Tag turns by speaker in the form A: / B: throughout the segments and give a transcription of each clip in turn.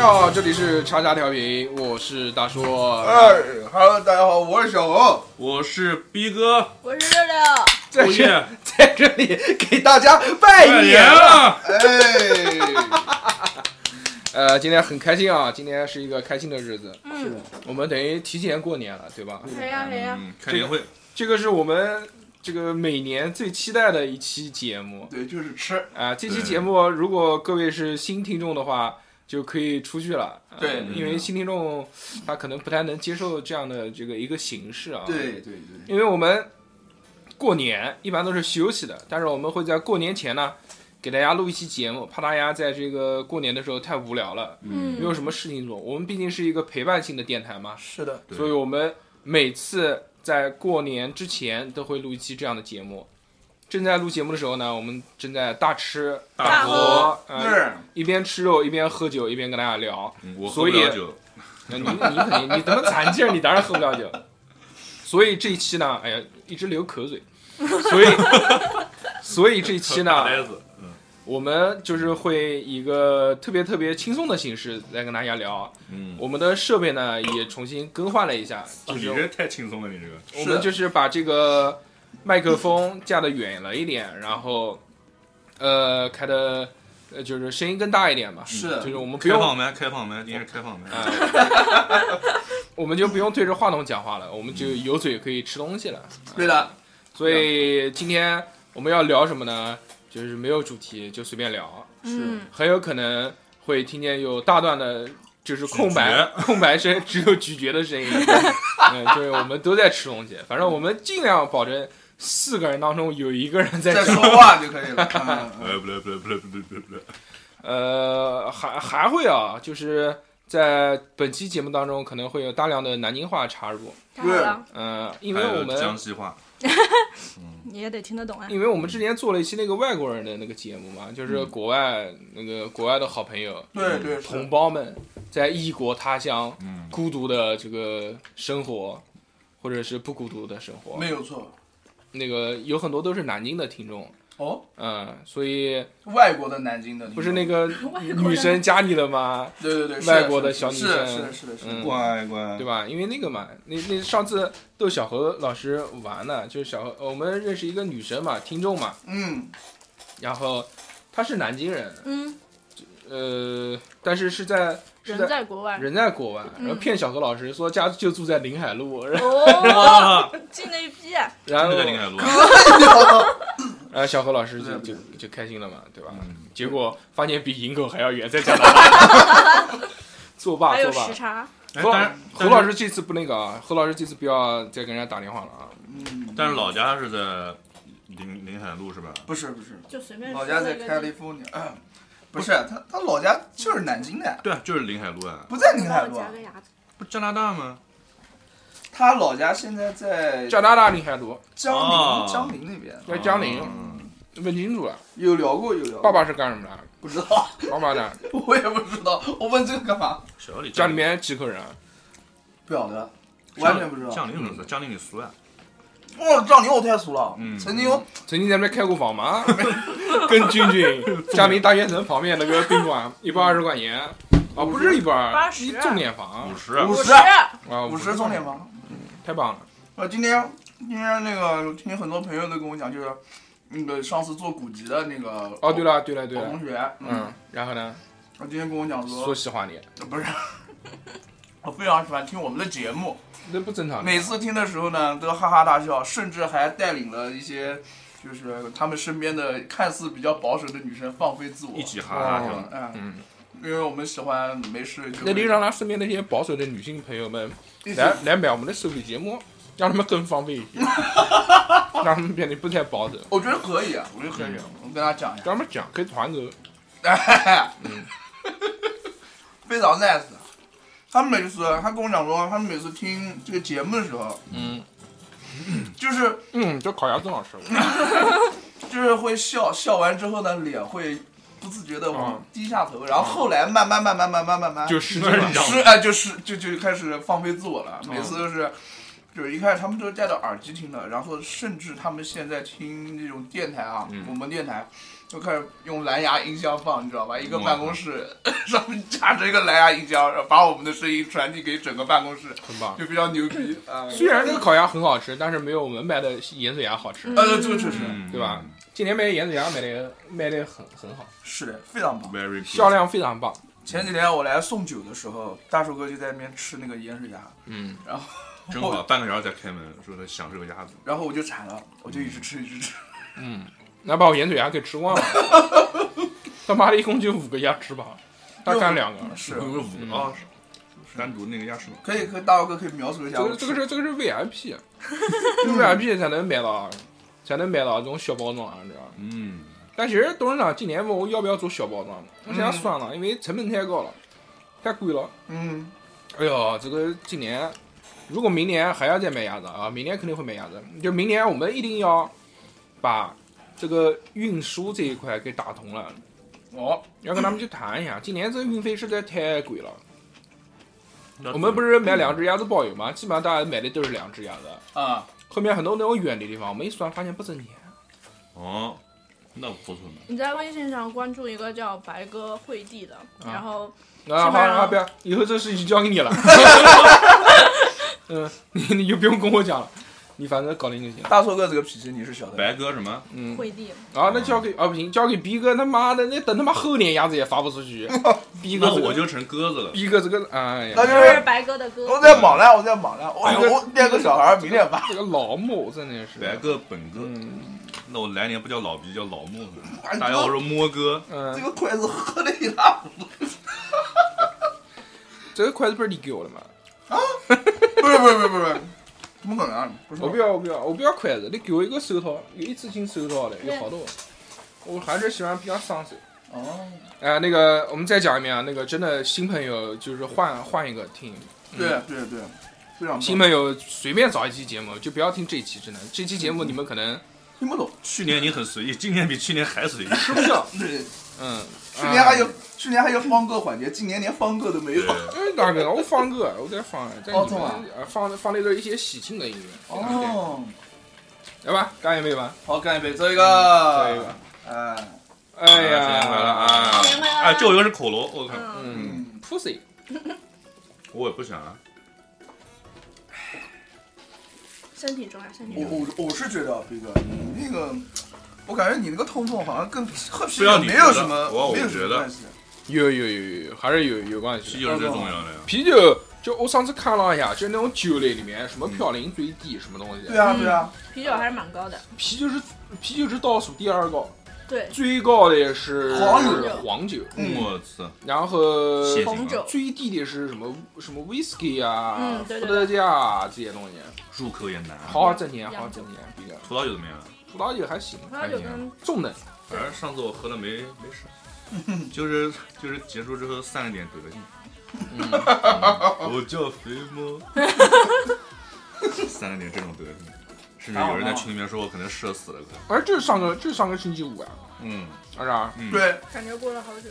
A: 好，这里是叉叉调频，我是大硕。
B: 哎，Hello，大家好，我是小欧。
C: 我是逼哥，
D: 我是六六，
A: 在
C: 哦
A: 这
C: 耶
A: 在这里给大家拜
C: 拜
A: 年
C: 年
A: 了。
C: 了！
B: 哎，
A: 呃，今天很开心啊，今天是一个开心的日子，
D: 嗯，
A: 我们等于提前过年了，对吧？
D: 谁呀谁呀？
C: 嗯，开年会，
A: 这个是我们这个每年最期待的一期节目
B: 对，就是吃。
A: 啊、这期
C: 对
A: 节目如果各位是新听众的话，就可以出去了。呃
B: 对
A: 因为新听众他可能不太能接受这样的这个一个形式啊。
B: 对对对，
A: 因为我们过年一般都是休息的，但是我们会在过年前呢，给大家录一期节目，怕大家在这个过年的时候太无聊了，
D: 嗯
A: 没有什么事情做。我们毕竟是一个陪伴性的电台嘛，
B: 是的，
C: 对
A: 所以我们每次在过年之前都会录一期这样的节目。正在录节目的时候呢，我们正在大吃
D: 大
C: 喝，
A: 喝，呃，
B: 是
A: 一边吃肉一边喝酒，一边跟大家聊。
C: 嗯我喝
A: 所
C: 不
A: 以
C: 了酒，
A: 那你你肯定你他妈残疾人，你当然喝不了酒。所以这一期呢，哎呀，一直流口水。所以， 所以这一期
C: 大
A: 呢，
C: 呆子，嗯
A: 我们就是会以一个特别特别轻松的形式来跟大家聊。
C: 嗯，啊
A: 我们的设备呢也重新更换了一下，就
C: 哦你
A: 是
C: 这太轻松了，你这个，
A: 我
B: 是
A: 们就是把这个麦克风架得远了一点，然后呃开的呃就是声音更大一点嘛，
B: 是
A: 就是我们不
C: 嗯开
A: 用哎
C: 放麦，开放麦，应该是开放麦，
A: 我们就不用对着话筒讲话了，我们就有嘴可以吃东西了。
B: 对的，
A: 所以今天我们要聊什么呢？就是没有主题就随便聊，
D: 嗯，
A: 很有可能会听见有大段的，就是空白
C: 咀
A: 空白声，只有咀嚼的声 音。嗯，就是我们都在吃东西，反正我们尽量保证四个人当中有一个人在
B: 再
A: 吃
B: 说。话就可以了。嗯
C: 呃，不对不对不对不对不对不对，
A: 呃，还还会啊，就是在本期节目当中可能会有大量的南京话插入。
D: 太好了，
A: 嗯、因
C: 还
A: 为我
C: 有
A: 们
C: 江西话，
D: 你也得听得懂啊。
A: 因为我们之前做了一期那个外国人的那个节目嘛，就是国外那个国外的好朋友、
B: 对对
A: 同
B: 是，
A: 胞们在异国他乡
C: 嗯，
A: 孤独的这个生活，或者是不孤独的生活
B: 没。有错。
A: 那个有很多都是南京的听众，
B: 哦，
A: 嗯，所以
B: 外国的南京的，
A: 不是那 个
D: 外国
A: 女
D: 人
A: 生加你了吗？
B: 对对对，是
A: 外国的小女
B: 是
A: 生
B: 是的是的是的
A: 嗯，
C: 乖乖
A: 对，吧？因为那个嘛，那那上次逗小何老师玩呢，就是小何，我们认识一个女生嘛，听众嘛，
B: 嗯，
A: 然后她是南京人，
D: 嗯，
A: 呃，但是是在是
D: 人在国外。
A: 人在国外，
D: 嗯
A: 然后骗小何老师说家就住在临海路，然后
D: 哦，
C: 哇，
D: 进了一批啊，
A: 然
C: 真
A: 后
C: 的在林海路啊，
B: 嗯
A: 然呃后小何老师就
B: 对
A: 就就开心了嘛，对吧？
C: 嗯
A: 结果发现比营口还要远，在加拿大。 作罢
D: 还有
A: 作
D: 时
A: 罢，
D: 差。
C: 哎
A: 何老
C: 但是
A: 何老师这次不那个啊，何老师这次不要再跟人家打电话了啊。
B: 嗯，
C: 但是老家是在林林海路是吧？
B: 不是不是，
D: 就随便
B: 老家在 California，嗯 不是他他老家就是南京的，
C: 对啊，就是林海路啊，
B: 不在宁海
D: 帮我
B: 路啊
D: 夹。个牙子。
C: 不加拿大吗？
B: 他老家现在在
A: 加拿大临海路，
B: 江
C: 哦
B: 宁江宁那边。
A: 在江宁，
C: 嗯
A: 问清楚了。
B: 有聊过有聊过。
A: 爸爸是干什么的？
B: 不知道，
A: 爸爸呢？
B: 我也不知道，我问这个干嘛？
C: 小李
A: 家里面几口人啊？
B: 不晓得，完全不知道。
C: 江宁怎么说？江宁你熟啊？
B: 哇，张宁我太俗了，
C: 嗯
B: 曾经有
A: 曾经在那边开过房吗？ 跟俊俊， 嘉陵大学城旁边那个宾馆，一百二十块钱啊，不是一百二，
D: 八
A: 是
D: 十啊
A: 一重点房
C: 五十，
B: 五
D: 五
B: 十
D: 十，
A: 啊，
B: 五十重点，房。
A: 太棒了！
B: 我今天今天那个今天很多朋友都跟我讲，就是那个上次做古籍的那个
A: 哦，对了，对了，对
B: 我
A: 了
B: 同，学，
A: 嗯，，然后呢，
B: 他今天跟我讲
A: 说
B: 说
A: 喜欢你，
B: 不是。 我非常喜欢听我们的节目，
A: 那不正常。
B: 每次听的时候呢，都哈哈大笑，甚至还带领了一些，就是他们身边的看似比较保守的女生放飞自我。
C: 一起哈哈大笑。
B: 嗯，
A: 嗯，
B: 因为我们喜欢没事就
A: 那就让他身边那些保守的女性朋友们
B: 一起
A: 来来买我们的收费节目，让他们更方便一些，让他们变得不太保守，
B: 我觉得可以啊，我觉得可
A: 嗯
B: 以啊，我跟他讲一下，
A: 让他们讲可以团购。
B: 非常 nice 的。他每次他跟我讲说，他每次听这个节目的时候，
A: 嗯
B: 就是
A: 嗯，这烤鸭真好吃。
B: 就是会笑笑完之后呢，脸会不自觉的往
A: 嗯
B: 低下头，然后后来慢慢慢慢慢慢慢慢
A: 就失去了
B: 是哎，就是就就开始放飞自我了。每次都是，就是一开始他们
C: 嗯
B: 都是戴着耳机听的，然后甚至他们现在听这种电台啊，我们电台，就开始用蓝牙音箱放，你知道吧？一个
C: 哇
B: 办公室 上面架着一个蓝牙音箱，然后把我们的声音传递给整个办公室，
A: 很棒。
B: 就非常牛逼啊！
A: 虽然这个烤鸭很好吃，但是没有我们买的盐水鸭好吃。
B: 呃，这个确实
C: 嗯
A: 对吧？今年卖的盐水鸭卖的卖的很很好，
B: 是的，非常棒。
C: ？Very good
A: 销量非常棒。
B: 前几天我来送酒的时候，大寿哥就在那边吃那个盐水鸭，
A: 嗯，
C: 真好，半个小时才开门，说他想吃个鸭子，
B: 然后我就馋了，我就一直吃一直吃。
A: 那把我盐水鸭给吃光了，他妈的一共就五个鸭翅膀，他干两个。
B: 是哦
C: 有
A: 嗯
C: 五个啊，单独那个鸭翅膀，
B: 可以，可以，大寿哥可以描述一下。
A: 这个这个是这个是 VIP，这个 VIP 才能买到，才能买到这种小包装，啊你知道吧？
C: 嗯，
A: 但其实董事长今年问我要不要做小包装，我想算了，因为成本太高了，太贵了。
B: 嗯，
A: 哎呦，这个今年如果明年还要再买鸭子啊，明年肯定会买鸭子。就明年我们一定要把这个运输这一块给打通了，
B: 哦，
A: 要跟他们去谈一下。今年这个运费实在太贵了，嗯
C: 我
A: 我们不是买两只鸭子包邮吗？基本上大家买的都是两只鸭子。
B: 啊，
A: 后面很多那种远的地方，我们一算发现不挣钱。啊
C: 哦，那不错呢，
D: 你在微信上关注一个叫白鸽惠帝的，然后
A: 啊，好
D: 是吗
A: 好，不要，以后这事情交给你了。 嗯，你你就不用跟我讲了，你反正搞定就行。
B: 大寿哥这个脾气你是晓得的。
C: 白哥什么？
A: 嗯，
D: 惠帝
A: 啊，那交给啊不行，交给逼哥他妈的，那等他妈后年鸭子也发不出 去。逼哥
C: 那
A: 这个、
C: 我就成鸽子了，
A: 逼哥这个，哎呀，
B: 那就
D: 就是是白鸽的鸽
B: 我，在网上，我在网上，我
A: 哎呦
B: 我变个小孩儿，明天吧。
A: 这个老母真的是。
C: 白哥本哥，
A: 嗯
C: 那我来年不叫老逼，叫老木了，
B: 哎
C: 大家我说摸哥，
B: 这
A: 嗯，
B: 个筷子喝的一塌糊
A: 这个筷子不是你给我的吗？
B: 涂。不是不是不是不是，怎么可能啊？不是
A: 我不要，我不要，我不要筷子，你给我一个手套，有一次性手套的，有好多。我还是喜欢比较上手。
B: 哦，
A: 哎，那个，我们再讲一遍啊，那个真的新朋友就是换换一个听，
B: 对啊对对，非常棒
A: 新朋友随便找一期节目，就不要听这期，真的，这期节目你们可能
B: 听不懂。
C: 去年你很随意，今年比去年还随意，
A: 吃不消。
B: 对，
A: 嗯，
B: 去年还有
A: 啊
B: 去年还有方歌环节，今年连方歌都没有。
A: 哎，大哥，我放歌，我在放，在
B: 哦
A: 你
B: 是
A: 们
B: 吗
A: 呃放放那个一些喜庆的音乐，
B: 哦，
A: 来吧，干一杯吧，
B: 好，干一杯，这一
A: 干一
B: 个
A: 个，，
B: 哎，
A: 哎
C: 新年快乐
A: 呀，
C: 啊！
D: 明白了
C: 哎，这我又是口龙，我靠，
D: 嗯，
A: 嗯
B: 嗯，
A: ，pussy，
C: 我也不想啊，
D: 身体重要，身体
B: 我
D: 重要。
B: 我我是觉得啊，斌哥，你那个，我感觉你那个痛风好像跟和啤
C: 不要
B: 酒
C: 你
B: 没有
C: 觉
B: 什
C: 得
B: 么
C: 我
B: 没有什
C: 我觉
B: 么
C: 得
B: 关系。
A: 有有有有，还是有有关系的。
C: 啤酒是最重要的呀，
A: 啤酒，就我上次看了一下，就那种酒类里面什么嘌呤最低，什么东西
B: 嗯对，啊对啊，
D: 啤酒还是蛮高的，
A: 啤酒是啤酒是倒数第二高，
D: 对，
A: 最高的是
B: 黄
D: 酒
A: 黄酒，
B: 嗯，
C: 我操，
A: 然后
C: 谢谢
D: 嗯红酒
A: 最低的是什么什么 whisky 啊、
D: 嗯对
A: 伏
D: 对
A: 特加啊这些东西，
C: 入口也难，啊
A: 好好挣钱，好好
D: 洋酒
A: 挣钱，比较
C: 葡萄酒怎么样？啊
A: 葡萄酒还行，
D: 葡萄酒跟
A: 重的。
C: 反正上次我喝了没没事，就是就是结束之后散了点德性。 我叫肥猫， 散了点这种德性，甚至有人在群里面说我可能社死了快。
A: 哎，这是上个这是上个星期五啊，
C: 嗯，
A: 二啥？
C: 嗯，
B: 对，
D: 感觉过了好久，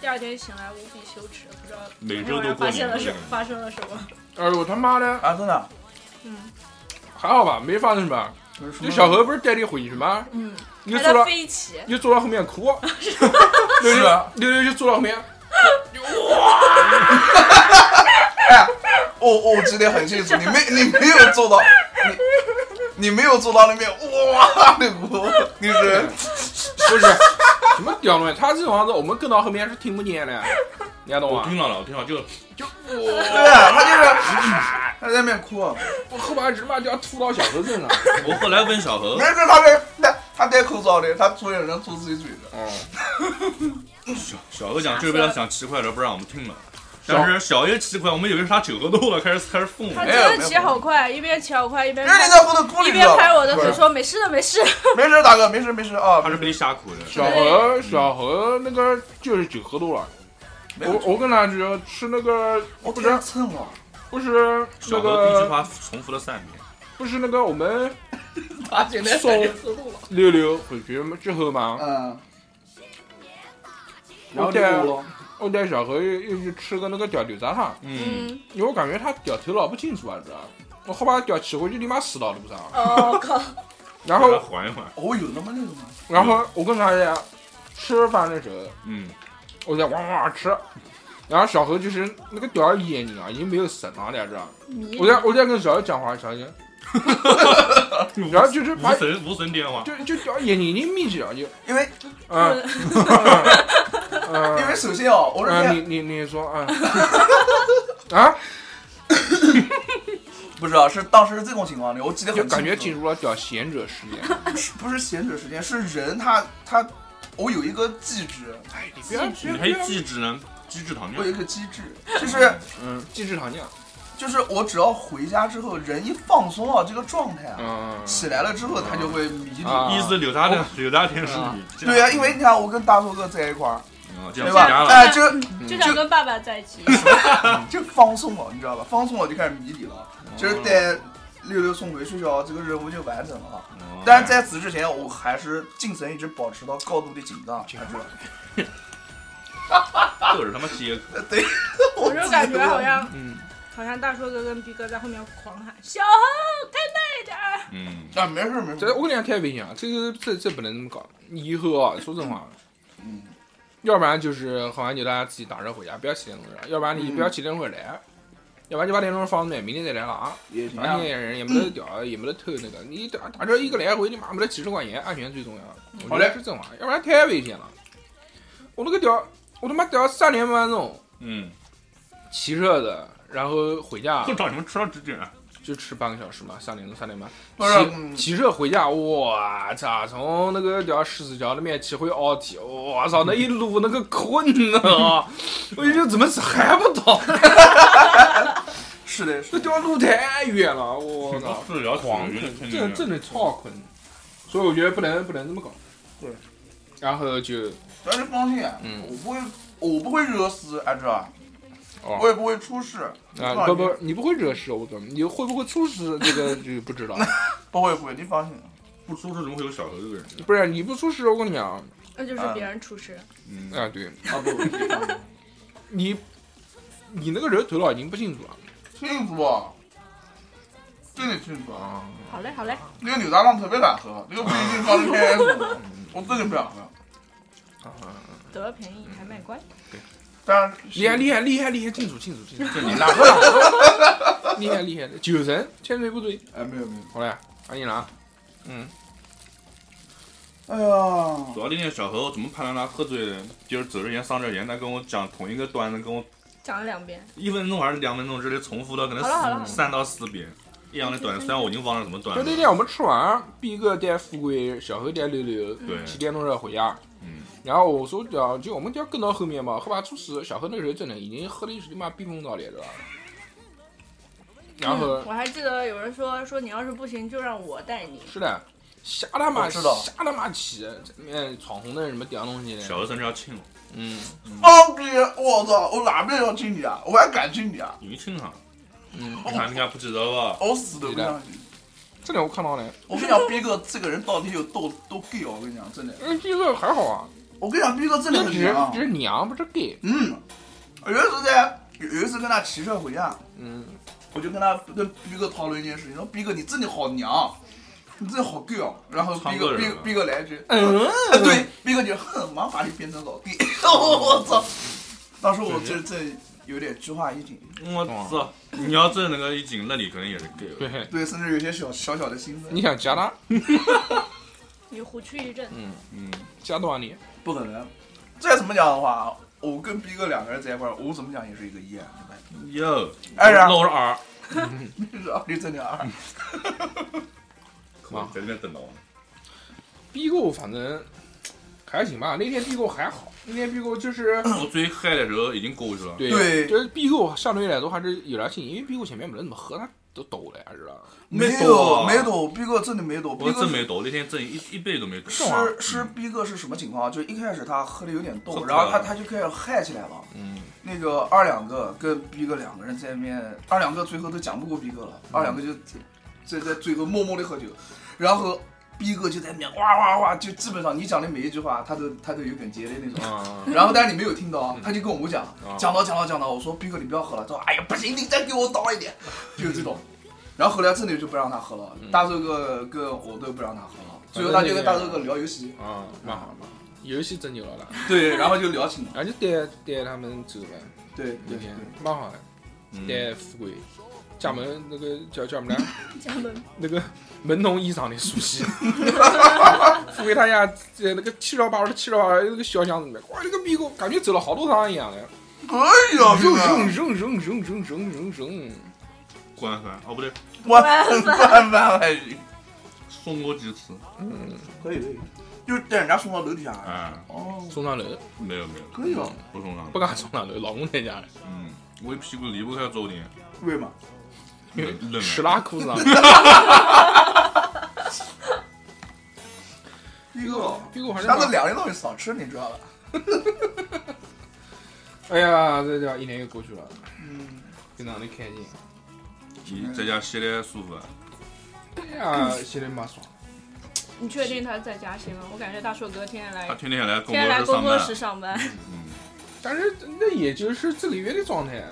D: 第二天醒来无比羞耻，不知道
C: 每周
D: 昨
C: 都
D: 晚
C: 过
D: 发
C: 敏
D: 现了什发生了什么。
A: 哎呦他妈的，
B: 啊真的，
D: 嗯
A: 还好吧，没发生什么。
B: 就
A: 就小何不是带你回去吗？
D: 嗯，
A: 你就
D: 还
A: 坐
D: 在
A: 到
D: 飞起，
A: 你就坐到后面哭，
B: 是啊，
A: 六六就坐到后面，
B: 我哦我记得很清楚，你没你没有做到，你你没有做到那边哇那股，你是
A: 不是什么屌东西，他这种样子我们跟到后面是听不见的，你还懂
C: 我
A: 吗
C: 听？到了，我听到了就
B: 对啊，他就是他在那边哭，啊
A: 我后半直嘛就要吐到小何啊身上。
C: 我后来问小 何
B: 没，事，他在他他戴口罩的，他嘴也能吐自己嘴的，
A: 哦，
C: 小小何讲这不要想七块的，不让我们听了。但是小 A 七块，我们以为是他酒喝多了，开始开始疯
D: 他
C: 了。
D: 真的骑好快，一边骑好快一边
B: 因为你在后头哭，你
D: 一
B: 知
D: 边
B: 道
D: 拍我
B: 吧？
D: 的腿说没事的没事。
B: 没事，大哥，没事没事啊
C: 他，是被吓哭的，
A: 小何小何那个就是酒喝多了，
B: 没有
A: 我我跟他就吃那个
B: 我
A: 不
B: 不
A: 是
B: 是蹭啊我，
A: 不是
C: 小
A: 那
C: 何第一句
A: 个
C: 话重复了三遍。
A: 不是那个我们
B: 他现
A: 在在这溜溜回去之后嘛，
B: 嗯，
A: 然后带我带小何又又去吃个那个屌牛杂汤，
C: 嗯，
D: 嗯，
A: 因为我感觉他屌头脑不清楚啊，知道吧？我后把屌骑回去，立马死到路上。啊
D: 哦靠，
A: 然
C: 让他
A: 后
C: 缓一缓。
B: 哦，有那么那个吗？
A: 然后我跟他俩吃饭的时候，
C: 嗯，
A: 我在哇哇哇吃，然后小何就是那个屌眼睛啊，已经没有神了，你知道吧？
D: 迷
A: 我在我在跟小何讲话，小何就，然后就是把
C: 无神无神电话，
A: 就就屌眼睛已经眯起了，就
B: 因为
A: 嗯
B: 因为
A: 嗯
B: 首先哦，我是
A: 嗯，
B: 面
A: 你你你说啊啊，
B: 不知道是当时是这种情况的，我记得
A: 就
B: 很
A: 感觉
B: 清
A: 进
B: 楚
A: 入了屌贤者时间。
B: 不是闲着时间，是人他他，我有一个机制，
A: 哎，你不要
C: 你还有机制呢，机制糖
B: 我
C: 尿
B: 有一个机制，就是
A: 嗯，机制糖尿，
B: 就是我只要回家之后，人一放松啊，这个状态啊，
A: 嗯，
B: 起来了之后，他就会迷离。
A: 啊
C: 意思柳大天柳大天是你，
B: 对啊，因为你看我跟大头哥在一块儿，
C: 啊这
B: 对
C: 样回家
B: 吧？
C: 了，
B: 哎，就
D: 就想跟爸爸在一起，
B: 就放松了，你知道吧？放松了就开始迷离了，
A: 哦
B: 就是带六六送回学校，这个任务就完成了。
C: 哦
B: 但是在此之前，我还是精神一直保持到高度的紧张。
A: 紧张
C: 都是他妈接口，
B: 对，
D: 我就感觉好像
A: 嗯
D: 好像大硕哥跟逼哥在后面狂喊：“小何，开慢一点儿
C: 嗯，
B: 啊，没事儿没事
A: 这
B: 儿，
A: 我跟你讲太危险了，这个这这不能这么搞。以后啊，说真话，
B: 嗯，
A: 要不然就是好像就大家自己打车回家，不要骑电动车，要不然你不要骑电动车来，要不然就把电动车放那边，明天再来了啊。
B: 也
A: 反正现在人也没得屌，也没得偷那个，你打打车一个来回，你妈没得几十块钱，安全最重要。我觉
B: 好
A: 得
B: 嘞
A: 是真话，要不然太危险了。我那个屌，我他妈屌三点半钟
C: 嗯，
A: 骑车的，然然后回家
C: 就找你们吃到几点啊？
A: 就吃半个小时嘛，三点钟三点半。
B: 不是嗯
A: 骑骑车回家，我操！从那个叫狮子桥那边骑回奥体，我操，那一路那个困啊！ 我就觉得怎么是还不到？
B: 是的，是
A: 这
B: 的。
A: 条路太远了，我操！
C: 四聊
A: 狂
C: 真
A: 真真的超困，所以我觉得不能不能这么搞。
B: 对，
A: 然后就
B: 主要是放心啊，
A: 嗯
B: 我不会，我不会惹死安哲，啊
A: 哦
B: 我也不会出事。
A: 啊，
B: 放
A: 不
B: 心
A: 不，你不会惹事，我懂。你会不会出事，这 个就不知道。
B: 不会不会，你放心。啊
C: 不出事怎么会有小何这个人？
A: 不是你不出事，我跟你讲啊，！”
D: 那就是别人出事，
C: 嗯，
A: 啊对
B: 啊不，
A: 你，你那个人头脑已经不清楚了
B: 清楚啊，真的清楚啊。
A: 啊。
D: 好嘞，好嘞，
B: 那个牛大浪特别难喝，那个不一定放的开水，我真的不想喝。
D: 得便宜还卖乖，
B: 但是
A: 厉害厉害厉害厉害，清楚清楚清楚，
C: 这你
A: 哪个哪个？厉害厉害，九成千锤不对。
B: 哎没有没有，
A: 好嘞，安逸了。嗯，
B: 哎呀，
C: 主要那天小何我怎么判断他喝醉的？就是走之前上这前，他跟我讲同一个段子，跟我
D: 讲了两遍，
C: 一分钟还是两分钟之内重复了可能
D: 好了好了好了
C: 四三到四遍一样的段子，虽然我已经忘了什么段
A: 就那
C: 子。
A: 天我们吃完，毕哥带富贵，小何带溜溜，
C: 对，
A: 骑电动车回家。
C: 嗯，
A: 然后我说讲，就我们就要跟到后面嘛，后把出事，小何那时候真的已经喝的是他妈逼疯到了，知道吧？然后、
D: 嗯我还记得有人说说你要是不行就让我带你，
A: 是的，瞎他妈
B: 我知道
A: 瞎他妈骑，这里面闯红灯什么屌东西
C: 小
A: 的，
C: 何甚至要亲我，
A: 嗯
B: 放屁！哦我操，我哪边要亲你啊？我还敢亲你啊？
C: 你一亲他，
A: 嗯，
C: 你看你看不记得吧？
B: 我死都不相信。
A: 这点我看到了，
B: 我跟你讲，逼哥这个人到底有多多 gay 啊！我跟你讲，真的，
A: 嗯，这个还好啊，
B: 我跟你啊讲，逼哥真的
A: 这
B: 很
A: 只是
B: 娘
A: 只。是娘，不是 gay，
B: 嗯，有一次在有一次跟他骑车回家，
A: 嗯，
B: 我就跟他跟逼哥讨论一件事情，说逼哥你真的好娘，你真的好 gay 哦。然后逼
C: 唱歌
B: 哥
C: 人
B: 逼
C: 啊了
B: 逼哥来一句，
A: 嗯
B: 啊对，逼哥就哼，马上把你变成老弟， 我操！当时我这这有点菊花一紧，
C: 我操！你要真那个一紧，那你可能也是 gay 了。
A: 对，
B: 对，甚至有些小小小的兴奋
A: 你。想夹他，
D: 你虎躯一震，
A: 嗯，
C: 嗯，
A: 夹多少你？
B: 不可能，再怎么讲的话，我跟逼哥两个人在一块儿，我怎么讲也是一个一啊，
C: 哟，
B: 哎呀
C: 那我是 R，
B: 你知道你真的
C: 嗯
B: 二。
A: 妈
C: 在那边等到我。
A: 逼哥反正还行吧，那天逼哥还好，那天逼哥就是。
C: 我最嗨的时候已经过去了。
A: 对
B: 对
A: 就是闭购相对来说还是有点劲，因为闭购前面没怎么喝，他都抖了呀，知道吧？
B: 没
C: 没躲啊
B: 没躲，逼哥真的没躲，
C: 我
B: 逼哥
C: 真没
B: 是
C: 抖，那天真一一杯都没抖。
A: 动啊
B: 是是逼哥是什么情况啊？就一开始他喝的有点
C: 喝
B: 多，
C: 不
B: 然后他
C: 了
B: 他就开始嗨起来了。
A: 嗯，
B: 那个二两个跟逼哥两个人在那边，二两个最后都讲不过逼哥了，二两个就在在最后默默的喝酒，然后逼哥就在那边哇哇哇，就基本上你讲的每一句话，他都他都有点接的那种。
A: 啊，
B: 然后但是你没有听到啊，他就跟我讲
A: 啊，
B: 讲到讲到讲到，我说逼哥你不要喝了，他说哎呀不行，你再给我倒一 点，就这种。然后后来真的就不让他喝了，大周哥跟我都不让他喝了，最后他就跟大周哥聊游戏，
A: 啊，蛮好蛮好。游戏真牛了 啦，
B: 对，然后就聊起了，
A: 然后就带带他们走了，
B: 对对
A: 明
B: 对
A: 天，蛮好的，
C: 嗯
A: 带富贵。家门那个叫叫什么来？
D: 家门
A: 那个门童衣裳的熟 悉，富贵他家在那个七绕八绕的七绕八绕的那个小巷子里面，哇，那个逼狗感觉走了好多趟一样的，
B: 哎呀，
A: 扔
B: 这
A: 扔
B: 个
A: 扔扔扔扔扔扔扔，
C: 官方哦不对，
B: 万万万万人，
C: 送过几次
A: 嗯，
B: 可以可以，就是带人家送到楼底下来，
C: 啊？
B: 哦，
A: 送上楼，
C: 没有没有，
B: 可以啊，
C: 不送上
A: 不。敢送上楼，老公在家了，
C: 嗯，我一屁股离不开桌垫，
B: 为嘛？
C: 冷冷
A: 屎
C: 了。
A: 拉裤子啊 上。
B: 逼哥，
A: 逼狗好
B: 下
A: 像
B: 次两人到底少吃，你知道吧？
A: 哎呀，这这一年又过去了，
B: 嗯，
A: 非常的开心。
C: 你在家歇的舒服啊？
A: 哎呀，现在蛮爽。
D: 你确定他在家行吗？我感觉大硕哥天天来
C: 他，天天来
D: 天
C: 工
D: 天来
C: 作室
D: 工
C: 上
D: 作
C: 班。啊
D: 室上班，
C: 嗯，
A: 但是那也就是这个月的状态。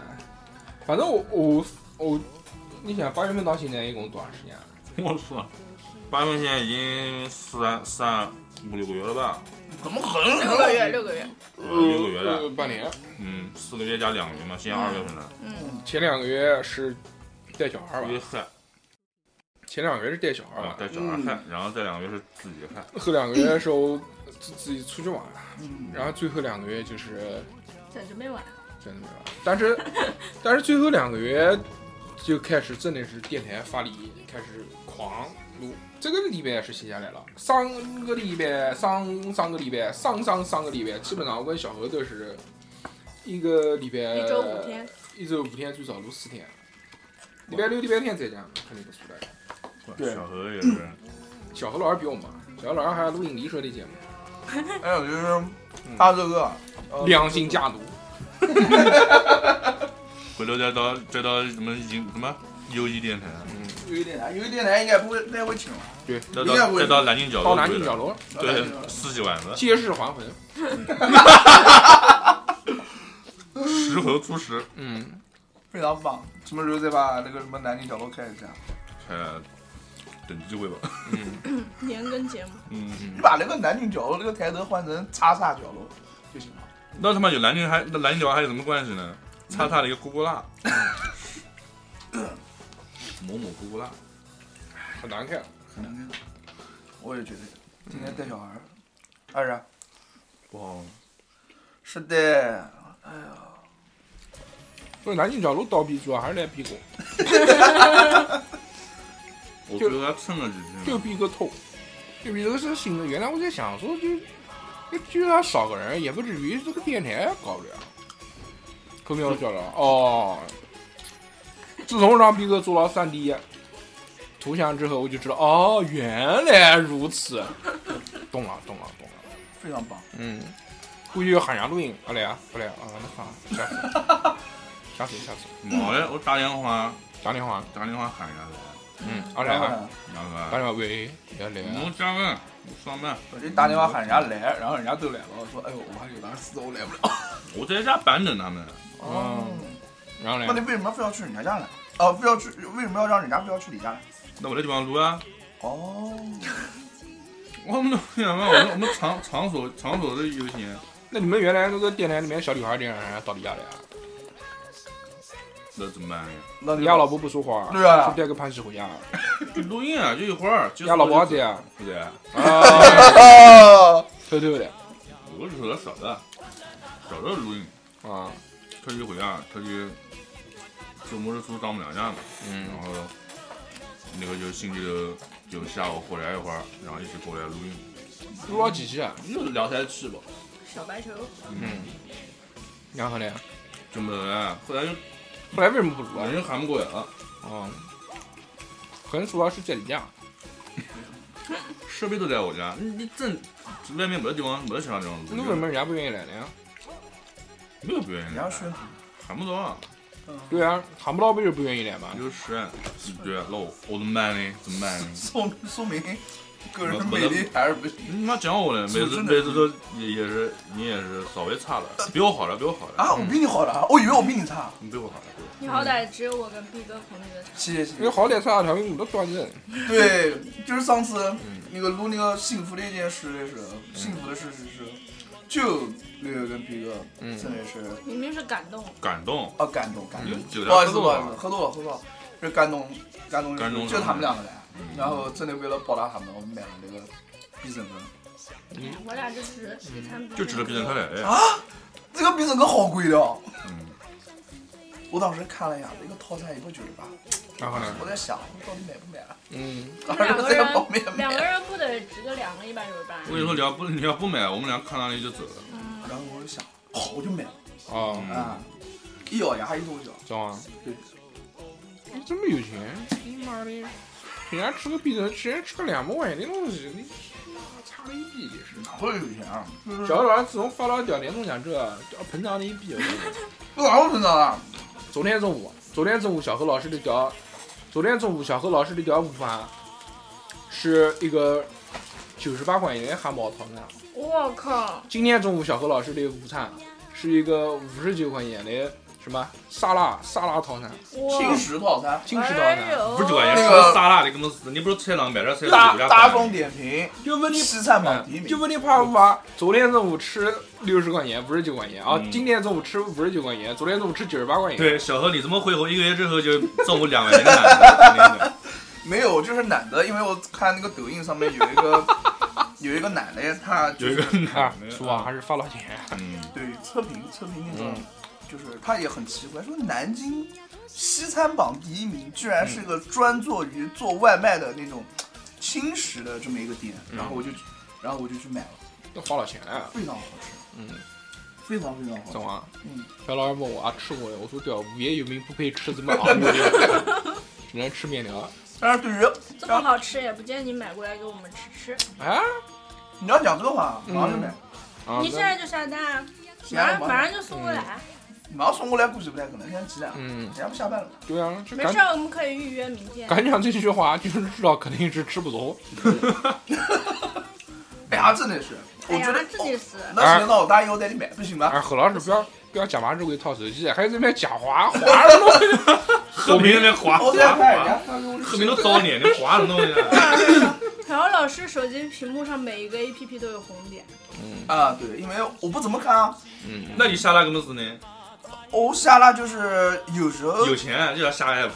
A: 反正我我我，你想八月份到现在一共多长时间啊？
C: 我操，八月现在已经三三五六个月了吧？
B: 怎么可能？
D: 六个月， 六个月，
C: 呃六个月
A: 呃
C: 了。
A: 半年。
C: 嗯，四个月加两个月嘛，现在二月份了。
D: 嗯，
A: 前两个月是带小孩
C: 二
A: 吧
C: 月？嗨，
A: 前两个月是带小孩
C: 啊
A: 吧，？
C: 带小孩
B: 嗯
C: 嗨，然后再两个月是自己嗨。
A: 后两个月是我自自己出去玩，
B: 嗯，
A: 然后最后两个月就是
D: 在这没完。
A: 真的没玩。但是 但是最后两个月就开始真的是电台发力，开始狂录。这个礼拜是写下来了，上个礼拜、上上个礼拜、上上上个礼拜，基本上我跟小何都是一个礼拜
D: 一周五天，
A: 一周五天，最少录四天。礼拜六、礼拜天在家肯定不出来。
B: 对
C: 小何也是，
A: 小何老师比我忙，小何老师还要录影丽水的节目，
B: 还有就是大这个呃
A: 良心家奴。
C: 回头再到再到什么影什么优一电台，啊
B: 有一电台，有一电台应该不会不太会请了，
C: 再
B: 应该
C: 到
B: 不会
C: 再到南京角
A: 到
C: 落
A: 南
C: 鬼
A: 京角
C: 的，
A: 楼，
C: 对，四喜丸子，
A: 借尸还魂。
C: 石猴猪食，
A: 嗯，
B: 非常棒。什么时候再把那个什么南京角落开一下？
C: 呃，等机会吧。
D: 年更节目，
C: 嗯，
B: 你把那个南京角落那个台灯换成叉叉角落就行了。
C: 那他妈有南京还那南京角还有什么关系呢？擦擦了一个咕咕辣，某某咕咕辣，
A: 很难看。
B: 很难看，我也觉得今天带小孩儿，二然
C: 不好，
B: 是的，
A: 不是南京角楼倒闭，主要还是来逼宫，
C: 我
A: 就
C: 觉得他蹭了几天
A: 就
C: 了，
A: 逼个透，就逼这个事情。原来我在想说就，就就算少个人，也不至于这个电台搞不了。可没有觉得哦。自从让逼哥做到三 D 图像之后，我就知道哦，原来如此，懂了，懂了，懂了。
B: 非常棒。
A: 嗯，估计要喊啥录音？不来啊，不来啊，啊那算了，下次，下次，下次
C: 毛呀！我打电话
A: 打电话，
C: 打电话喊一下来，
A: 嗯，二来
B: 然后
A: 啊，
B: 呢，嗯
C: 哪
A: 打
C: 个？
A: 电话喂，要来啊，
C: 我加班，我上班，
B: 我就打电话喊人家来，然后人家都来了，我说哎呦，我还有点事，我来不了。
C: 我在家板等他们。
A: 哦然后
B: 那你
A: 呢？
B: 为什么非要去人家家呢？哦，非要去，为什么要让人家非要去你家呢？
C: 那我在地方录啊，
B: 哦，
C: 我们都想嘛，我们我们场场所场所的优先，
A: 那你们原来那个电台里面小女孩这样人到底家来啊？
C: 那怎么办呀？
B: 那
A: 你家老婆不说话，
B: 对啊
A: 是带个潘石回家，
C: 就录音啊，就一会儿。就
A: 家老婆在啊，
C: 不对，
A: 啊，
B: 啊，
A: 偷偷的
C: 我是说少的，少的录音，
A: 啊，
C: 特地回家，特地周末日出丈母娘家嘛，然
A: 嗯，
C: 后那个就星期六就下午回来一会儿，然后一起过来录音，
A: 录了几期啊？
C: 又聊天去吧，
D: 小白球，
A: 嗯，然后呢？
C: 就没来，后来就
A: 后来为什么不录啊
C: 人？家喊不过来了，
A: 啊，可能主要是在你家，
C: 设备都在我家，你正外面没得地方，没得其他地方
A: 那为什
C: 录，
A: 么人家不愿意来呢？
C: 没有别人
B: 你要宣传，
C: 喊不到。
B: 嗯，
A: 对啊，喊不到不就是不愿意来吗？
C: 就是，对，那我我怎么办呢？怎么办呢？
B: 说说明个人魅力还是不行。
C: 你妈讲我嘞，每
B: 是
C: 次
B: 真的
C: 每次都也也是你也是稍微差了，比我好了，比我好了，
B: 啊，我比你好了啊，我以为我比你差。
C: 你比我好了，对
D: 你好歹只有我跟毕哥孔女的差。
B: 谢谢谢
A: 你
B: 谢。
A: 好歹差条我都端着。
B: 对，就是上次那个录那个幸福的一件事的时候，幸福的事是是，就六六跟逼哥
A: 嗯
B: 真的是
D: 明明是感动，
C: 感动，
B: 啊感动感
C: 有
B: 动，
C: 酒
B: 不好意
C: 量
B: 思
C: 够
B: 不好意思，
C: 了，
B: 喝多了喝多了，是感动感动
C: 感动
B: 就他们两个人，
C: 嗯
B: 然后真的为了报答他们，我们买了那个必胜客。
D: 我俩就只是一餐
C: 就指着皮蛋开。来
B: 啊，这个必胜客好贵的哦。
C: 嗯
B: 我当时看了一下，这个套餐一百九十八，
A: 然后呢？
B: 我在想，我到底买不买了？
A: 嗯，
D: 两个 人
B: 在旁边，买
D: 两
B: 了
D: 个。人不得值个两个一百九十八
C: 我？跟你说，你要不你要不买，我们俩看到你就走了，
D: 嗯，
B: 然后我就想，好，我就买了。
A: 哦，
B: 啊，一咬牙一跺脚，
A: 知道吗？
B: 对，
A: 你这么有钱，你妈的，人家吃个必胜，人家吃个两百块钱的东西，你差了一逼也是。
B: 哪会有钱啊？就是
A: 小老自从发了屌，年终奖这呃要膨胀了一逼。我跟你说
B: 不哪有成长啊？
A: 昨天中午，昨天中午小何老师的条，昨天中午小何老师的条午饭是一个九十八块钱的汉堡套餐。
D: 我靠，
A: 啊今天中午小何老师的午餐是一个五十九块钱的什么沙拉沙拉啊套餐，
D: 我
B: 轻食套餐，
A: 轻食套餐。
C: 不是九块钱，
B: 那
C: 吃
B: 个
C: 沙拉，你根本死，你不是菜场买点菜
B: 大
C: 回家
B: 大
C: 拌
B: 众点评
A: 就问你
B: 西餐榜第
A: 嗯，
B: 一名，
A: 就问你怕不怕？昨天中午吃六十块钱，五十九块钱啊！
C: 嗯
A: 今天中午吃五十九块钱，昨天中午吃九十八块钱。
C: 对，小何，你这么挥霍，一个月之后就中午两块钱的奶了。
B: 没有，就是懒得，因为我看那个抖音上面有一个有一个奶奶，她 就
C: 有一
B: 是
C: 个
A: 啊
C: 奶，
A: 叔啊，还，是发了钱。
C: 嗯，
B: 对测评测评那个
A: 嗯，
B: 就是她也很奇怪，说南京西餐榜第一名居然是个专做于做外卖的那种轻食的这么一个店，
A: 嗯
B: 然后我就然后我就去买了，
A: 都花了钱啊了。
B: 非常好吃，
A: 嗯，
B: 非常非常好吃
A: 怎。么？
B: 嗯，
A: 小老师问我啊，吃过的，我说对啊，无业游民不配吃这么昂贵的，只能吃面条。
B: 但是对于
D: 这么好吃也不见你买过来给我们吃吃。
A: 啊
B: 你要讲这个话，马上就买，
A: 啊！
D: 你现在就下单啊，
B: 行
D: 马上
B: 我
D: 马上就送过来。
B: 马上送过来估计不太可能，现在几点？
A: 嗯，
B: 人家不下班了。
A: 对啊，就
D: 没
A: 敢
D: 事，我们可以预约明天。
A: 敢讲这句话，就是知道肯定是吃不着。
B: 哎呀，真的是，我
D: 哎
B: 觉
D: 呀
B: 得，哦
D: 自己死！
B: 那
A: 啊
B: 行，那我答应我带你买，不行吧？
A: 哎，何老师不要不要假把这个套手机，还在那边假滑滑什么东西？
C: 喝别人那滑
B: 我在
A: 啊
C: 滑
B: 看人家
C: 滑，
B: 他给我
C: 喝别人糟脸，你滑什么东西啊？
D: 然后老师手机屏幕上每一个 APP 都有红点，
B: 啊，对，因为我不怎么看啊，
A: 嗯，
C: 那你下拉个么子呢？
B: 我下拉就是 有时候
C: 有钱就要下 app，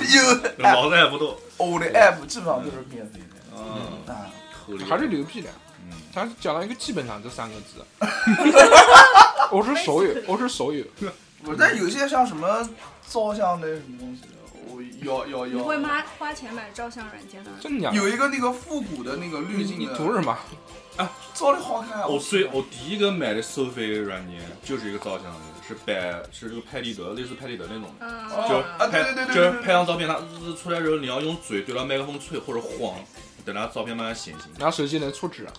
B: 有哎，
C: 老子也不多。
B: 我的 app 基本上都是免费的
C: 嗯，
B: 啊，
C: 合理
A: 还是牛逼的。
C: 嗯
A: 他讲了一个基本上这三个 字，我是手语，我是手语，
B: 我但有些像什么照相的什么东西的，我要要
D: 你会
B: 要，
D: 花花钱买照相软件吗？
A: 真的假的？
B: 有一个那个复古的那个
A: 你
B: 滤镜
A: 你
B: 的，
A: 图什么？
B: 照的好看啊，
C: 我最我第一个买的收费软件就是一个照相的，是摆是这个拍立得，类似拍立得那种。
D: 嗯，
B: 就啊
C: 拍
B: 对对对对
C: 就
B: 对
C: 是
B: 对
C: 拍张照片，它滋出来之后，你要用嘴对着麦克风吹或者晃，等它照片慢慢显形，
A: 拿手机能出纸啊？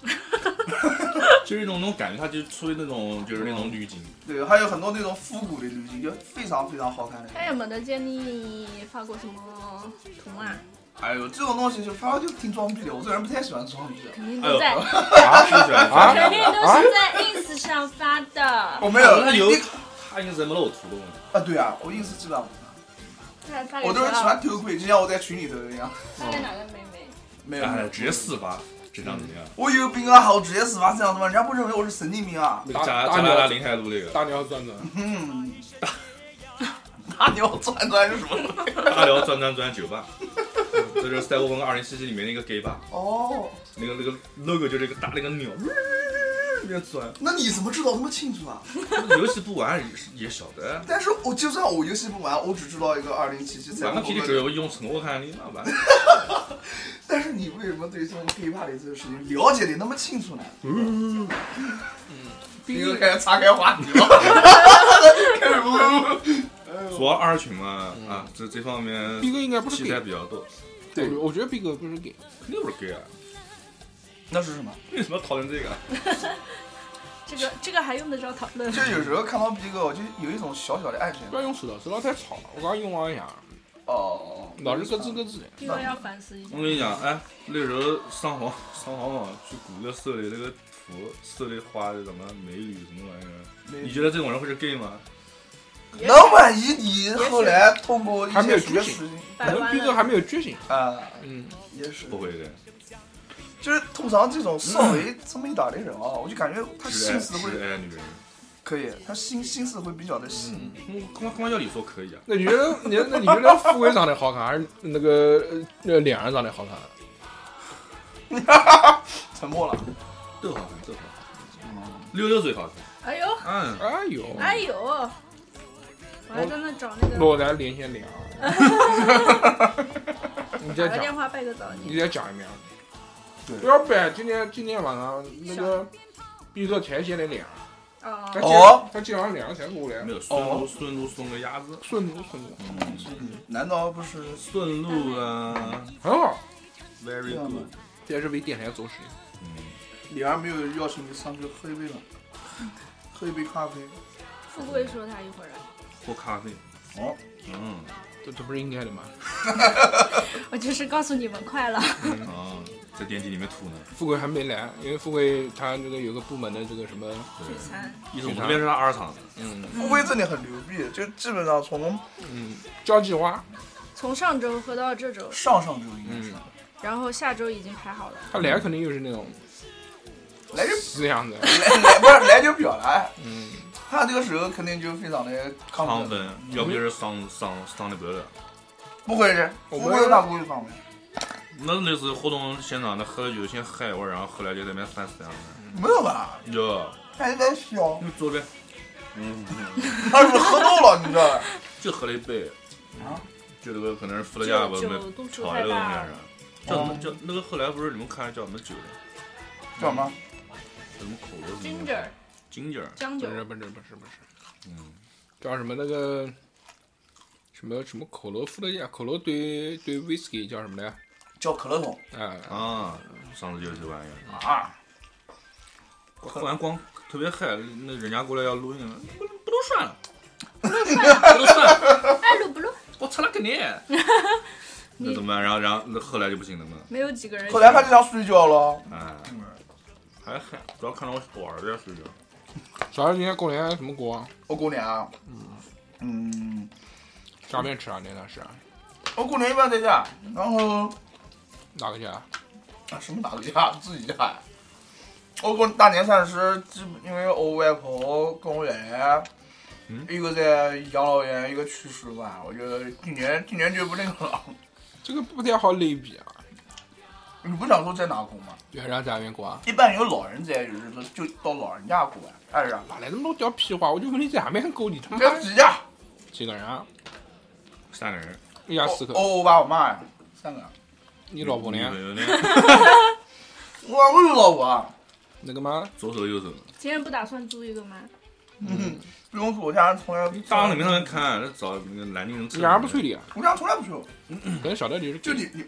C: 就是一种那种感觉，它就出于那种就是那种滤镜。
B: 对，还有很多那种复古的滤镜，就非常非常好看的。
D: 他也没得见你发过什么图啊案，
B: 哎呦，这种东西就反正就挺装逼的，我这人不太喜欢装逼的。
D: 肯定都在，
A: 啊
C: 是喜欢
A: 啊
D: 肯定都是在 ins 上发的，
B: 我没有，
C: 它有
B: 你
C: 它应该是没露图的。
B: 啊，对啊，我硬是知道，
D: 发发 给
B: 我都
D: 谁
B: 是喜欢
D: 了？
B: 偷窥，就像我在群里头一样。
D: 发给哪个妹妹？
B: 没有，没
C: 哎
B: 有，
C: 直接四发，这张怎么样？
B: 我有病啊！我直接死发这样子吗？人家不认为我是神经病啊！
A: 那
C: 加
A: 个
C: 加
A: 大
C: 拿大
A: 大
C: 林
A: 鸟，
C: 海路那个
A: 大鸟转转，
B: 嗯，大鸟转转是什么？
C: 大辽转转转酒吧，这就是《赛博朋克二零七七》里面那个 gay 吧，
B: 哦，
C: 那个那个 logo 就是一个大那个鸟，边转。
B: 那你怎么知道那么清楚啊？
C: 游戏不玩也是也晓得，
B: 但是我就算我游戏不玩，我只知道一个二零七七才
C: 玩个
B: 能
C: 屁的只有用成我看你妈玩。
B: 但是你为什么对这种 gay 怕的这个事情了解的那么清楚呢？
A: 毕
B: 又
A: 竟
B: 开始岔开话题了，开始呜
C: 主要二群嘛，啊，这这方面
A: 毕哥应该不是
C: 题材
A: gay，
C: 比较多，
A: 对，我觉得毕哥不是 gay，
C: 肯定不是 gay 啊，
B: 那是什么？
C: 为什么要讨论这个？
D: 这个这个还用得着讨论？
B: 就有时候看到逼哥，我就有一种小小的安全
A: 不
B: 感。
A: 要用手刀，手刀太吵了，我刚刚用了一下，
B: 哦，
A: 老是咯吱咯吱的。
D: 逼哥要反思一下
C: 我。跟你讲，哎，那时候上网上好网去谷歌搜的那个图，搜的花的什么美女什么玩意儿，你觉得这种人会是 gay 吗？
B: 那万一你后来通过一
A: 还没
B: 些
A: 有
B: 什么
A: 觉
B: 事
A: 醒
B: 情
A: 可
D: 掰
A: 能
D: 弯
A: 逼哥
D: 了，
A: 还没有觉醒。
B: 啊，
A: 嗯，
B: 也是
C: 不，会的，
B: 就是通常这种稍微这么一点的人啊，我就感觉他
C: 只爱
B: 心思
C: 只
B: 会
C: 爱女人。
B: 可以，他心心思会比较的细。
C: 我刚刚刚要你说可以啊，
A: 那你觉得你那你觉得富贵长得好看，还是那个呃那脸上长得好看？
B: 沉默了，
C: 都好看，都好看，溜嗯溜最好看。
D: 哎呦
C: 嗯，
A: 哎呦，
D: 哎呦，我还在那找那个，
A: 我来连线脸啊。 你再
D: 打个
A: 讲
D: 电，话拜个早
A: 你
D: 年。
A: 再讲一遍。
B: 对
A: 不要摆，今天今天晚上那个逼哥才显的脸，
D: 哦
A: 他，
B: 哦
A: 今他今晚脸上才过来
C: 没。有顺路顺路送个鸭子，
A: 顺路顺路，
B: 嗯难道不是？
C: 嗯顺路啊
A: 很好，
C: ，very
B: 这样吗
C: good。
A: 这是为电台做事。
C: 嗯，
B: 李安没有邀请你上去喝一杯吗？
A: 嗯
B: 喝一杯咖啡。
D: 富贵说他一会儿啊，
C: 喝咖啡。
B: 哦，
C: 嗯，
A: 这这不是应该的吗？
D: 我就是告诉你们快了。
C: 啊，在电梯里面吐呢。
A: 富贵还没来，因为富贵他这个有个部门的这个什么，
D: 聚餐，
C: 一总这边是他二厂的，
A: 嗯
B: 富贵真的很牛逼，就基本上从
A: 嗯，交际花，
D: 从上周喝到这周，
B: 上上周应该是
A: 嗯
D: 然后下周已经排好了。
A: 他来肯定又是那种
C: 嗯
B: 来就
A: 死样子。
B: 来来不是来就表达，
A: 嗯，
B: 他这个时候肯定就非常的嗯
C: 亢
B: 亢奋，
C: 奋，要不就是伤伤伤的不得了。
B: 不会是，
A: 我
B: 富
A: 们
B: 贵他不会亢奋。
C: 那那次活动现场，那喝了酒先嗨一会儿，然后后来就在那边翻死样的。
B: 没有吧？
C: 哟，
B: 还在笑，
C: 你坐呗。嗯，
B: 他是不是喝多了，你知道吧？
C: 就喝了一杯。
B: 啊？
C: 就这个可能是伏特加吧，
D: 酒
C: 我
D: 酒
C: 们
D: 度数
C: 炒
D: 太
C: 这个东西
D: 大
C: 啊
D: 了
C: 是吧？叫什么
B: 哦
C: 叫那个后来不是你们看叫什么酒的？
B: 叫什么？
C: 嗯什么口的
D: Ginger，
C: 金姐儿，
D: 姜
A: 不
D: 酒，
A: 是不是不是不是，
C: 嗯，
A: 叫什么那个什么什么可乐伏特加，可乐对对 whisky 叫什么来？
B: 叫可乐桶
A: 哎，
C: 啊，上次就这玩意儿，
B: 啊？
C: 喝完光特别嗨，那人家过来要录音了，不不都 算了，
D: 不算，爱录不录？
C: 我吃了个你， 那怎么办？然后然后那后来就不行了嘛，
D: 没有几个
C: 嗯
D: 人。
B: 后来他就想睡觉了。
C: 哎，还嗨，主要看到我我儿子睡觉，
A: 啥今天过年什么锅？
B: 我过年啊，嗯，
A: 家面吃啊？那段是啊
B: 我过年一般在家，然后
A: 哪个家？
B: 啊 什么哪个家自己家呀。我过大年三十，基本因为我外婆跟我爷爷，
C: 嗯
B: 一个在养老院，一个去世吧。我觉得今年今年就不那个了。
A: 这个不太好类比啊。
B: 你不想说在哪过吗？
A: 就还让家里面过啊？
B: 一般有老人在，有日子就到老人家过呀。哎呀，
A: 哪来那么多屌屁话？我就问你家面够你他妈
B: 这几家？
A: 几个人啊？
C: 三个人，
A: 一家
B: 我
A: 四口，
C: 哦
B: 我我爸我妈呀，三个。
A: 你老婆呢？
C: 有那
B: 我我有老婆啊，
A: 那个嘛，
C: 左手右手，
D: 今天不打算租一个吗？
B: 嗯， 不用说，我家人从来
C: 你大往里面那边看，那找那个南京人吃，
A: 伢不催 你啊？
B: 我家从来不去，
A: 可能小的你是
B: 就你你，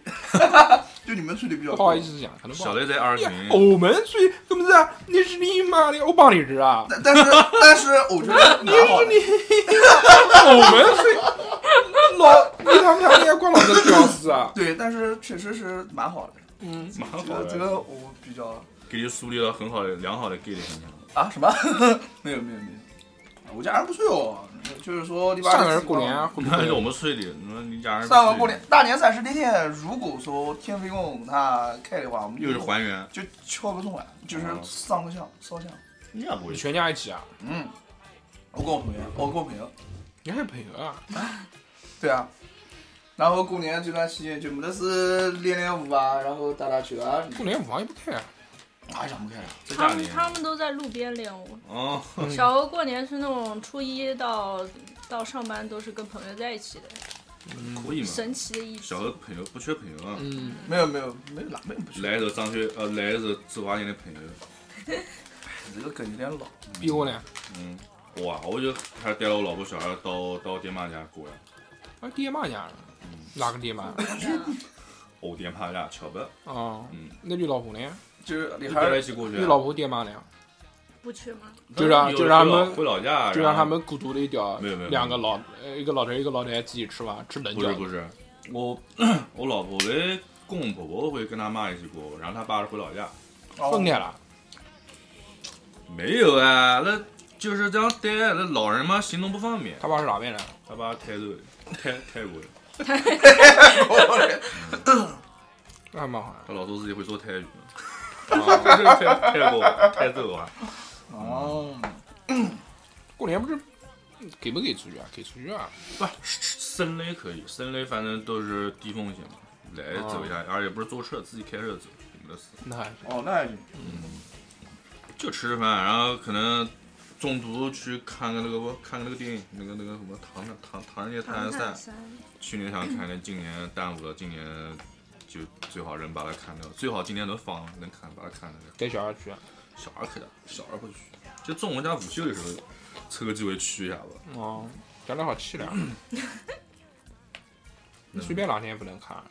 B: 就你们去的比较
A: 不
B: 多。
A: 好意思讲，可能不好哎
C: 小
A: 意思。
C: 的在二群，
A: 我们催怎么是？你是你妈的，我帮你吃啊！
B: 但但是但是我觉得蛮好的，
A: 我们催老，你他们家那些光老子屌丝啊！
B: 对，但是确实是蛮好的。
A: 嗯，
C: 蛮
B: 这
C: 好
B: 个这
C: 的，
B: 个我比较
C: 给你树立了很好的良好的 gay 的形象。
B: 啊什么？ 没有没有没有，啊我家人不催我，就是说你把
A: 上个人过年啊会
C: 你
A: 不
C: 看
A: 会
C: 我们睡的，那你家人
B: 上个过年大年三十那天，如果说天飞宫他开的话，我们
C: 又
B: 就是
C: 还原，
B: 就敲个钟啊，就是
C: 哦
B: 上个香烧香。
C: 你也不
A: 你
C: 会去，
A: 全家一起啊？
B: 嗯，我跟我朋友，我跟我朋友，
A: 你还有朋友啊？
B: 对啊。然后过年这段期间就没得事练练舞啊，然后打打球啊，
A: 过年舞房也不开啊，
B: 啊想不开了。
C: 在
D: 他
C: 家
D: 们
C: 里。
D: 他们都在路边练舞。
C: 哦，
D: 小欧过年是那种初一到到上班都是跟朋友在一起的，
C: 可以嘛？
D: 神奇的一
C: 小
D: 天。
C: 何朋友不缺朋友啊，
A: 嗯，
B: 没有没有没有哪没有不去，
C: 来一首张学呃，来一首周华健的朋友，
B: 这个梗有点老。
A: 逼过呢？
C: 嗯，哇，我就还带了我老婆小孩到到爹妈家过呀，
A: 啊，爹妈家了，
C: 嗯
A: 哪个爹妈？
D: 啊
C: 我哦爹妈家巧不，
A: 啊，
C: 嗯，
A: 那你老婆呢？
B: 就是你
C: 就
B: 还
C: 带在一
B: 是
C: 起过去
A: 你
C: 啊，
A: 老婆爹妈呢？
D: 不去 吗？
A: 就让
C: 有
A: 就让
C: 回老
A: 他们
C: 回老家，
A: 就让他们孤独的掉
C: 没有没有
A: 两个老呃一个老头一个老太自己吃饭，吃冷
C: 不是
A: 饺
C: 不
A: 子。
C: 是，我 我老婆为公公婆婆会跟他妈一起过，然后他爸是回老家。
B: 哦
A: 分开了，
C: 没有啊，那就是这样对啊，那老人嘛行动不方便，
A: 他爸是哪边人？
C: 他爸泰州的，泰泰国的，
A: 那还蛮好的。
C: 他老说自己会说泰语嘛。啊，就是泰 泰国泰州啊，
B: 哦，
A: 过年不是嗯给没给出去啊？给出去啊！
C: 不深雷可以，深雷反正都是低风险嘛，来走一
A: 啊
C: 下，而且不是坐车，自己开车走，没得事。
A: 那还是
B: 哦，那还行。
C: 就吃吃饭，然后可能中途去看个那个看个那个电影，那个那个什么《唐人唐唐人街探案三》，
D: 三，
C: 去年想看的，今年耽误了，今年就最好人把它看掉，最好今年能放能看把它看掉。
A: 带小孩去啊。
C: 小孩可以的，小孩会去，就中文加午休的时候，抽个机会去一下吧。
A: 哦，讲得好凄凉。你随便哪天不能看，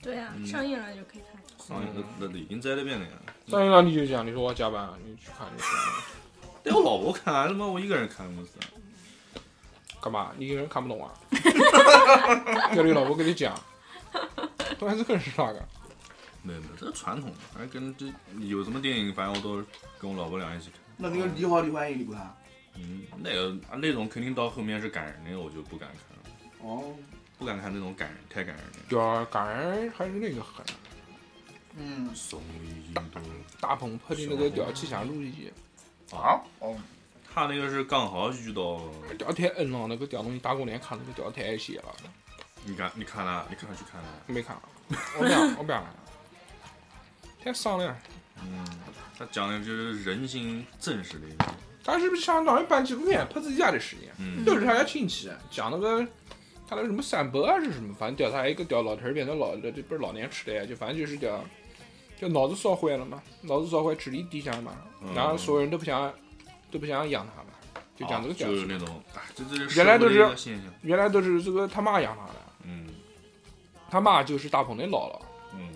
D: 对呀、
C: 嗯
D: 上映了就可以看。
C: 上一那那已经在那边了呀，
A: 上一场你就讲，你说我要加班，你去看就行了。
C: 带我老婆看，他妈我一个人看啊公司，
A: 干嘛？你一个人看不懂啊？ 要你老婆跟你讲，突然这个人是哪个？
C: 没有没有，这是传统的，反正跟这有什么电影，反正我都是跟我老婆俩一起看。
B: 那那个《你好，李焕英》你不看？
C: 嗯，那个啊那种肯定到后面是感人的，我就不敢看了，
B: 哦，
C: 不敢看那种感人，太感人了。
A: 要感人还是那个狠，
B: 嗯
C: 送一朵
A: 大鹏拍的那个叫《气象录一》，
C: 啊，，
B: 哦，
C: 他那个是刚好遇到，
A: 屌太硬了，那个屌东西大过年看那个屌太邪了，
C: 你看你看了，你看去看了，
A: 没看，我不想，我不想 看，太丧了。
C: 嗯，他讲的就是人性真实的一面，
A: 他是不是想找人办纪录片，拍自己家的事情？
C: 嗯，
A: 就是他家亲戚讲那个，他那个什么散伯啊是什么，反正屌他一个屌老头儿变成老，这不是老年痴呆，就反正就是屌，就脑子烧坏了嘛，脑子烧坏，智力低下嘛，
C: 嗯
A: 然后所有人都不想，都不想养他嘛，就讲这个屌
C: 就
A: 事
C: 是那种，哎，这这
A: 原来都是
C: 社会的一个现象，
A: 原来都是这个他妈养他的，
C: 嗯
A: 他妈就是大鹏的姥姥，
C: 嗯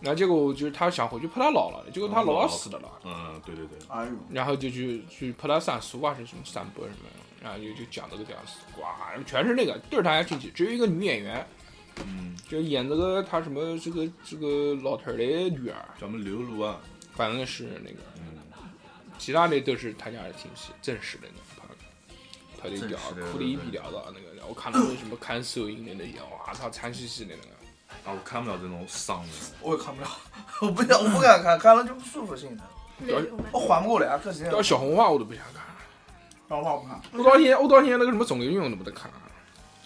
A: 然后结果就是他想回去拍他姥姥的，结果他
C: 哦
A: 姥姥死了了，
C: 嗯，对对对，
B: 哎呦，
A: 然后就去去拍他三叔啊，是什么三伯什么的，然后就就讲这个屌事，哇，全是那个，都是他家亲戚，只有一个女演员。
C: 嗯，
A: 就演这个他什么这个这个老头儿的女儿，
C: 咱们刘卢啊，
A: 反正是那个，
C: 嗯，
A: 其他的都是他家的亲戚，正式的那种拍拍的屌
C: 正式的，
A: 哭的一逼屌的那个，我看到那什么看首映的
C: 嗯
A: 那些，哇操，惨兮兮的那个，
C: 啊，我看不了这种丧的，
B: 我也看不了，我不想，我不敢看，看了就不舒服性的，
A: 要
D: 累我们
B: 我
C: 哦
B: 缓不过来，看时间
A: 要，小红花我都不想看，
B: 然后我不看。
A: 我到现在我到现在那个什么肿瘤运我都不得看，啊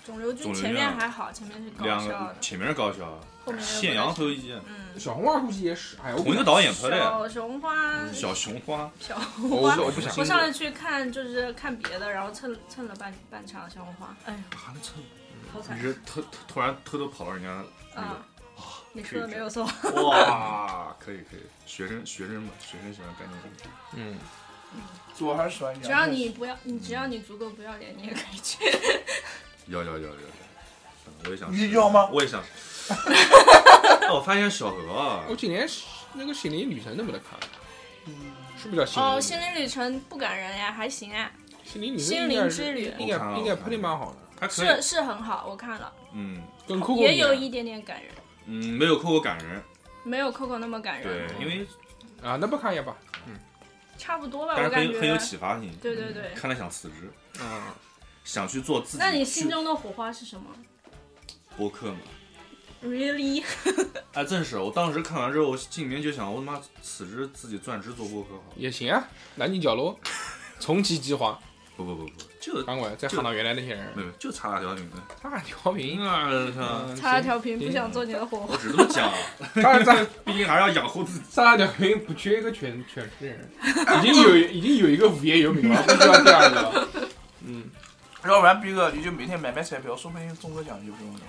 D: 肿瘤
C: 肿
D: 君
C: 瘤
D: 前面
C: 院啊
D: 还好，前面是搞
C: 两
D: 笑
C: 个
D: 的，
C: 前面是搞笑，
D: 后面是
C: 现阳后一集，
D: 嗯，
A: 小红花估计也是，哎，我
C: 同一
A: 不
C: 个导演拍的。
D: 小熊花，
C: 嗯小哦熊花，
D: 小
A: 我
D: 红花。
A: 我不想，
D: 我上次去看就是看别的，然后蹭蹭了半半场小红花，哎呀，
C: 还能蹭？
D: 好
C: 你
D: 惨
C: 是突突突然偷偷跑到人家
D: 啊！你
C: 可以
D: 说的
C: 这
D: 没
C: 样
D: 有错，
C: 那个？ 哇，可以可以，学生学生嘛，学生喜欢干这种事。
A: 嗯，
B: 我还是喜欢
D: 只要你不要，
C: 嗯
D: 你只要你足够不要脸，你也可以去。
C: 要要要要要！嗯我也想
B: 你
C: 试
B: 要吗
C: 我也想试。 哎，我发现小何啊
A: 我，今年那个哦心灵旅程都没得看，
B: 嗯，
A: 是不是叫心
D: 哦，
A: 灵？
D: 心灵旅程不感人呀，还行啊，
A: 心灵旅程
D: 心
A: 应该
D: 灵
A: 是
D: 之旅
A: 应该
C: 我看了
A: 应该
C: 我看了
A: 拍的蛮好的，
C: 他可
D: 是
C: 以，
D: 是很好，我看了，
C: 嗯
A: 跟 Coco
D: 也
A: 一
D: 有
A: 样
D: 一点点感人，
C: 嗯，没有 Coco 感人，
D: 没有 Coco 那么感
C: 对
D: 人，，
C: 因为
A: 啊，那不看也罢，
D: 差不多吧，
C: 但
D: 我
C: 是
D: 感
C: 很有很有
D: 觉。
C: 启发性，
D: 对对对，
C: 看了想辞职，
A: 嗯。
C: 想去做自己。
D: 那你心中的火花是什么
C: 播客嘛？
D: ？Really？
C: 哎，正是，我当时看完之后，我心里面就想，我他妈辞职自己转职做播客好了。
A: 也行啊，南京角落，重启计划，
C: 不不不不，就
A: 赶快再喊到原来那些人，
C: 没有就差大条裙子。
A: 大调
C: 平
A: 频，
C: 啊，操！
A: 嗯
D: 擦了条屏，
A: 行
D: 不想做你的火花
C: 我。只能讲，啊
A: 当然 咱
C: 毕竟还是要养护自己。
A: 咱大调频不缺一个全全是 人，已经有已经有一个无业游民了，不需要第二个了。嗯，
B: 要不然逼哥你就每天买买彩票，说不定中个奖你就不用了。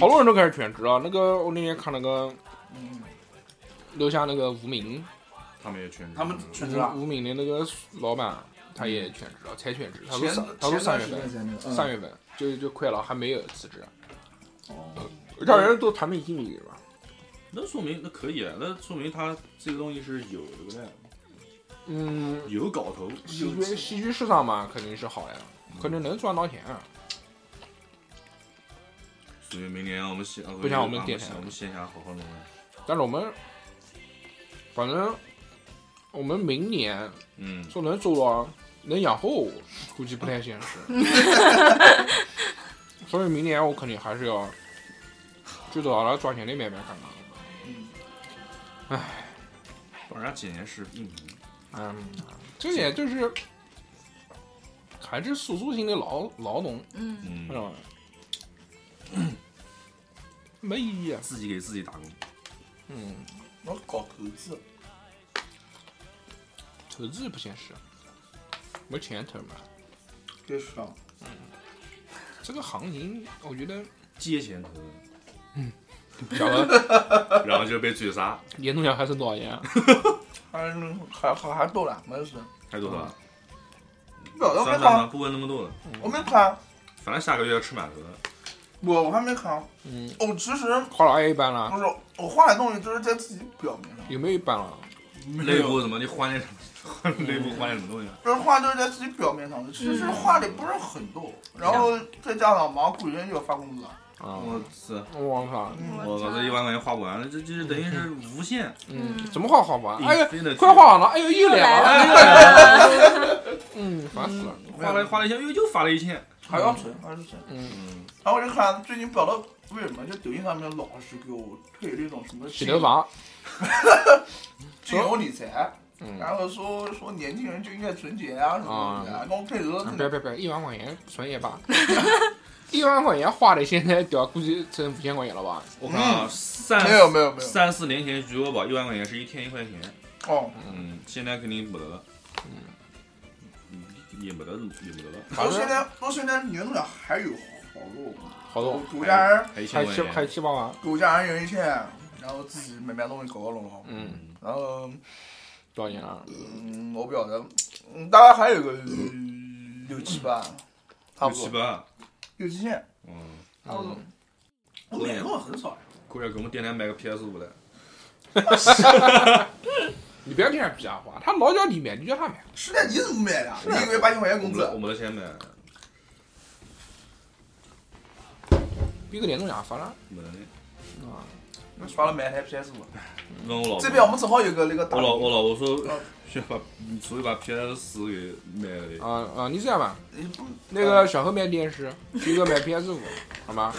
A: 好多人都开始全职了。那个我那天看那个
B: 嗯，
A: 楼下那个无名，
C: 他们也全职，
B: 他们全职了
A: 无名的那个老板，他也全职了，才全职。他说
B: 前
A: 三，他说
B: 前
A: 三
B: 段
A: 月
B: 时间嗯
A: 份，
B: 才那个
A: 三月份就就快了，还没有辞职。
B: 哦，
A: 让人都产品经理吧？
B: 啊
C: 那说明那可以，那说明他这个东西是有这个的。
A: 嗯，
C: 有搞头，
A: 喜剧喜剧市场嘛，肯定是好呀，肯定能赚到钱啊。
C: 所以明年我们线
A: 不像我们电台
C: 我们线下好好弄啊。
A: 但是我们，反正我们明年
C: 嗯，
A: 说能做到能养活我，估计不太现 实。所以明年我肯定还是要最早了赚钱的买买看啊看。
C: 帮人家捡捡视频，
A: 嗯，这也就是还是输出性的劳劳动，
D: 嗯，
A: 知道
C: 嗯，
A: 吧？没意义啊。
C: 自己给自己打工，
A: 嗯，
B: 我搞投资，
A: 投资也不现实，没钱投嘛。
B: 别爽。
A: 这个行情，我觉得
C: 借钱投，
A: 讲 的
C: 然后就被追杀，
A: 严重讲还是多少钱啊？
B: 还还还还多了，没事。
C: 还多少？
B: 有的
C: 算
B: 没
C: 了算了，
B: 看，
C: 不问那么多了，
B: 我没看，
C: 反正下个月要吃馒头了。
B: 我我还没看。
A: 嗯，
B: 哦，其实
A: 跨了 A 班了，
B: 不是，我画的东西都是在自己表面上，
A: 有没有一班了？
C: 内部怎么？你换点什么？ 内部换点什么东西？啊
B: 这画都是在自己表面上的，其实画的不是很多。然后再加上忙，古人又要发工资了。
A: 啊，
C: 我操！
A: 我啊靠，
B: 嗯，
C: 我操，这一万块钱花不完，这这这等于是无限。
A: 嗯，
D: 嗯
A: 怎么画画完？哎呀，
C: 呀
A: 快！画完了，哎呦，又来了，
D: 来了，
A: 嗯，烦死了，
C: 花了花了一千，又又发了一千。
B: 还要存，还是存。
A: 嗯，
C: 嗯，
B: 然后我就看最近不晓得为什么，就抖音上面老是给我推那种什么
A: 洗头房，
B: 金融理财，
A: 嗯，
B: 然后说说年轻人就应该存钱啊什么
C: 嗯
B: 的，跟我配合
A: 啊别别别，一万块钱存也罢， 一万块钱花的现在屌，估计剩五千块钱了吧？
C: 我看啊，三
B: 没有没有没有
C: 三四年前余额宝一万块钱是一天一块钱，
B: 哦，
C: 嗯，现在肯定没得了，嗯，也没得也没得了，
A: 反
B: 我现
A: 正
B: 在我现在年了还有好多，
A: 好多
B: 我，狗家人
C: 还一
A: 还
C: 千块
A: 七还
C: 钱，
A: 七八万，
B: 狗家人有一千，然后自己买买东西搞搞弄弄，
A: 嗯，
B: 然后
A: 多少钱啊？
B: 嗯我不晓得，嗯大概还有个六七八，差
C: 六
B: 不
C: 七
B: 多
C: 八，
B: 六七千，
C: 嗯，
B: 差不多
A: 嗯。
B: 我买的东西很少呀，
C: 过来给我们电台买个 PS 五来，
A: 你不要听人逼啊话，他老叫你买，你叫他买，
B: 是的，你怎么买的？你以为八千块钱
C: 我
B: 工
C: 没
B: 资
C: 得？我没得钱买，
A: 逼个脸都想发了
C: 没得呢，
A: 啊！
B: 我刷了买台 PS 五，
C: 问我老
B: 这边我
C: 婆，
B: 们正好有个那个打
C: 我老我
B: 的，
C: 老婆说
B: 嗯
C: 需要把所以把 PS 四给买了，
A: 啊啊！你这样吧，
B: 你不
A: 那个小何买电视，徐哥买 PS 五， 好吗？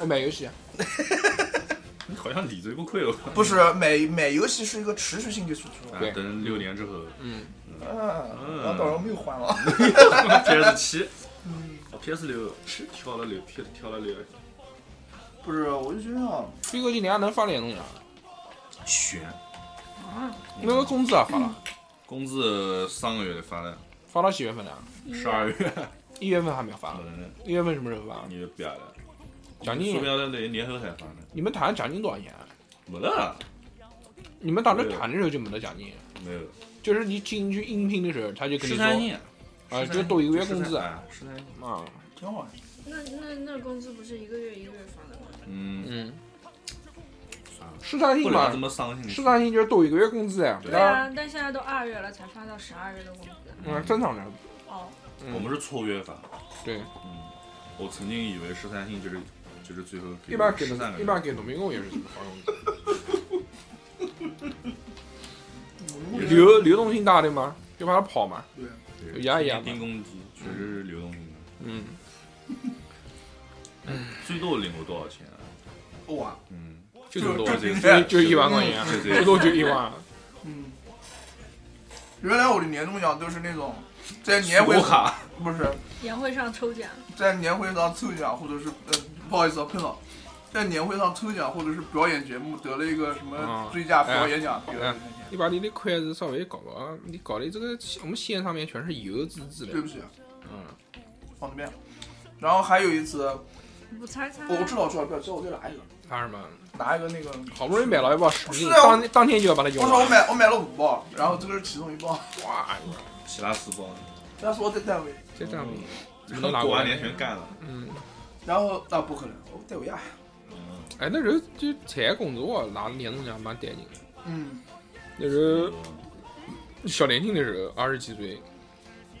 A: 我买游戏，
C: 你好像理罪不愧哦，
B: 不是买买游戏是一个持续性的输出，
C: 啊
A: 对
C: 等六年之后
A: 嗯，
B: 嗯，然后到时候没有换了，
C: ，PS 七。PS
B: 嗯
C: 六是跳了六，跳跳了六，
B: 不是，我就觉得啊
A: 逼哥今年还能发点东西啊？
C: 悬。嗯
A: 那个工资啊发了，
C: 工资上个月就发了，
A: 发到几月份了？
C: 十二月，
A: 一月份还没有发
C: 可，能
A: 一月份什么时候发？
C: 嗯你就瘪了。
A: 奖
C: 说
A: 金
C: 不，定要在年后才发呢，
A: 你们谈奖金多少钱啊？
C: 没了，
A: 你们当时谈的时候就没得奖金，
C: 没有。
A: 就是你进去应聘的时候，他就跟你
C: 十
A: 说
C: 三亿啊，
A: 啊，就多一个月工资啊
C: 啊，十三亿。
A: 啊，
B: 挺好的，
D: 那那那工资不是一个月一个月发的吗？
C: 嗯，
A: 嗯
C: 算，了
A: 试探性
C: 不聊
A: 嘛
C: 这，么伤心。
A: 试探性就是多一个月工资呀，
C: 对
D: 对啊，但现在都二月了，才发到十二月的工资。
A: 嗯，正常的，
D: 哦，
A: 嗯
C: 我们是错月发。
A: 对，
C: 嗯，我曾经以为十三亿就是就是最后
A: 一般给
C: 十三
A: 农
C: 个月
A: 一般给农民工也是这么发工资，流流动性大的嘛，就怕他跑嘛，
B: 对，
C: 对
A: 压一压嘛
C: 年定工资确实是流动性的。
A: 嗯，
C: 最多领过多少钱啊？
B: 哇，
C: 嗯，
A: 就这么多
B: 就，
C: 这
A: 就
B: 这
A: 就一万块钱
C: 就，这
A: 最多就一万，
B: 嗯，原来我的年终奖都是那种在年会
C: 我卡
B: 不是
D: 年会上抽奖，
B: 在年会上抽奖，或者是呃不好意思啊碰到，在年会上抽奖或者是表演节目得了一个什么
A: 啊
B: 最佳表演奖，
A: 哎
B: 表演奖
A: 你把你的筷子稍微搞搞啊，你搞的这个我们线上面全是油滋滋
B: 对
A: 的
B: 不，起，啊
A: 嗯，
B: 放那边。然后还有一次，
D: 我猜猜。
B: 我知道，我知道，知道，我再拿一个，
A: 怕什么？
B: 拿一个那个。
A: 好不容易买了一包十斤，
B: 是啊
A: 当当天就要把它
B: 我
A: 用
B: 操，我
A: 完，
B: 买我买了五包，然后这个是其中一包，
A: 哇，
C: 其他四包，
B: 但是我在单位，
A: 这账目，怎么能拿
C: 过
A: 过
C: 完
A: 来
C: 年全干了。
A: 嗯，
B: 然后啊不可能，我单位啊，
C: 嗯
A: 哎，那时候就啊才工作拿年终奖蛮带劲的，
B: 嗯，
A: 那时候
C: 嗯
A: 小年轻的时候，二十几岁，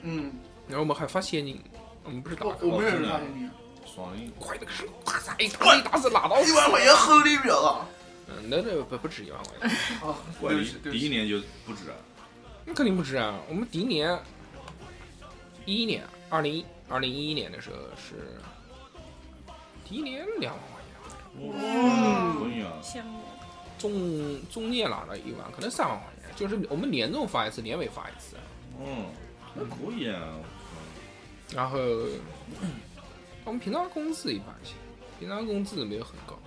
B: 嗯，
A: 然后我们还发现金，我们不是打
B: 我
A: 的
B: 我
A: 吗
B: 们也是发现你，
C: 双赢，
A: 快那个手，咔嚓一打一打死拉倒。
B: 一万块钱齁里表 啊！
A: 嗯那那不不止一万块钱，
B: 啊，对
C: 管
B: 不
C: 哦理
B: 起，对不
C: 第
B: 起，
C: 一年就不止啊，
A: 那肯定不止啊。我们第一年，一一年，二零一二零一一年的时候是第一年两万块钱。
B: 嗯
C: 可以啊，
D: 羡慕。
A: 中中介拿了一万，可能三万块钱，就是我们年终发一次，年尾发一次。
C: 嗯，那可以啊，
A: 然后嗯我们平常工资一般性，平常工资没有很高。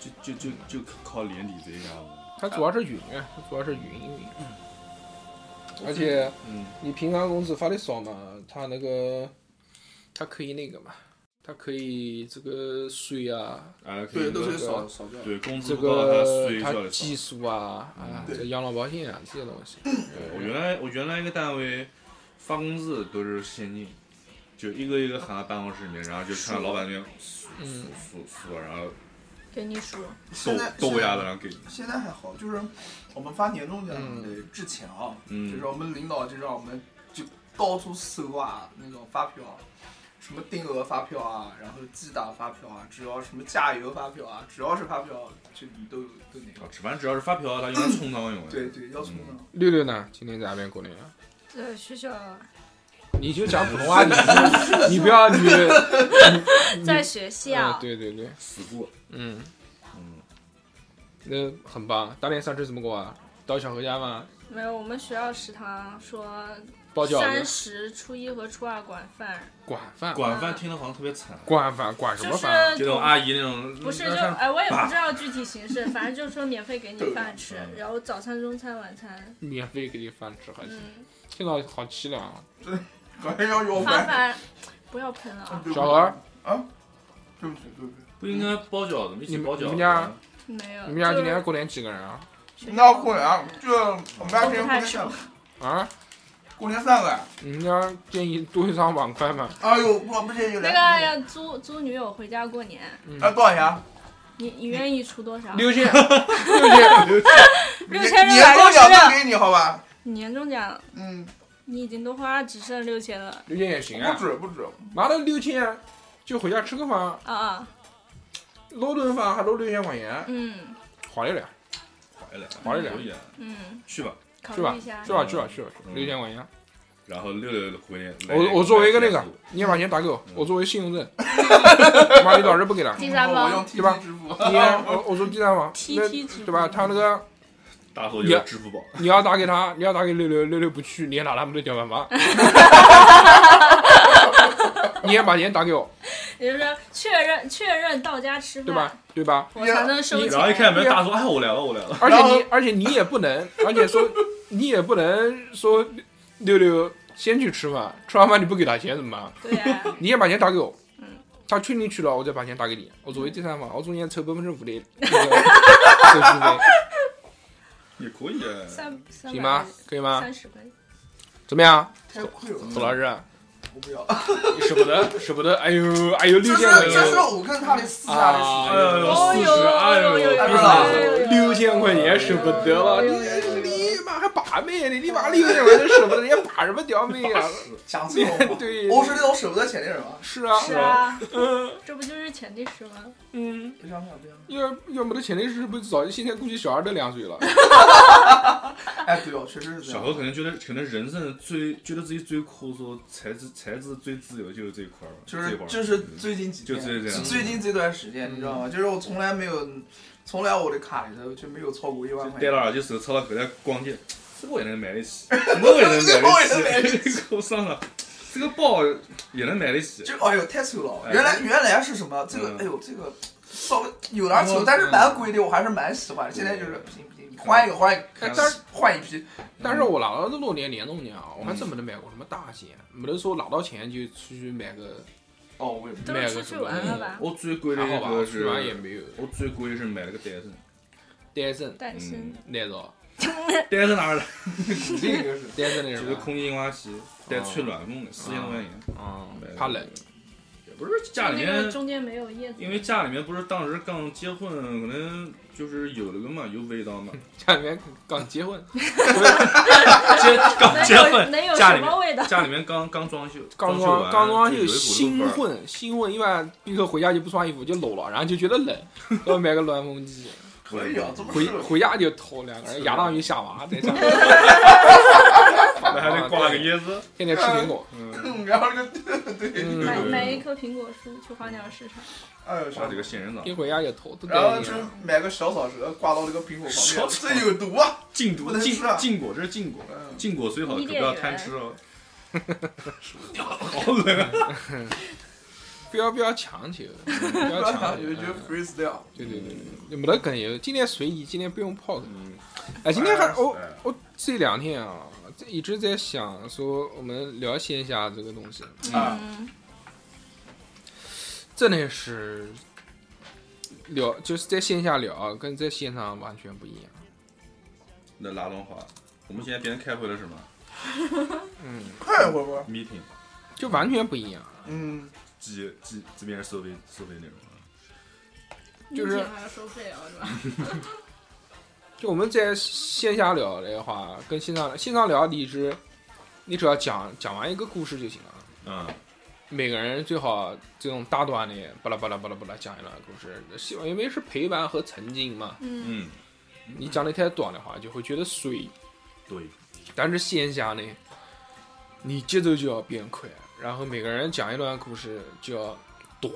C: 就就就就靠年底这一家伙，
A: 它主要是云啊，它主要是云运营。嗯而且
C: 嗯，
A: 你平常工资发的少嘛，它那个它可以那个嘛，它可以这个税啊，
C: 啊，可
B: 对，
C: 以
B: 都是
A: 这个
B: 少少掉。
C: 对工资
A: 这
C: 不高，他
A: 个
C: 税交
A: 它
C: 的少
A: 技。术啊啊，
B: 对
A: 这养老保险啊这些东西。
C: 对我原来我原来一个单位发工资都是现金，就一个一个喊到办公室里面，然后就看到老板那边数
A: 嗯
C: 数数数，啊然后
D: 给你数，
B: 现
C: 抖
B: 在
C: 抖一下子，然后给你，
B: 现在还好，就是我们发年终奖的之前啊，
C: 嗯
B: 就是我们领导就让我们就到处搜啊那种发票，什么定额发票啊，然后寄打发票啊，只要什么加油发票啊，只要是发票就你都都那
C: 啊
B: 个。
C: 反正只要是发票，他用来充当用的。
B: 对对，要充
C: 嗯
B: 的。
A: 六六呢？今天在哪边过年啊？
D: 在学校，
A: 你就讲普通话，你你不要你
D: 在学
A: 啊，
D: 校，
A: 对对对，
C: 死过，
A: 嗯，
C: 嗯，
A: 那很棒。大年三十怎么过啊？到小何家吗？
D: 没有我们学校食堂说
A: 包饺
D: 三
A: 子、
D: 十、初一和初二管饭，
A: 管饭、
C: 管饭听得好像特别惨，
A: 管饭、管什
D: 就
A: 么
D: 是
A: 饭？啊
C: 就那种阿姨那种，
D: 不是
C: 那
D: 就
C: 像
D: 哎，我也不知道具体形式，反正就是说免费给你饭吃
C: 嗯，
D: 然后早餐、中餐、晚餐，
A: 免费给你饭吃，还行。
D: 嗯，
A: 现在好凄凉啊！
B: 还 要要
D: 发
B: 饭。
D: 饭不要喷了啊，
B: 对不起
A: 小孩儿
B: 啊，对不起对不起，
C: 不应该包饺子吗？一起
A: 你们
C: 包饺子。
A: 你们家
D: 没有，
A: 你们家
D: 就
A: 今
D: 是
A: 年过年几个人啊？
B: 那要过年啊，这我们家
D: 都
B: 今年过
D: 不太
B: 年三
D: 熟
B: 个，，
A: 啊？
B: 过年三个。
A: 你们家建议多一张碗筷吗？
B: 哎呦，我不介意
D: 那
B: 来。
D: 个要租租女友回家过年，
B: 哎，多少钱啊？
D: 你你愿意出多少？
A: 六千，六千，
D: 六
B: 年
D: 千六
B: 年
D: 百
B: 终
D: 六十
B: 奖都
D: 六，
B: 给你好吧？
D: 你年终奖
B: 嗯，
D: 你已经都花只剩六千了
A: 六千也行
B: 不
A: 啊！
B: 止不止，
A: 拿了六千就回家吃个饭，
D: 啊啊，
A: 捞顿饭还捞六千块钱，
D: 嗯
A: 划得了，
C: 怀了，
A: 怀了
C: 可以啊，
D: 嗯，
C: 去吧。
D: 考
A: 是吧
D: 虑一下
A: 是，吧？去吧去吧，
C: 嗯
A: 六千块钱。
C: 然后六六回来，
A: 我我作为一个那个，你也把钱打给我，我作为信用 证，妈你老是不给了。
D: 第三
B: 哦我用
D: 方
B: T
A: 对吧
B: T 支付。
A: 你我我说第三方，
D: 哦 T
A: 那
D: T 支
A: 对吧？他那个
C: 大头就是支付宝，
A: 你要打给他，你要打给六六六六不去，你也拿他们的电饭煲， 你也把钱打给我，
D: 也就是说确认确认到家吃
A: 对
D: 饭
A: 吧，？对吧？
D: 我才能收
A: 你
C: 然后一开
D: 钱。
C: 门，大头哎，我来了，我来了。
A: 而且
B: 然后
A: 你而且你也不能，而且说你也不能说六六先去吃饭，吃完饭你不给他钱怎么办？
D: 对啊呀，
A: 你先把钱打给我
D: 嗯。
A: 他确定去了，我再把钱打给你。我作为第三方，我中间抽百分之五的那个手续费。
C: 也可以啊，
D: 三三
A: 行吗？可以吗？
D: 三十块，
A: 怎么样，
B: 太贵了，
A: 何老师？
B: 我不要。
A: 你舍不得，舍不得，哎呦，哎呦，
B: 这
A: 六
B: 是
A: 千块
B: 这是
A: 钱，
B: 我跟他的私下的
A: 啊
B: 事
C: 哎呦，
D: 哦
C: 四
D: 呦
C: 十，哎呦，
B: 哎
C: 不
B: 呦
C: 是
B: 哎
A: 六千块钱舍不得了，
D: 哎
A: 你
D: 呦哎呦哎呦
A: 你妈还把妹呢？你妈六千块钱舍不得，人家把什么屌妹 啊？
B: 情，讲这种话。
A: 对，
B: 我是那种舍不得钱的人啊。
A: 是啊，
D: 是啊，这不就是潜力池吗？
A: 嗯，
B: 不想想，不想想。
A: 要要没得钱的时候，不早就现在估计小孩都两岁
C: 嗯
A: 了，
B: 哎，对哦，确实是这
C: 小
B: 样。
C: 何可能觉得，可能人生最觉得自己最酷，说才智才智最自由就是这一块儿吧，
B: 就
C: 这一
B: 是
C: 块儿
B: 就是最近几
C: 就
B: 天，
C: 是这样
B: 最近这段时间，你知道吗？就是我从来没有，从来我的卡里头就没有超过一万块
C: 戴
B: 钱。
C: 了耳机手，操到口袋逛街，这个我也能买得起，那个我也能买
B: 这个我也能买
C: 得起，这个我上了，这个包也能买得起，
B: 就哎呦，太丑了！
C: 哎
B: 原来原来是什么？这个
C: 嗯
B: 哎呦，这个稍微有点丑
A: 嗯，
B: 但是蛮贵的，我还是蛮喜欢的。现在就是不行不行，换一个换一个，
A: 哎
B: 但
A: 但
B: 是换一批。
A: 但是我拿到那么多年年终奖，我还真没得买过什么大钱，
C: 嗯
A: 没得说拿到钱就出去买个
B: 哦，我也不
D: 都
A: 买
D: 是
A: 个
D: 出
A: 什
D: 去
A: 么
D: 玩了
A: 嗯
D: 吧？
C: 我最贵的
A: 还好吧，
C: 一个
A: 去
C: 是，
A: 玩也没有，
C: 我最贵的是买了个戴森，
A: 单身啊
D: 诞生
C: 嗯，
A: 难道哎
C: 戴森哪儿来？
B: 这个是。
A: 单身的
C: 就是
A: 人
C: 空气净化器，带吹暖风的，四千多块钱，
A: 啊
C: 买，的
A: 怕冷。
C: 对不是家里
D: 那个
C: 面，
D: 中间没有叶子，
C: 因为家里面不是当时刚结婚，可能就是有那个嘛，有味 道嘛，
A: 家里面刚结婚，
C: 结刚
D: 能
C: 结
D: 有
C: 婚
D: 能有，
C: 家
D: 什
C: 里面
D: 么味道？
C: 家里面刚刚装修，
A: 刚
C: 装修
A: 装
C: 完
A: 刚装
C: 就
A: 就
C: 有一股
A: 新
C: 味儿
A: 婚，新婚一般宾客回家就不穿衣服就搂了，然后就觉得 冷，要买个暖风机，哎
B: 可以啊，怎么
A: 回
B: 是？
A: 回家就掏两个人亚当与夏娃在家，
C: 那还得挂个椰子，
A: 天天吃苹果，
C: 嗯，
B: 嗯然后那个对，
A: 嗯
D: 买
C: 对
D: 买一棵苹果树去花鸟市场，
B: 哎呦，
C: 挂
B: 啥
C: 这个仙人掌
A: 一，回家就掏，都
B: 然后
A: 带
B: 就
A: 劲了。
B: 买个小草蛇挂到那个苹果旁边，
C: 小草
B: 这有毒啊！
C: 禁
B: 不
C: 毒
B: 能
C: 禁
B: 吃啊
C: 禁果，这是禁果，
B: 嗯，
C: 禁果虽好，可
D: 伊
C: 不
D: 甸
C: 要贪
D: 园
C: 吃 哦。 好冷
A: 哦
C: 啊！
A: 不要不要强 求，嗯不
B: 不
A: 要
B: 要
A: 强
B: 讲
A: 求
B: 究，就。
A: 嗯
B: freestyle。
A: 对对对对，就没得梗有，今天随意，今天不用泡梗。
C: 嗯
A: 哎，今天还我
C: 哎
A: 我这两天啊，这一直在想说我们聊线下这个东西，
B: 啊
D: 嗯，
A: 真的是聊就是在线下聊啊跟在线上完全不一样。
C: 那拉拢好啊，我们现在变成开会了是吗
A: 嗯，
B: 快活不？
C: ？meeting
A: 就完全不一样。
B: 嗯，
C: 这这这边是收费收费内容啊，
A: 就是
D: 疫情还要收费啊，
C: 哦
D: 是吧？
A: 就我们在线下聊的话，跟线上线上聊，你只你只要讲讲完一个故事就行了。
C: 嗯，
A: 每个人最好这种大段的巴拉巴拉巴拉巴拉讲一段故事，希望因为是陪伴和沉浸嘛。
D: 嗯，
C: 嗯，
A: 你讲的太短的话，就会觉得水。
C: 对，
A: 但是线下呢，你节奏就要变快，然后每个人讲一段故事就要短，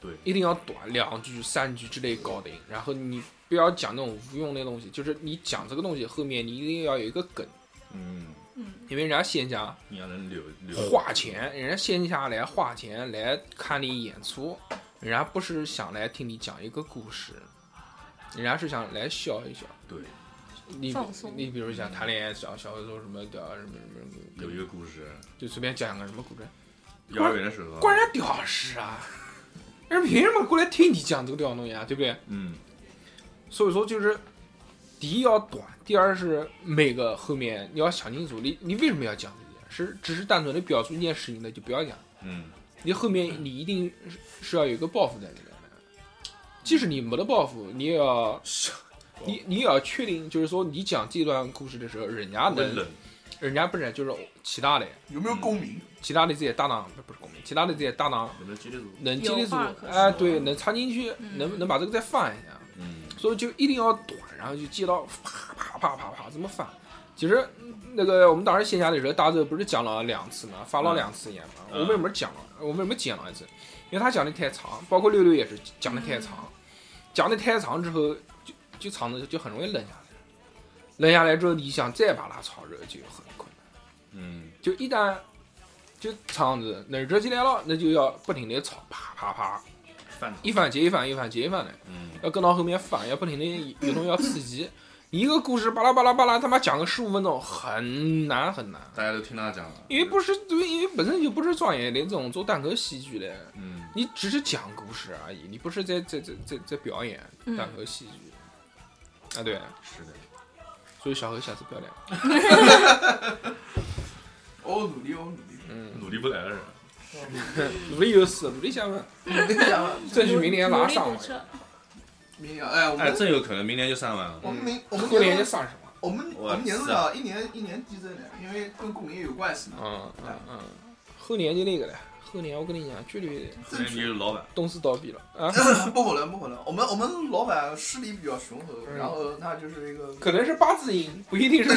C: 对
A: 一定要短，两句、三句之类搞定。然后你不要讲那种无用的东西，就是你讲这个东西后面你一定要有一个梗，
C: 嗯，
D: 嗯，
A: 因为人家线下
C: 你要能留留
A: 花钱，人家线下来花钱来看你演出，人家不是想来听你讲一个故事，人家是想来笑一笑。
C: 对，
A: 你
D: 放松
A: 你比如想谈恋爱，小小时候什么啊的，什么什么什
C: 有
A: 么
C: 一个啊故事，
A: 就随便讲个什么故事，
C: 幼儿园的时候，
A: 关人家屌事啊！人家凭什么过来听你讲这个屌东西啊？对不对？
C: 嗯，
A: 所以说就是，第一要短，第二是每个后面你要想清楚，你你为什么要讲这件事？只是单纯的表述一件事情的，就不要讲。
C: 嗯
A: 你后面你一定是是要有一个抱负在里面的，即使你没得抱负，你也要
C: 啊
A: 你你也要确定，就是说你讲这段故事的时候，人家
C: 会
A: 能，
C: 冷，
A: 人家不是就是其他的
B: 有没有共鸣？
A: 其他的这些搭档不是公民，其他的这些搭档
C: 能不能接得住？
A: 能接得住
D: 有话可，说
A: 哎，对，能插进去，
D: 嗯
A: 能能把这个再放一下，
C: 嗯，
A: 所以就一定要短，然后就接到啪啪啪啪啪这么翻。其实那个我们当时线下的时候，大周不是讲了两次嘛，发了两次言嘛。
C: 嗯
A: 我为什么讲了？我为什么剪了一次？因为他讲的太长，包括六六也是讲的太长，讲的太长之后，就就场子就很容易冷下来。冷下来之后，你想再把它炒热就很困难。
C: 嗯，
A: 就一旦就场子冷热起来了，那就要不停的炒，啪啪啪，
C: 饭，
A: 一番接一番，一番接一番的。
C: 嗯，
A: 要跟到后面反，要不停的有东西要刺激。你一个故事巴拉巴拉巴拉，他妈讲个十五分钟很难很难，
C: 大家都听他讲了，
A: 因为不是对，因为本身就不是专业的这种做单口喜剧的，
C: 嗯，
A: 你只是讲故事而已，你不是在在在在在表演
D: 嗯
A: 单口喜剧啊，对，
C: 是的，
A: 所以小何下次不要来，
B: 哦，努力，哦，努力。
A: 嗯，
C: 努力不来了是吧，
A: 努力有死，努力下班，
B: 我跟你讲啊，
A: 争取明年
D: 努
A: 拉
D: 力
A: 上
D: 堵
A: 万，
D: 车，
B: 明年哎，我
C: 哎，
B: 们
C: 真有可能明年就三万了，
B: 我们明我们
A: 后年
B: 年
A: 就
B: 度
A: 上什么？
B: 哦我们我们年度长一年一年递增的，因为跟工业有关系嘛。
A: 嗯嗯嗯，后年就那个了，后年我跟你讲，绝对
C: 明年你就是老板，
A: 东视倒闭了啊，
B: 不可能，不可能。我们我们老板势力比较雄厚，
A: 嗯
B: 然后他就是一个，
A: 可能是八字印，不一定是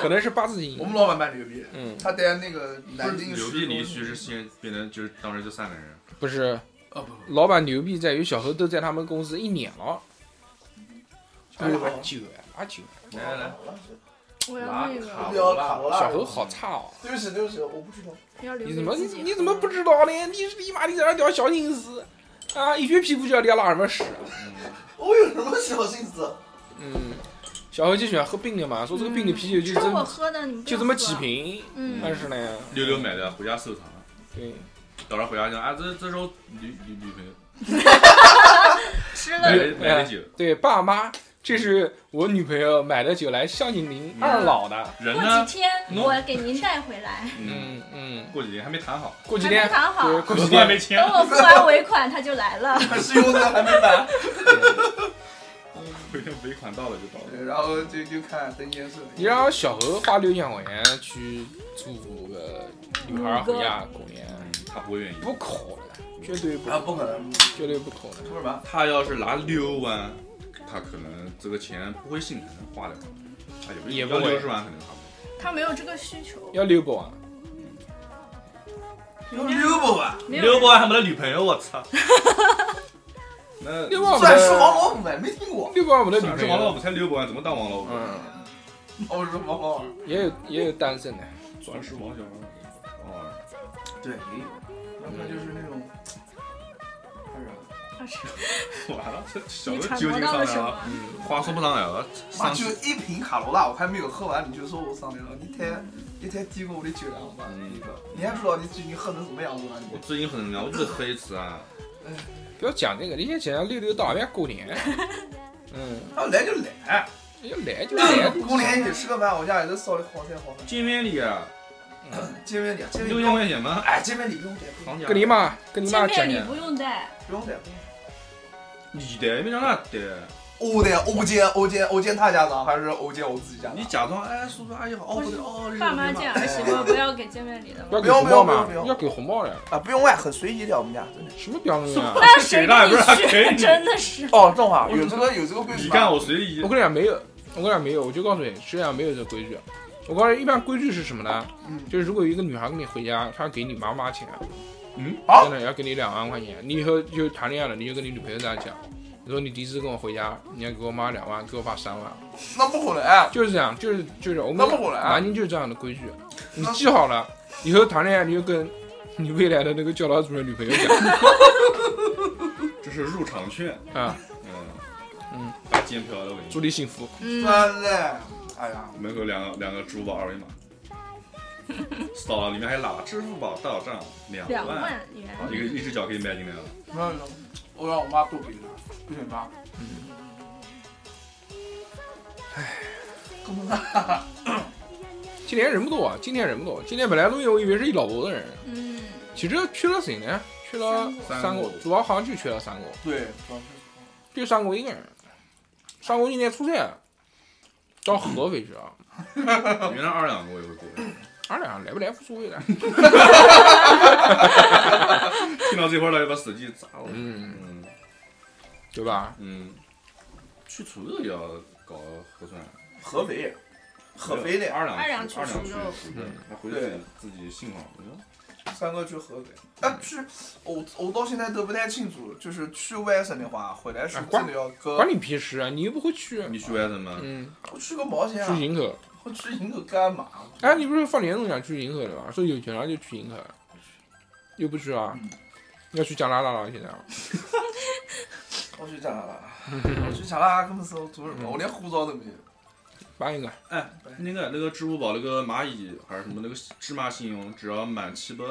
A: 可能是八字印
B: 我。们老板蛮牛逼的。
A: 嗯，
B: 他在那个南京
C: 牛
B: 市
C: 逼
B: 中
C: 离
B: 心
C: 去是先变成就是当时就三个人，
A: 不是，
B: 哦不不，
A: 老板牛逼在于小何都在他们公司一年了，
B: 对吧
A: 拉久啊，拉久啊。
C: 来来来，
D: 我要那
C: 拉卡
D: 个
B: 不要卡罗拉。
A: 小何好差哦，
B: 对不起对不起，我不知道。
D: 要留
A: 你
D: 给
A: 怎么
D: 自己
A: 你怎么不知道呢？你你妈你在那聊小心思啊，一撅屁股就要聊拉什么屎？啊
B: 我有什么小啊心思？
A: 嗯，小何就喜欢喝冰的嘛，说这个冰的啤酒就
D: 这是嗯我
A: 这
D: 喝的，你不要
A: 就这么
D: 喝
A: 几。瓶，
D: 嗯，
A: 但是呢，
C: 六六买的，回家收藏了。
A: 对，
C: 到时候回家讲，啊，这这是我女女女朋友
D: 吃了
C: 买的买的酒，
A: 对，爸妈这是我女朋友买的酒来孝敬您二老的。
C: 人
E: 过
C: 呢
E: 几？天
C: 喏
E: 我给您带回来，
C: 嗯，
A: 嗯嗯，
C: 过几天还没谈好，
A: 过几天
E: 还没谈好
A: 对，过几
C: 合同
A: 天
C: 还没签
E: 等，我付完尾款他就来了。
B: 信用证还没办，
C: 过几天尾款到了就到了。
B: 对然后就就看登先生。
A: 你让小何花六千块钱去租个女孩回家过年，
C: 嗯，他不会愿意。
A: 不可能，绝对不，
B: 啊，不可能，
A: 绝对不可能。
B: 说什么？
C: 他要是拿六万，他可能这个钱不会心疼，花掉。他也不
A: 也不
C: 要
A: 会
C: 六十万肯定花不掉。
D: 他没有这个需求，
A: 要六百万，
B: 要溜不吧？
D: 没有
C: 六百万还没得女朋友，我 操！那
A: 六百万
B: 算是王老五呗，没听过。
A: 六百万我的女
C: 算是
A: 朋
C: 王老
A: 友，
C: 五才六百万，怎么当王老五？
A: 嗯，
B: 哦，是王老五。
A: 也有也有单身的，
C: 钻石王小二，哦王二。
B: 对，要不然就是那种，哎呀，
C: 完了，这小
D: 你
C: 的
D: 揣
C: 酒精
D: 摩到
C: 上
D: 了
C: 来
D: 什
C: 了，
D: 么？
C: 话说不上来了，
B: 妈
C: 上
B: 就
C: 去。
B: 一瓶卡罗拉，我还没有喝完，你就说我上来了，你太你太低估我的酒量了吧？
C: 嗯
B: 你个，你还知道你最近喝成什么样子了？你
C: 我最近很凉，我只喝一次啊。
A: 不要讲这个，你先讲讲溜溜到外面过 年，嗯，
B: 他来就来，
A: 要来就来，
B: 过年一起吃个饭，我家也是烧的好菜好饭。
C: 见面礼啊，
B: 见面礼，见面礼
C: 六
B: 不用，
C: 千块钱吗？
B: 哎，见面礼不用带，不用
C: 行情啊
A: 跟你妈跟你妈
D: 见
A: 讲
D: 面礼
A: 讲，
D: 不用带，
B: 不用带。
C: 你带没让他带，
B: 我得欧见欧见欧见他家长还是欧见我自己家长
C: 你？假装哎叔叔阿姨好，哦不对哦，
D: 爸妈见儿媳妇不要给见面礼的吗？
A: 要给红包
B: 不要不要不
A: 嘛，
B: 要
A: 要给红包的，
B: 啊，不用外，很随意的我们家真的。
A: 什么标准啊？
D: 那谁
C: 大
D: 跟
C: 也不是他
D: 你
C: 给
D: 学？
C: 你
D: 真的是，
B: 哦，正好有这个有这个规矩吗。
C: 你看我随意
A: 我，跟你讲没有，我跟你讲没有，我就告诉你，实际上没有这个规矩。我告诉你，一般规矩是什么呢？
B: 嗯
A: 就是如果有一个女孩跟你回家，她给你妈妈钱，
C: 嗯，
B: 好
A: 真的要给你两万块钱。你以后就谈恋爱了，你就跟你女朋友这样讲，你说你第一次跟我回家，你要给我妈两万，给我爸三万，
B: 那不可能，
A: 就是这样，就是就是我们
B: 那么火了啊
A: 南京就是这样的规矩，你记好了，以后谈恋爱你就跟你未来的那个教导主任女朋友讲
C: 这是入场券，
A: 啊，
C: 嗯
A: 嗯，
C: 大监票的我给
A: 祝
C: 你。
A: 你幸福。
D: 嗯，
B: 真的，哎呀，
C: 门口两个两个支付宝二维码，扫了里面还拉支付宝到账两
D: 两
C: 万，啊
D: 万元，
C: 一个一只脚可以迈进来了。
B: 没有没有，我让我妈多给他，不行吧？哎，根本
A: 今天人不多，啊今天人不多，今天本来录音我以为是一老头的人，
D: 嗯，
A: 其实去了谁呢？去了三
C: 三
A: 国
C: 国，
A: 主要好像就去了三国，
B: 对，
A: 就三国一个人。三国今天出差，到合肥去啊，
C: 原来二两个我也会过，
A: 俺俩来不来无所谓的。
C: 听到这块儿了要把手机砸了。
A: 嗯，
C: 嗯
A: 对吧？
C: 嗯，去除肉也要搞核酸，
B: 合肥，合肥的，
C: 二两
D: 二两
C: 去
D: 去
C: 二两
D: 除
C: 去
D: 肉
C: 除肉，那回去
B: 对
C: 自己自己信访。我觉得
B: 三哥去合肥，哎，去，我我到现在都不太清楚，就是去外省的话，回来是真的要
A: 管
B: 跟
A: 你屁事啊！你又不会去。
C: 你去外省吗？
A: 嗯，
B: 我去个毛线
A: 去
B: 啊！
A: 营口。
B: 我去营口干嘛？
A: 哎，你不是放年总想去营口的吗？说有钱了就去营口，又不去啊？要去加拿大了，现在
B: 我去加拿大，我去加拿大根本是我图什么？
A: 嗯
B: 我连护照都没有。
A: 办一个。
C: 哎，那个那个支付宝那个蚂蚁还是什么那个芝麻信用，只要满七百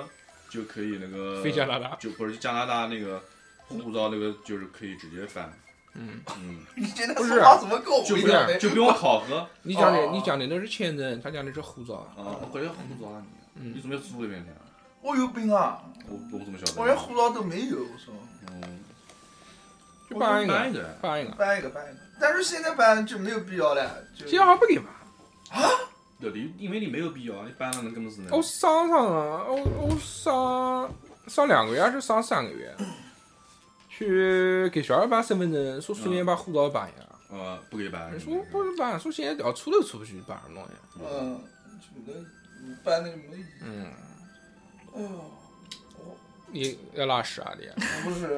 C: 就可以那个
A: 飞加拿大
C: 就不是加拿大那个护照那个就是可以直接翻，
A: 嗯，
C: 嗯，
B: 你现在
A: 不
B: 说
A: 是
B: 话怎么跟我
C: 就
B: 一
C: 不
B: 样
A: 是
B: 呢？
C: 就不用考核 啊
A: 你讲的
B: 哦
A: 你讲的那是签证，他讲的是护照。，
C: 我感觉护照啊你，
A: 嗯
C: 你怎么要租那边去啊？
B: 我有病啊！
C: 我我怎么晓得？
B: 我连护照都没有，我说
C: 嗯，
A: 就办一个，
C: 一个，
A: 办一个。
B: 办一个办一个，但是现在办就没有必要了，就
A: 现在还不给办。
C: 对，你因为你没有必要，你搬了能跟么事呢？
A: 我上上啊，我我上上两个月还是上三个月，去给小孩办身份证，说顺便把护照办一下。
C: 呃，不给搬
A: 你，说不是办，说现在要出都出不去，办什么东西？
B: 嗯，就没你办那个没意义。
A: 嗯，
B: 哎呦，
A: 你要拉屎啊你？
B: 我不是，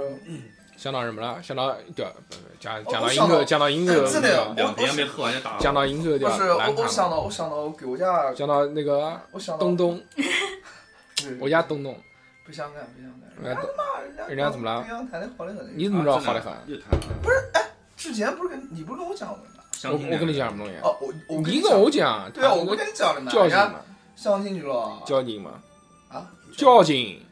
A: 想到什么了？想到掉，不是讲
B: 哦
A: 讲到
B: 我
A: 英
B: 想到哎
A: 国，讲到英国，
B: 真的
C: 呃两天没喝完就打了。啊
A: 讲到英国
B: 不
A: 掉
B: 是
A: 难
B: 我，
A: 看
B: 我
A: 了
B: 想到我想到我给我家，
A: 讲到那个
B: 我想到
A: 东，东，
B: 对
A: 我家东东，
B: 不想干不想干，哎
A: 我家东
B: 妈人家
A: 人家怎么了
B: 人家谈的好啊的很，
A: 你怎么知道好得很？
C: 又谈了。不是，
B: 之前不是跟你不是跟我讲了吗？
A: 我我跟你讲什么东西？啊
B: 哦，我我
A: 你
B: 讲
A: 跟我讲，
B: 对啊，
A: 他
B: 我不跟你讲了吗？
A: 交
B: 人
A: 警
B: 家
A: 嘛，
B: 相亲去了
A: 交警嘛，
B: 啊，
A: 交警。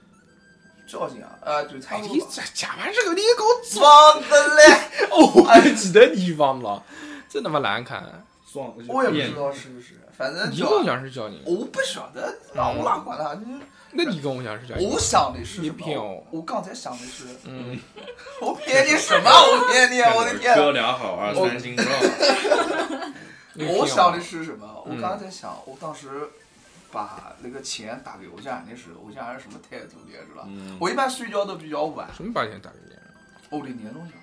B: 交警啊，啊对，差
A: 哎，
B: 不
A: 你
B: 多吧。
A: 这讲完这个，你给我
B: 装的嘞，
A: 哦，我还记得地方了。真他妈难看！
C: 爽，
B: 我也不知道是不是，反正
A: 你
B: 就啊
A: 跟我讲是叫你，
B: 我不晓得，那我哪管他？你
A: 那你跟我讲是叫你
B: 我，想的是什
A: 你骗
B: 么
A: 我？
B: 我刚才想的是，
A: 嗯，
B: 我骗你什么？我骗你！哎我的天！
C: 哥俩好啊，
B: 我
C: 三 星照，
A: 你啊
B: 我
A: 骗
B: 想的是什么？我
A: 嗯
B: 刚才想，我当时把那个钱打给我家人的时候，我家人什么态度的是吧？
C: 嗯，
B: 我一般睡觉都比较晚，
A: 什么把钱打给你？
B: 我的年终奖。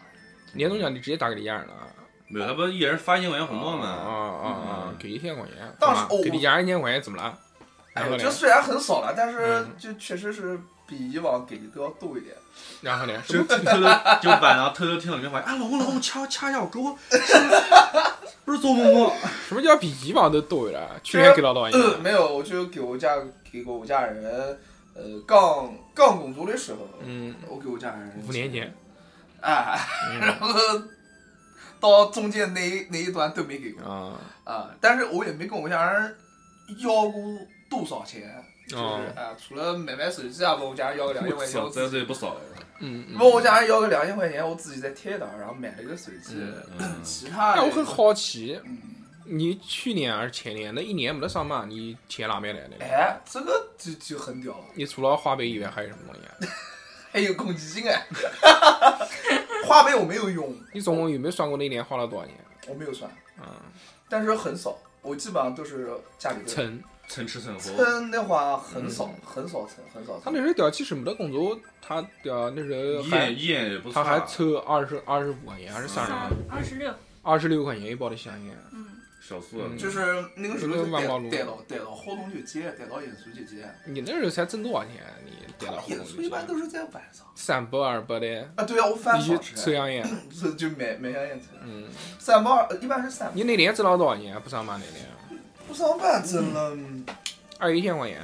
A: 年终奖你直接打给李亚人了啊。
C: 没有，他不一人发一万元红
A: 啊
C: 包吗？
A: 啊啊
C: 嗯！
A: 给一千块钱，
B: 当时
A: 啊
B: 哦
A: 给
B: 我
A: 李亚人一千块钱怎么了？然
B: 哎
A: 后
B: 呦，
A: 呢
B: 这？虽然很少了，但是
A: 嗯
B: 就确实是比以往给的都要多一点。
A: 然后呢？
C: 就偷偷就晚上偷偷听到里面 话，啊，老公老公掐掐一下我胳膊， 不是做梦梦，
A: 什么叫比以往都多了？去年给老多一
B: 呃，
A: 样。
B: 没有，我就给我家给过我家人，呃，刚刚工作的时候，
A: 嗯，
B: 我给我家人
A: 五年前，
B: 啊， 然
A: 嗯
B: 后到中间那一那一段都没给过
A: 啊
B: 啊，但是我也没跟我家人要过多少钱， 就是
A: 哦
B: 啊，除了买买手机啊，问我家人要个两千块钱，
C: 操，
B: 我
C: 这
B: 自己
C: 这哎也不少了，
A: 嗯嗯
B: 问。我家人要个两千块钱，我自己再贴的，然后买了个手机，
C: 嗯
B: 其他
A: 哎，
B: 的
A: 我很好奇，
B: 嗯
A: 你去年还是前年那一年没得上班，你钱哪边来的？
B: 哎，这个就就很屌了，
A: 你除了花呗以外还有什么东西啊？
B: 还有公积金哎， 花呗我没有用，
A: 你总共有没有算过那一年花了多少钱？
B: 我没有算，
A: 啊，
B: 但是很少，我基本上都是家里的。
A: 蹭。
C: 蹭吃蹭喝，
B: 蹭的话很少，很少蹭，很少蹭。
A: 嗯他那时候屌，其实没得工作，他屌那时候
C: 一
A: 还
C: 眼一眼也不
A: 他
C: 差，
A: 还抽二十二十五块钱还是三十块嗯钱，
D: 三二十六，
A: 二十六块钱一包的香烟。
D: 嗯，
C: 小苏啊，
A: 嗯
B: 就是那个时候
A: 有
B: 就
A: 个万
B: 逮
A: 宝路
B: 逮到逮到活动就接，逮到演出就接。
A: 你那时候才挣多少钱？你逮
B: 他
A: 了
B: 们
A: 活
B: 演
A: 动
B: 出一般
A: 就
B: 都是在晚上
A: 三包二包的，
B: 啊，对啊，我饭
A: 你去
B: 少
A: 抽
B: 吃，
A: 香烟。
B: 是就买买香烟吃。
A: 嗯，
B: 三包二一般是三，
A: 你那年挣了多少钱？不上班那年，
B: 不上班挣了，
A: 二一千块钱，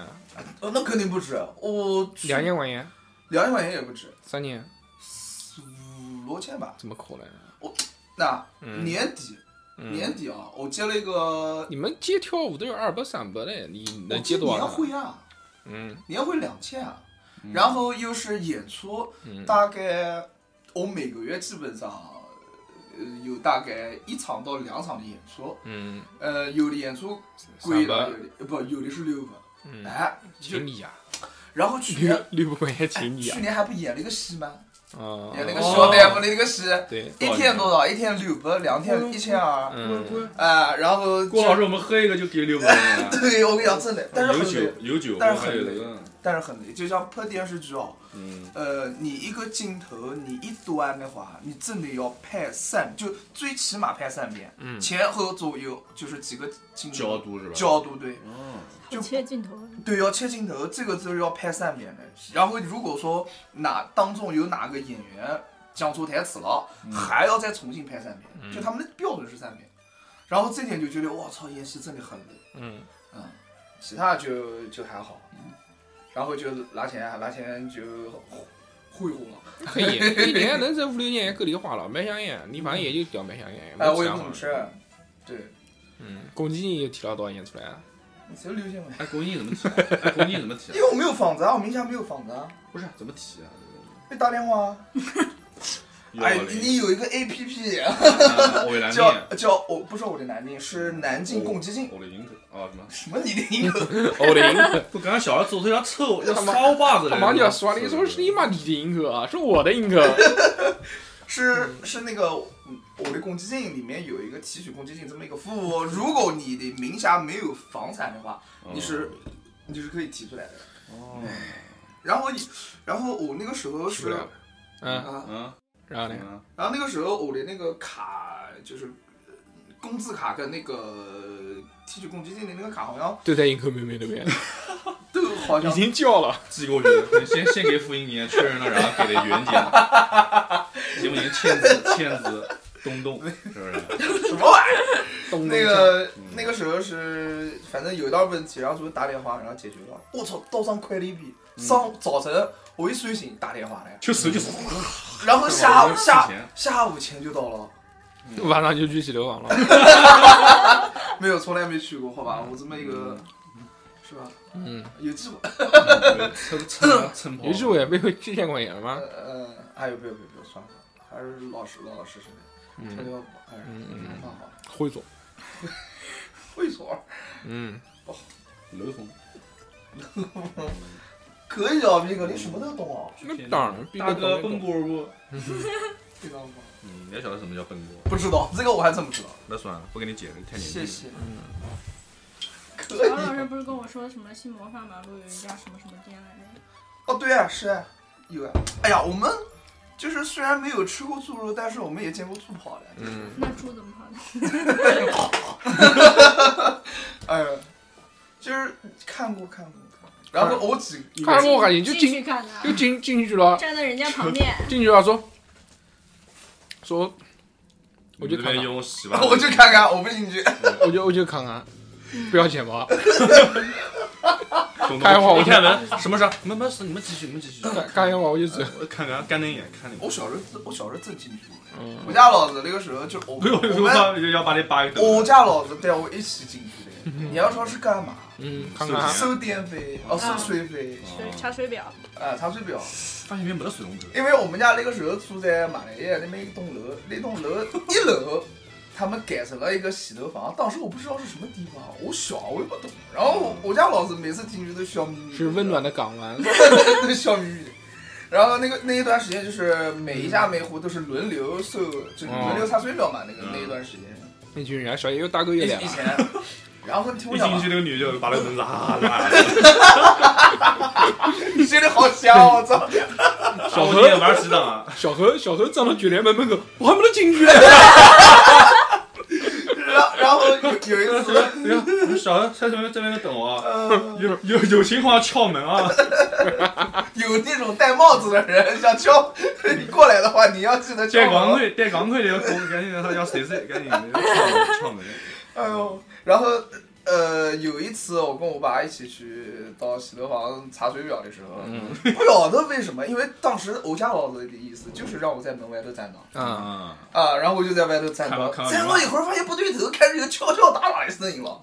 B: 呃那肯定不止，我去
A: 两千块钱，
B: 两千块钱也不止，
A: 三千，
B: 五六千吧。
A: 怎么可能？
B: 那
A: 嗯
B: 年底
A: 嗯，
B: 年底啊，我接了一个
A: 你们接跳舞都有二包三包的，你能接多
B: 我
A: 少
B: 年
A: 呢？
B: 会啊，
A: 嗯
B: 年会两千啊，然后又是演出，
A: 嗯
B: 大概我每个月基本上呃有大概一场到两场的演出，
A: 嗯，
B: 呃，有的演出
A: 三
B: 贵了，
A: 包
B: 有，的呃不有的是六个，
A: 嗯，啊
B: 哎，就
A: 请你 呀，
B: 然后去
A: 六
B: 年
A: 六块钱请你呀
B: 去，年还不演哦了一个戏吗？
A: 啊，
B: 演了个
C: 戏
B: 小大哎夫的那个戏，
A: 对，
B: 一天多少？一天哦六百，两天一千二，
A: 嗯，
B: 哎，然后
C: 郭老师，我们喝一个就给六百元，
B: 对，我跟你讲真的，但是
C: 有
B: 很累
C: 酒，有酒，
B: 但
C: 我
B: 是
C: 还
B: 很
C: 有
B: 累
C: 这个，
B: 但是很累，就像拍电视剧哦。
C: 嗯，
B: 呃，你一个镜头，你一端的话，你真的要拍三，就最起码拍三遍，
A: 嗯
B: 前后左右就是几个镜头
C: 角度是吧？
B: 角度对
C: 嗯，
B: 就
D: 好切镜头，
B: 对，要切镜头，这个就是要拍三遍的。然后如果说哪当中有哪个演员讲错台词了，
C: 嗯
B: 还要再重新拍三遍，就他们的标准是三遍。然后这点就觉得我操，演戏真的很累，
A: 嗯，
B: 嗯，其他就就还好，
C: 嗯
B: 然后就拿钱，拿钱就挥霍了。
A: 可以，一年能挣五六千，够你花了，买香烟，你反正也就屌买香烟，
B: 哎，
A: 没
B: 我
A: 钱
B: 也
A: 花
B: 不怎么吃，对，
A: 嗯，公积金又提了多少钱 出来啊？
B: 你只有六千块钱，
C: 哎，公益怎么提啊？哎，公益怎么提啊
B: 因？为我没有房子啊，我名下没有房子啊，
C: 不是怎么提啊？
B: 被打电话啊。哎，你有一个 A P P
C: 啊我的南京
B: 叫叫我不是我的南京，是南京公积金。
C: 我的银子啊什么？
B: 什么你的银河？
A: 我的银河，
C: 不，刚刚小孩走腿要抽我，要
A: 他妈
C: 烧把子
A: 他
C: 来。
A: 妈就要说你说是你妈你的银河啊，是我的银河，
B: 是是那个嗯我的公积金里面有一个提取公积金这么一个服务，哦如果你的名下没有房产的话，你是你是可以提出来的。
C: 嗯
B: 哎
C: 哦，
B: 然后你，然后我那个时候
A: 出
B: 是
A: 来了嗯，
B: 啊，
C: 嗯，
A: 然后呢？
C: 嗯
B: 然后那个时候我的那个卡就是呃工资卡跟那个呃提取公积金的那个卡好像
A: 都在银河妹妹那 边，
B: 都好
A: 已
B: 像
A: 经叫了。
C: 寄过去，你先先给复印件确认了，然后给了原件，行不行？签字签字，东东是不是？
B: 什么玩意儿？
A: 咚咚
B: 那
A: 锵
B: 个那个时候是反正有一道问题，然后最后打电话然后解决了。嗯我操，刀上快了一笔，上早晨我一睡醒打电话 来，
C: 就手就是，
B: 然后下午
C: 嗯
B: 下
C: 四千
B: 下午钱就到了。
A: 晚上就去洗头房了。
B: 没有，从来没去过，好吧，我这么一个，是吧？
A: 嗯，
B: 有机会，
C: 嗯蹭蹭啊蹭跑。
A: 于是我也被七千块钱了吗？
B: 呃呃，哎呦，不要不要不要，算了算了，还是老实老老实实的。他
A: 嗯
B: 就哎，
A: 嗯
B: 蛮
A: 嗯，
B: 好，
A: 会做，
B: 会说
A: 嗯，
B: 楼红，可以啊，逼哥，你什么都懂啊，
A: 那当然，毕
C: 大
A: 哥
C: 哥奔波不？
B: 非常棒。
C: 嗯，你也晓得什么叫奔波？
B: 不知道这个我还真不知道，
C: 那算了，不跟你解释，太年轻
B: 谢
C: 了。
B: 谢。
A: 嗯
B: 可以
D: 乔老师不是跟我说什么新魔法马路有一家什么什么店来着？
B: 哦，对啊，是啊，有啊。哎呀，我们就是虽然没有吃过猪肉，但是我们也见过猪跑的。
A: 嗯，
D: 那猪怎么跑的？
B: 哎呀，就是看过看过。然后我几
A: 看我感觉就
D: 进
A: 进
D: 去看的啊，
A: 就进进去了，
D: 站在人家旁边。
A: 进去了说说，我就
C: 你这
A: 看
C: 边
A: 看，
C: 用洗 吧，
B: 我就看看，我不进去。
A: 我就我就看看，不要钱吧，
C: 东东
A: 开会我
C: 你看门什么事儿？没没事，你们继续，你们继续。
A: 看看一会儿我就走。
C: 我看看，干瞪眼看你。
B: 我小时候，我小时候真进去过。
A: 嗯
B: 我家老子那个时候就我
C: 没有，
B: 我
C: 我
B: 们
C: 操，要把你扒一
B: 我
C: 顿。
B: 家老子带我一起进去的。你要说是干嘛？
A: 嗯，看
C: 啊
A: 看
B: 收电费，哦，收水费，
D: 就是查水表，
B: 啊，查水表。
C: 发现里面没得水龙头。
B: 因为我们家那个时候住在马来亚那边一栋楼，那栋楼一楼他们改成了一个洗头房，当时我不知道是什么地方，我小我也不懂。然后我我家老子每次进去都笑眯眯，
A: 是温暖，的港湾，
B: 都笑眯眯。 然后那个那一段时间就是每一家每户都是轮流收，就是轮流查水表嘛，那个
C: 嗯
B: 那一段时间，
A: 那群人小爷又大哥又
B: 以
A: 来
B: 以
A: 了，
B: 前。然后你听我
C: 一
B: 讲
C: 进
B: 吧
C: 去，那个女就把那个门砸了。
B: 你真的好香哦，我操！
C: 小何今天玩几档啊？
A: 小何小何站到九连门门口， 我还没得进去，
B: 然后然后有有一次，
C: 小何在这边这边等我啊。
B: 呃，
C: 有有有情况敲门啊！
B: 有那种戴帽子的人想敲 你过来的话，你要记得敲啊
C: 戴钢
B: 门。
C: 盔，戴钢盔的红，赶紧他要谁谁，赶紧敲门敲门。
B: 哎呦，然后呃，有一次我跟我爸一起去到洗头房查水表的时候，
C: 嗯
B: 不晓得为什么，因为当时我家老子的意思就是让我在门外头站岗
A: 啊，
B: 啊，然后我就在外头站
C: 看到
B: 岗，
C: 看到
B: 站
C: 你
B: 到
C: 妈
B: 一会儿发现不对头，开始有敲敲打打的声音了，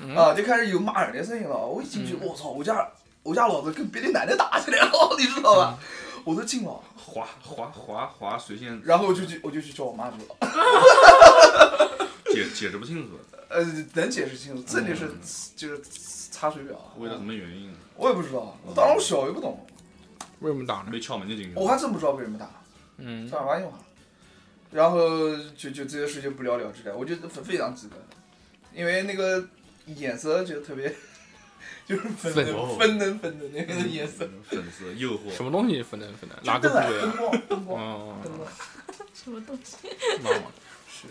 C: 嗯
B: 啊，就开始有骂人的声音了。我一进去，我操，我家我家老子跟别的男的打起来了，你知道吧？
C: 嗯
B: 我都进了。
C: 滑滑滑滑，谁先
B: 然后我就去，我就去叫我妈去了。
C: 解解释不清楚，
B: 呃，能解释清楚，这里是
A: 嗯
B: 就是查水表啊，
C: 为了什么原因
B: 我也不知道，啊我当时我小也不懂，
A: 为什么打呢？
C: 没敲门就进去
B: 我还真不知道为什么打，
A: 嗯，
B: 正儿八经打。然后就就这个事情不了了之了，我就非非常记得，因为那个眼色就特别， 就是粉
A: 粉
B: 嫩粉嫩粉嫩那个眼色，
C: 粉丝诱惑
A: 什，么东西分的分的，哪个
B: 就灯
A: 部
B: 啊
A: 位
B: 灯
A: 啊？
B: 光灯光
A: 哦，
B: 灯光
D: 什么东西？
A: 妈妈，
B: 是。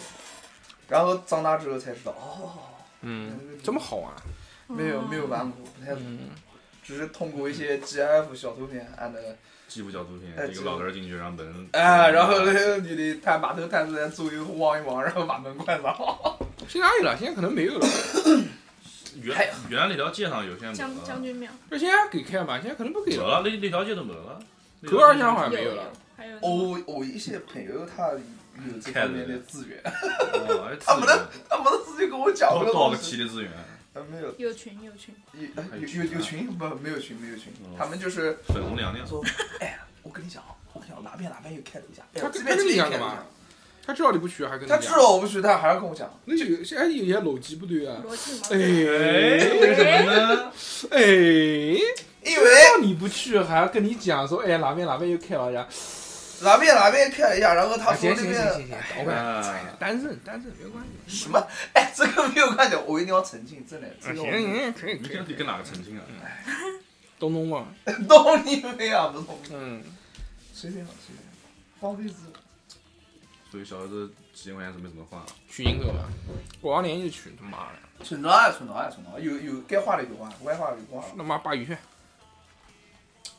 B: 然后长大之后才知道，哦，
A: 嗯，这么好玩，
B: 没有
D: 哦
B: 没有玩过，不太懂，
A: 嗯，
B: 只是通过一些 GIF 小图片按的。
C: 记不小图片，一个老头儿进去，然后门
B: 哎，然后那个女的探把头探出来，左右望一望，然后把门 关上。
A: 现在哪有了？现在可能没有了，
C: 原原来那条街上有些没
D: 将将
C: 了，
D: 军庙
A: 那现在给开嘛？现在可能不给
C: 没
A: 了，
C: 了，那那条街都没了。
A: 隔二乡好像没有了
D: 有，，还有
B: 我我一些朋友他有这方面的资源，
C: 他
B: 他们自己跟我讲过
C: 到到
B: 东
C: 个
B: 西。
C: 提的资源，
B: 呃没有，
D: 有群有群，
B: 有有有
A: 啊
B: 有群不？没有群，没有群
C: 哦。
B: 他们就是
C: 粉红娘娘，
B: 说，哎，我跟你讲，我跟你讲，哪边哪边又开了一家，哎
A: 他
B: 这
A: 他
B: 边
A: 跟你
B: 这边
A: 讲
B: 开了
A: 干
B: 一
A: 嘛
B: 家。
A: 他知道你不去还跟你
B: 他
A: 讲
B: 知，道我不去，他还要跟我讲。
A: 那就有现在有些逻辑不对啊，
D: 逻辑
A: 哎
D: 毛。
C: 为什么呢？
A: 哎。
B: 因为
A: 让你不去，还要跟你讲说，哎，哪边哪边又开了呀？
B: 哪边哪边开了一家，然后他
A: 啊，
B: 说
A: 行
B: 那哎
A: 行行行
B: 边
A: 行，倒管。
C: 哎
A: 单身单身没关系。
B: 什么？ 哎，这个没有看见，我一定要澄清，真的。这
A: 啊行
B: 个我
A: 行可以
C: 你
A: 可
C: 这
A: 以
C: 样。得跟哪个澄清啊？
A: 东东嘛，
B: 懂你没啊？不懂。
A: 嗯，
B: 随便吧，随便，放飞自我。
C: 所以小孩子几千块钱是没怎么花，
A: 去营口吧，过完年就去，他妈的，
B: 存着啊，存着啊，存着啊，有有该花的就花，不该花的就啊不花了。
A: 他妈鲅鱼去，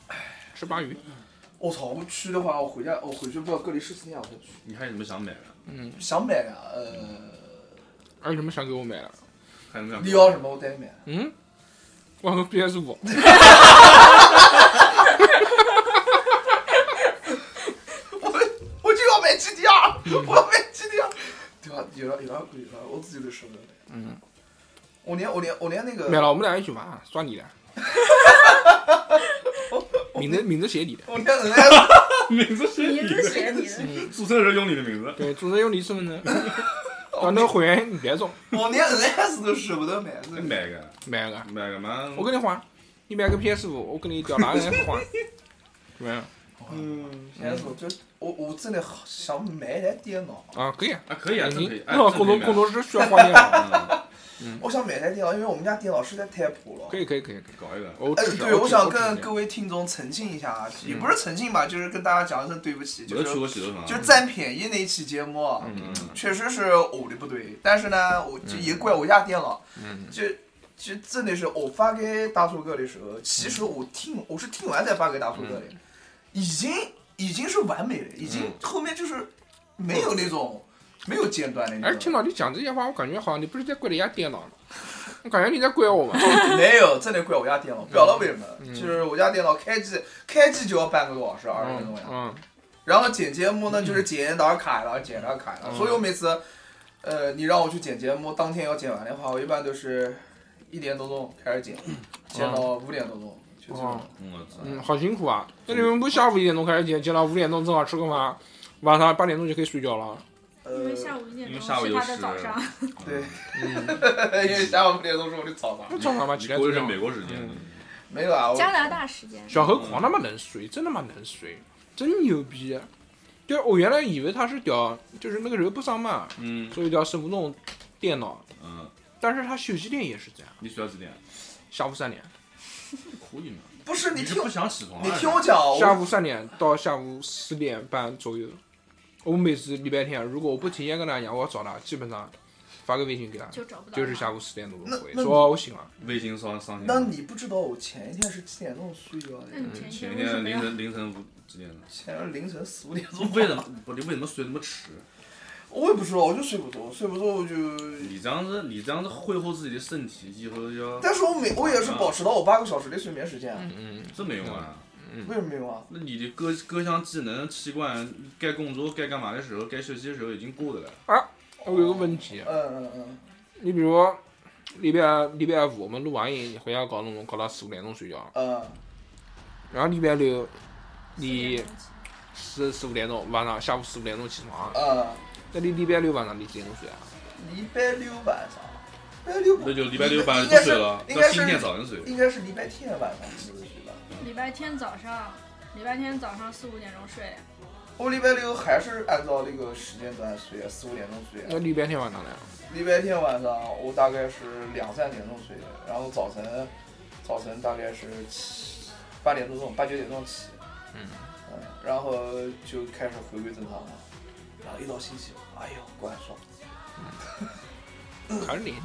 A: 哎吃鲅鱼，
B: 我操，我去的话，我回家，我回去不知道隔离十四天我才去。
C: 你还有什么想买的？
A: 嗯，
B: 想买呀、呃，
A: 还有什么想给我买的？
C: 还有什么想
B: 你要什么我带你买。
A: 嗯，玩个 PS 五，
B: 我我就要买 GDR，我要买 GDR。对吧？有点有点贵了，我自己都舍不得买。
A: 嗯，
B: 我连我连我连那个
A: 买了，我们俩一起玩，算 你的。名字名字写你的，
B: 我连人家
D: 名字写你你的。
C: 注册的时候用你的名字，
A: 对，主持人用你身份证， 到那会员你别中，
B: 我连 NS 都舍不得买，
C: 再
B: 是
C: 买个，
A: 买个，
C: 买个嘛，
A: 我跟你换，你买个 PS 五，我跟你屌哪个人 换，怎么样？
B: 嗯，现在是我觉得我我真的好想买一台电脑，
A: 啊，可以啊，
C: 啊可以啊，真可以
A: 你，
C: 哎
A: 那，工作工作室需要换电脑，
C: 嗯
B: 我想买台电脑，因为我们家电脑实在太破了。
A: 可以可以可以可以，
C: 搞一个，
A: 我
B: 哎
A: 支，持。
B: 对，我想
A: 支持
B: 跟各位听众澄清一下啊，也不是澄清吧，就是跟大家讲一声对不起，就
C: 没
B: 是
C: 有去过洗头房，
B: 就是占便宜那一期节目啊，
C: 嗯，
B: 确实是我的不对，但是呢，我就也怪我家电脑，
A: 嗯
B: 就就真的是我发给大树哥的时候，其实我听我是听完再发给大树哥的，已经已经是完美了，已经后面就是没有那种没有间断的那
A: 哎，
B: 种
A: 听，到你讲这些话，我感觉好像你不是在怪人家电脑吗？我感觉你在怪我嘛。
B: 没有真的怪我家电脑，不晓得为什么，就是我家电脑开机开机就要半个多小时，二十分钟呀。
A: 嗯，
B: 然后剪节目呢，就是剪哪儿卡了，剪哪儿卡了。
A: 嗯
B: 所以我每次，呃，你让我去剪节目，当天要剪完的话，我一般都是一点多钟开始剪，剪到五点多钟，就这种。
C: 我操，
A: 嗯，好辛苦啊！那你们不下午一点钟开始剪，剪到五点钟正好吃个饭，啊晚上八点钟就可以睡觉了。啊
B: 呃
D: 因，为下午一点
C: 因为
D: 钟
C: 下午
D: 是
C: 有
D: 他的
C: 事
D: 早上，
B: 对，
A: 嗯，
B: 呃 因为下午五点钟是我的早上。
A: 不嗯正常吗？起来
C: 估
A: 睡
C: 计是
A: 觉
C: 美。国时间，
B: 没有啊，我
F: 加拿大时间。
A: 小何狂他妈能睡，真他妈能睡，真牛逼啊！就我原来以为他是屌，就是那个人不上班，啊
C: 嗯
A: 所以屌是不弄电脑，
C: 嗯，
A: 但是他休息天也是这样，
C: 你需要几点？
A: 下午三点，
C: 可以嘛？
B: 不是你
C: 你是
B: 听
C: 不，想起床啊？
B: 你听哦我讲，
A: 下
B: 我
A: 午三点到下午四点半左右，我每次礼拜天啊如果我不提前跟他讲我要找他，基本上发个微信给他，
D: 就找不到。
A: 就是下午四点多钟
B: 那
A: 回，
B: 那
A: 说哦我醒了，
C: 微信上上线，
B: 那你不知道我前一天是几点钟睡觉的
D: 那？
A: 嗯
D: 你前
C: 前
D: 一天
C: 一
D: 为
C: 天
D: 什么
C: 凌
D: 要？
C: 晨凌晨五几点了？
B: 啊前天凌晨四五点钟，
C: 为什么不？你为什么睡那么迟？
B: 我也不知道，我就睡不着，睡不着我就。嗯
C: 你这样子，你这样子挥霍自己的身体，以后要
B: 但是我每我也是保持到我八个小时的睡眠时间啊，
A: 嗯，
C: 这没用啊。
B: 为什么没有啊？
C: 那你的各各项技能、器官，该工作、该干嘛的时候，该休息的时候已经过的了。
A: 我有个问题，
B: 嗯嗯嗯。
A: 你比如礼拜礼拜五我们录完音，你回家搞弄弄，搞到四五点钟睡觉，
B: 呃，
A: 然后礼拜六
D: 四
A: 你
D: 点钟起
A: 四四五点钟晚上下午四五点钟起床，
B: 呃，
A: 那你礼拜六晚上你几点钟睡啊？
B: 礼拜六晚上，礼拜六
C: 那就礼拜六晚上
B: 应
C: 不
B: 该是
C: 睡了，啊
B: 应
C: 到
B: 该是
C: 星期天早晨睡。
B: 应该是礼拜天晚上是不是吧？
D: 礼拜天早上，礼拜天早上四五点钟睡，
B: 我礼拜六还是按照那个时间段睡，啊四五点钟睡。
A: 那礼拜天晚上呢？
B: 礼拜天晚上我大概是两三点钟睡的，然后早晨，早晨大概是七八点多钟，八九点钟起。
A: 嗯
B: 嗯，然后就开始回归正常了。然后一到星期五，哎呦，怪爽！
A: 还是你
C: 可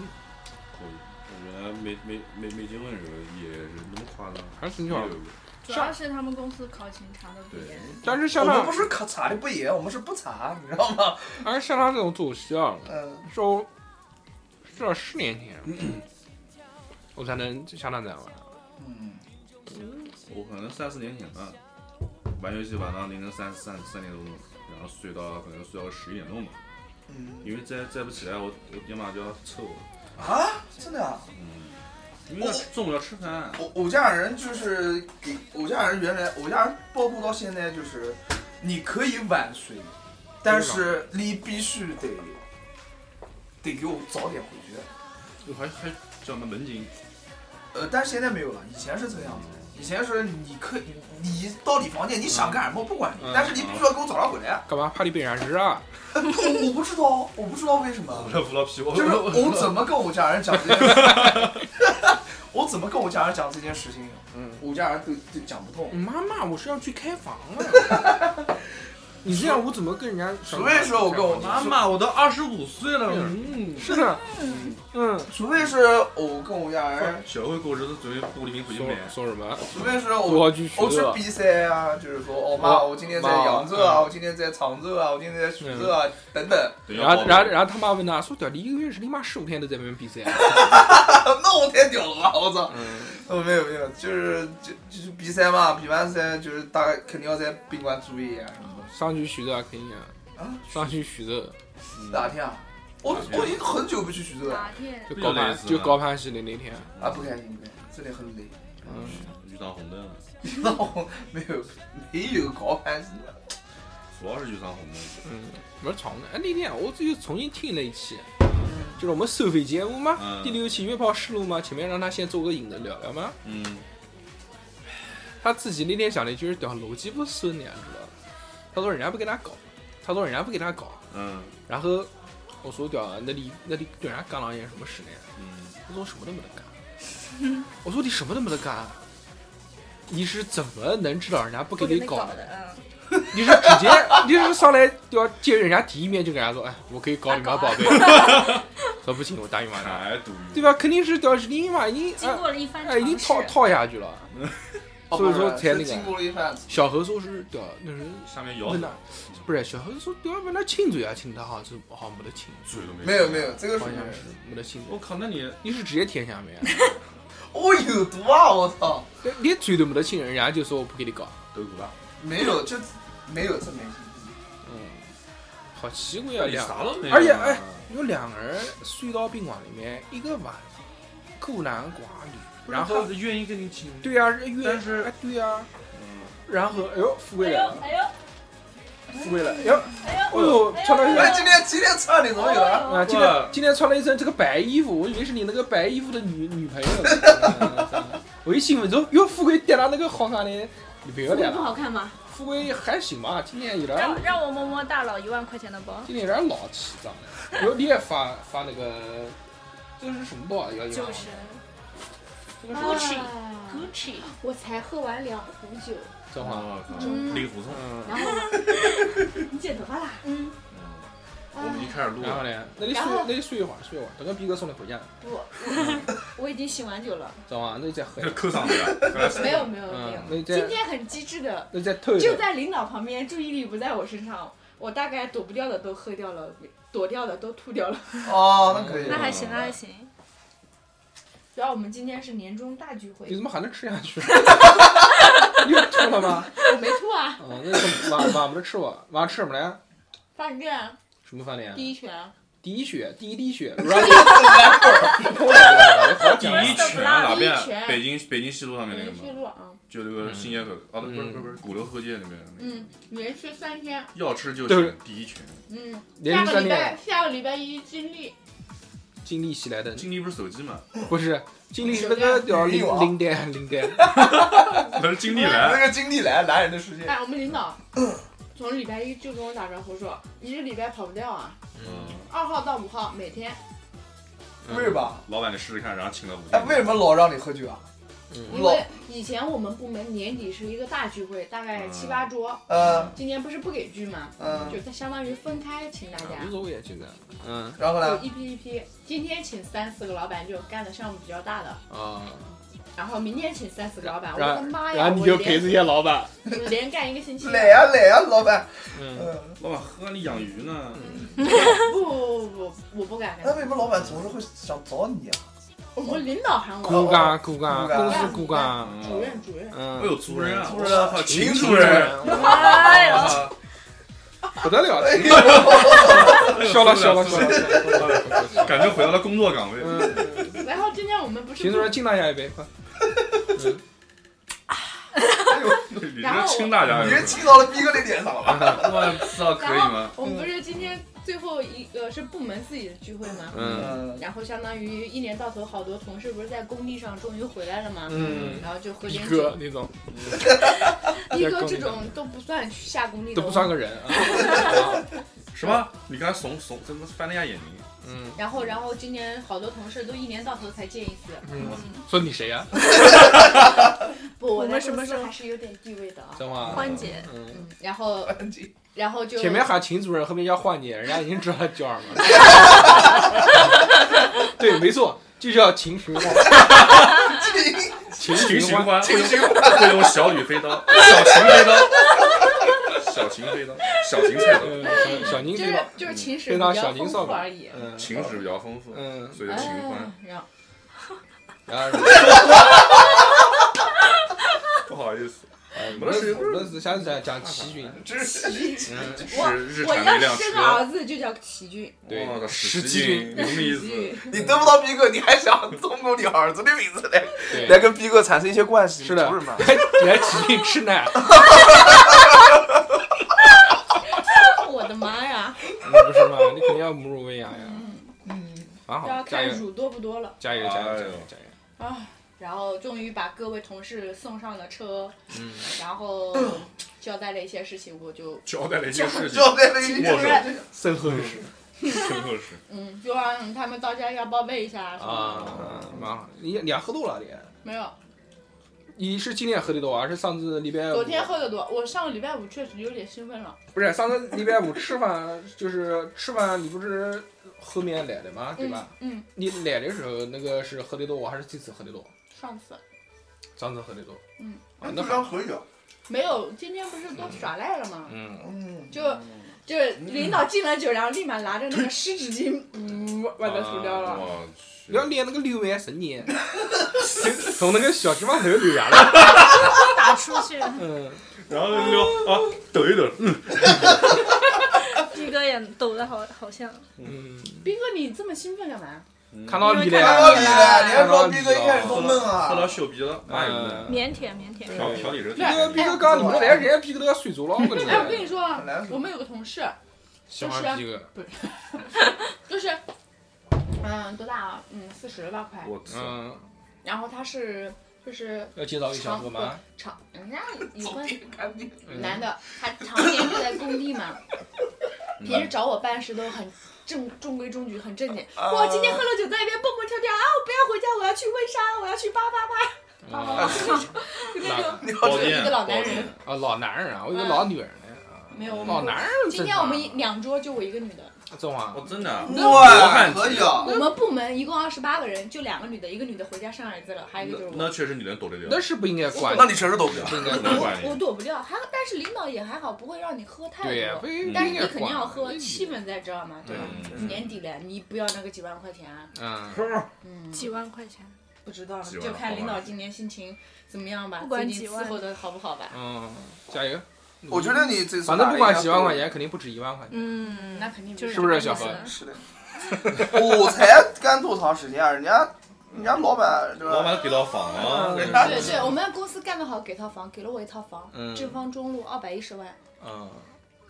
C: 以，我原来没没没没结婚的时候也是那么夸张。
A: 还是挺好
C: 也
A: 的，
C: 有
D: 主要是他们公司考勤查的不严。
A: 但是
B: 我
A: 像
B: 们
A: 他
B: 不，是可查的不严，我们是不查，你知道吗？
A: 但是像他这种作息啊，
B: 嗯。
A: 说这十年前，
C: 嗯
A: 我才能下蛋仔玩。
B: 嗯，
C: 我可能三四年前吧，玩游戏玩到凌晨三三三点多钟，然后睡到可能睡到十一点钟吧，
B: 嗯
C: 因为再再不起来我我爹妈就要抽我，
B: 啊，真的啊！
C: 因为要中午要吃饭。
B: 我我家人就是给我家人原来我家人包括到现在就是，你可以晚睡，但是你必须得得给我早点回去。
C: 就还还叫什么门禁，
B: 呃，但是现在没有了，以前是这样子的，以前是你可以你到你房间你想干什么不管你，
C: 嗯
B: 但是你必须要给我早上回来。
A: 干嘛？怕你被染指啊？
B: 呃不， 我不知道，我不知道为什 么。
C: 我要扶到皮，我
B: 就是我怎么跟我家人讲这件事， 我怎么跟我家人讲这件事情，
A: 嗯
B: 我家人都都讲不通。
A: 妈妈，我是要去开房了。 你这样我怎么跟人家？
B: 所以说我跟我
C: 妈妈，我都二十五岁了。
A: 嗯，是的，嗯，
B: 除非是我跟我 家人，
C: 哎小慧过日子准备玻璃瓶回去买
A: 说，说什么？
B: 除非是
A: 我
B: 我
A: 要去学
B: 我去
A: 了。
B: 比赛啊，就是说，哦妈，
A: 我
B: 我今天在
A: 妈嗯
B: 扬州啊，我今天在常州啊，我今天在徐州啊，等等。
C: 等
A: 然后，然后，然后他妈问他说：“屌，你一个月是你妈十五天都在外面比赛。啊
B: 那我太屌了吧，我操！
A: 嗯
B: 哦，没有没有，就是就就是比赛嘛，比完赛就是大概肯定要在宾馆住一夜啊什么”
A: 上去徐州啊，肯定啊，
B: 的啊。
A: 上去徐州
B: 哪天啊？我
C: 哪天
B: 我已经很久不去徐州了
D: 哪天
A: 就高
C: 又累
A: 攀
C: 死了
A: 就高攀系的那天，
B: 啊，不开心不开心，真的很累。
A: 嗯，
C: 遇到红灯了，
B: 那我没有没有高攀是吧？
C: 老是有啥好东西。
A: 没长的。哎，那天我又重新听了一期，就是我们收费节目嘛，
C: 嗯
A: 第六期约炮试录嘛，前面让他先做个引子聊聊嘛。
C: 嗯，
A: 他自己那天讲了一句，屌逻辑不顺的，你知道吧？他说人家不给他搞，他说人家不给他搞，
C: 嗯
A: 然后我说屌，那你那你对人家干了一件什么事呢？
C: 嗯
A: 他说我什么都没得干。我说你什么都没得干，你是怎么能知道人家不给
D: 给
A: 你
D: 你
A: 搞
D: 搞
A: 的？
D: 的，嗯，
A: 你是直接，你是上来就要见人家第一面就跟人家说，哎，我可以搞你妈宝贝，说不行，我答应完了，
C: 太毒
A: 对吧？肯定是屌，你嘛已经
G: 经
A: 哎
G: 过了一番
A: 哎已经
G: 尝
A: 套
G: 试，
A: 套下去了。
B: 哦
A: 所以
B: 不
A: 说
B: 是
A: 才那个
B: 是经过了一番
A: 小何说是屌，那是
C: 下面摇
A: 问他，不是小何说屌，问他亲嘴啊，亲他好像是好像没得亲，
C: 嘴都没
B: 没有没有，这个
A: 好
B: 属于
A: 像是没得亲。
C: 我靠，那你
A: 你是直接舔下面，啊
B: 哦有毒啊！我操，
A: 对连嘴都没得亲，人家就说我不给你搞，
C: 都有吧？
B: 没有就没有这没劲。
A: 嗯，好奇怪啊，
C: 你
A: 两
C: 啥都没有啊，
A: 而且哎有两个人睡到宾馆里面，一个晚上孤男寡女，然
C: 然
A: 后
C: 后愿意跟你亲，
A: 对呀、约，
C: 但是
A: 哎对呀、
C: 嗯，
A: 然后哎呦富贵
G: 哎
A: 来
G: 呦，哎呦
A: 了富贵来了，哎呦
G: 哎呦，
A: 哎呦
G: 哎呦
A: 穿了一
B: 哎，
A: 身。
B: 今天今天差点怎么有啊？
A: 啊，今
C: 哇
A: 天今天穿了一身这个白衣服，我以为是你那个白衣服的女女朋友。 嗯我一兴奋说，哟，富贵点了那个好看的女朋友来
G: 不
A: 了。
G: 好看吗？
A: 富贵还行吧，今天有点
D: 让让我摸摸大佬一万块钱的包，
A: 今天有点老气，长得。哟，你也发发那个，这是什么包啊？幺幺
D: 就是
A: 这个是
D: Gucci，
H: 啊我才喝完两壶 酒，
A: 正好。
C: 我靠，
D: 嗯
C: 令狐冲，
A: 嗯，
H: 然后
G: 你剪头发啦？
D: 嗯，
C: 嗯，我们已
H: 哎
C: 经开始录
A: 嗯然后
C: 了，
A: 呢？那你睡
H: 然后，
A: 那你睡一会儿，睡一会儿，等个逼哥送你回家，
H: 不， 我我已经醒完酒了，
A: 知道吗？那你再喝一会
C: 这
A: 儿，
C: 扣上去 了，
H: 没有没有没
A: 嗯
H: 有，，
A: 那你
H: 今
A: 再，
H: 天很机智的，
A: 那你再透一
H: 就
A: 点。
H: 在领导旁边，注意力不在我身上，我大概躲不掉的都喝掉了，躲掉的都吐掉了。
B: 哦，那可以。
D: 那还行，那还行，
H: 主要我们今天是年终大聚
A: 你
H: 会，
A: 怎么还能吃下去？ 你又吐了吗？
H: 我没吐啊，
A: 哦，那是晚晚不是吃我，晚上吃什么来？
H: 饭店啊
A: 什么饭店？啊
H: 第一啊选，
A: 第一血，第一滴 血，好
C: 第
A: 讲
C: 一拳啊哪边
H: 第一？拳
C: 北京北京西路上面那个
H: 连续
C: 吗？
H: 录啊，
C: 就那
A: 嗯
C: 个新街口，哦，不是不是不是，鼓楼后街那边，
H: 嗯，连续三天，
C: 要吃就
A: 对
C: 选第一拳。
H: 嗯，
A: 连续
H: 下个
A: 三
H: 礼
A: 天
H: 拜下个礼拜一经历，
A: 经历起来的，
C: 经理不是手机吗？
A: 不是经历是那个叫零零点零点，
C: 那是经理
B: 那
C: 来，
B: 个经历来男人的世界，
H: 哎，我们领导从礼拜一就跟我打招呼说，你这礼拜跑不掉啊，
C: 嗯，
H: 二号到五号每天，
A: 嗯
B: 为什么？
C: 老板你试试看，然后请了五
B: 哎，为什
C: 天。
B: 么老让你喝酒啊？
H: 因
B: 老
H: 为以前我们部门年底是一个大聚会，大概
C: 嗯
H: 七八桌，
B: 嗯
H: 今年不是不给聚嘛，
B: 嗯，
H: 就它相当于分开请大
A: 无
H: 家，
A: 所谓现在，嗯
B: 然后呢
H: 就？一批一批，今天请三四个老板，就干的项目比较大的，
A: 啊，
H: 然后明天请三四个老板，我
A: 然
H: 的
A: 后
H: 妈呀，
A: 然后你就
H: 我
A: 陪
H: 连
A: 这些老板，
H: 我连干一个星期，
B: 来
A: 啊
B: 呀来呀，老板，
A: 嗯，
B: 嗯，
C: 老板喝你养鱼呢，
H: 不不不不，我不敢
A: 嗯
B: 那
H: 干，
B: 为什么老板总是会想找你啊？
H: 我们领导喊我
A: 骨
C: 哦
A: 干骨干公司骨干，
H: 主任主任，
C: 哎
A: 嗯，
C: 呦，族人啊，
B: 主
C: 我
B: 任
C: 靠，
B: 秦
C: 秦
B: 主
C: 主任，啊
D: 哎呦，
A: 不得了，
C: 笑
A: 笑了 笑了笑了，
C: 了，感觉回到了工作岗位。
A: 嗯，
H: 然后今天我们不是
A: 秦主任敬大家一杯，快，
C: 你这亲大家，
B: 你是亲到了逼哥的脸上了 吧？
C: 我操，可以吗？
A: 嗯
H: 我们不是今天最后一个是部门自己的聚会吗？
A: 嗯
B: 嗯，
H: 然后相当于一年到头，好多同事不是在工地上终于回来了吗？
A: 嗯，
H: 然后就喝
A: 一
H: 点
A: 哥
H: 酒。
A: 那种
H: 一哥这种都不算去下工地
A: 都
H: 的，哦
A: 不算个人啊，
C: 什么？你刚才怂怂，怎么翻了一下眼睛？
A: 嗯
H: 然后，然后今年好多同事都一年到头才见一次。
A: 嗯，说你谁呀？
H: 不，我
D: 我
H: 在
D: 们什
H: 公
D: 么
H: 司
D: 时候
H: 还是有点地位的啊。
A: 真话，
D: 欢姐，
A: 嗯。
H: 嗯，然后，然后就
A: 前面喊秦主任，后面叫换你，人家已经知道他叫什么了。对，没错，就叫秦寻欢，秦
C: 秦
A: 秦
C: 寻
A: 欢，
C: 欢，会用小雨飞刀，小秦飞刀，小秦飞刀，小秦菜刀，
A: 嗯小小宁
H: 就
A: 这
H: 是
A: 个，
H: 就是情史
A: 嗯非
H: 比
A: 常
H: 较
A: 小
H: 丰
A: 宁
H: 富
A: 少
H: 而
A: 女，
H: 已。
A: 嗯
C: 情史比较丰富，
A: 嗯，
C: 所以叫秦欢。
H: 然后
A: 然后
C: 不好意思，
A: 哎
C: 没
A: 我
C: 得事
A: 们我们下次讲讲齐军，
B: 真是
A: 嗯，
H: 我
C: 是日
H: 我
C: 产的
H: 要
C: 一辆
H: 生个儿
C: 车，
H: 子就叫齐军，
A: 对
C: 哇，
A: 十
C: 十
A: 七
C: 七
A: 军
C: 军，你什么意 思？
H: 军
B: 你得不到逼哥，你还想通过你儿子的名字来来
A: 对，
B: 跟逼哥产生一些关系？
A: 是的嗯
B: 不是嘛？
A: 还来齐军吃奶，你肯定要母乳喂养呀，
H: 嗯，
B: 嗯，
A: 蛮
H: 要
A: 好，加
H: 看
A: 油，
H: 乳多不多了
A: 加油，加油，加
C: 哎
A: 油
C: 呦，
A: 加油！
H: 啊。然后终于把各位同事送上了车，
A: 嗯，
H: 然后交代了一些事情，我就
I: 交代了一些事情，
B: 交代了一
C: 我
B: 个
A: 身后是
C: 真的是
H: 嗯，就让他们到家要报备一下什么的。
A: 啊，蛮好。你你还喝多了你？
H: 没有，
A: 你是今天喝的多啊还是上次礼拜五？
H: 昨天喝的多，我上个礼拜五确实有点兴奋了。
A: 不是上次礼拜五吃饭，就是吃饭你不是后面来的吗？对吧？
H: 嗯？嗯，
A: 你来的时候那个是喝的多还是这次喝的多？
H: 上次
A: 上次喝的多。
H: 嗯，
A: 啊，那
B: 那张可以啊，
H: 没有，今天不是都耍赖了吗？
A: 嗯，
B: 嗯，
H: 就就是领导敬了酒，然后立马拿着那个湿纸巾，嗯，把它涂掉了。
C: 我
A: 你
C: 去，
A: 要练那个六脉神经，从 从那个小鸡巴头流下来。
D: 打出去，
A: 嗯，
C: 然后就啊抖一抖，
D: 逼哥也抖得好好像，
A: 嗯，
H: 斌哥，你这么兴奋干嘛？
C: 嗯
A: 看到你
D: 因为
B: 看到你了，
A: 了，
B: 你还说
A: 逼
B: 逼哥一哎开始都闷
C: 喝到
B: 啊，
C: 秀逼了，那有
A: 嗯
C: 呢？
D: 腼腆腼腆。
C: 调调理这
A: 逼哥，
C: 个
A: 逼哥，刚刚你们来人家逼哥都要睡着了，我跟你
H: 哎，我跟你
A: 讲。
H: 说啊，
B: 来
H: 我们有个同事，
A: 喜欢逼哥，
H: 就是，嗯，多大啊？嗯，四十了吧，快。
C: 我操，
A: 嗯，
H: 然后他是就是
A: 要介绍给小何嗯吗？
H: 长，人家已
B: 走
H: 婚
B: 边看你，
H: 男的，他常年就在工地嘛，平
C: 嗯
H: 时找我办事都很正中规中矩，很正经。
B: 啊哦
H: 我今天喝了酒，在那边蹦蹦跳跳啊！我不要回家，我要去温莎，我要去八八八，
A: 啊
H: 就那种。
B: 你要
C: 保
B: 这
C: 健
H: 一个老男
C: 保健
H: 人
A: 啊，老男人啊，我以为老女人呢。啊
H: 没有我们
A: 老男人
H: 今
A: 正常啊。
H: 天我们一两桌就我一个女的，
A: 正华
C: 哦，真的啊，
B: 哇，可以啊，
H: 我们部门一共二十八个人，就两个女的，一个女的回家生儿子了，还有一个就是
C: 那
H: 我。
C: 确实你能躲得了，
A: 那是不应该管，
B: 那你确实抖不了，
A: 不应该
C: 能
A: 管。
C: 管
H: 我
C: 你，
H: 躲不掉，还但是领导也还好，不会让你喝太
A: 对呀，
H: 多
A: 不。应
H: 但
A: 该
H: 是你肯定要喝，
A: 管
H: 气氛在这儿嘛，对吧？
C: 嗯
H: 年底了，你不要那个几万块钱啊，
A: 嗯，
H: 嗯，
D: 几万块钱，
H: 不知道了，
C: 几万
H: 就看领
C: 好
H: 导
C: 吧
H: 今年心情怎么样吧
D: 不，管
H: 最近
D: 几
H: 伺
D: 万
H: 候的好不好吧？
A: 嗯，加油！嗯
B: 我觉得你这次
A: 反正不管几万块钱，肯定不止一万块钱。
D: 嗯，
H: 那肯定
D: 就是是
A: 不是
D: 这个
A: 小
D: 意思
A: 何
B: 是的，我才干多长时间啊，人家人家老板对
C: 老
B: 吧？
C: 板给到房啊，
A: 嗯
H: 对对，我们公司干得好，给套房，给了我一套房，
A: 嗯
H: 正方中路二百一十万，
A: 嗯，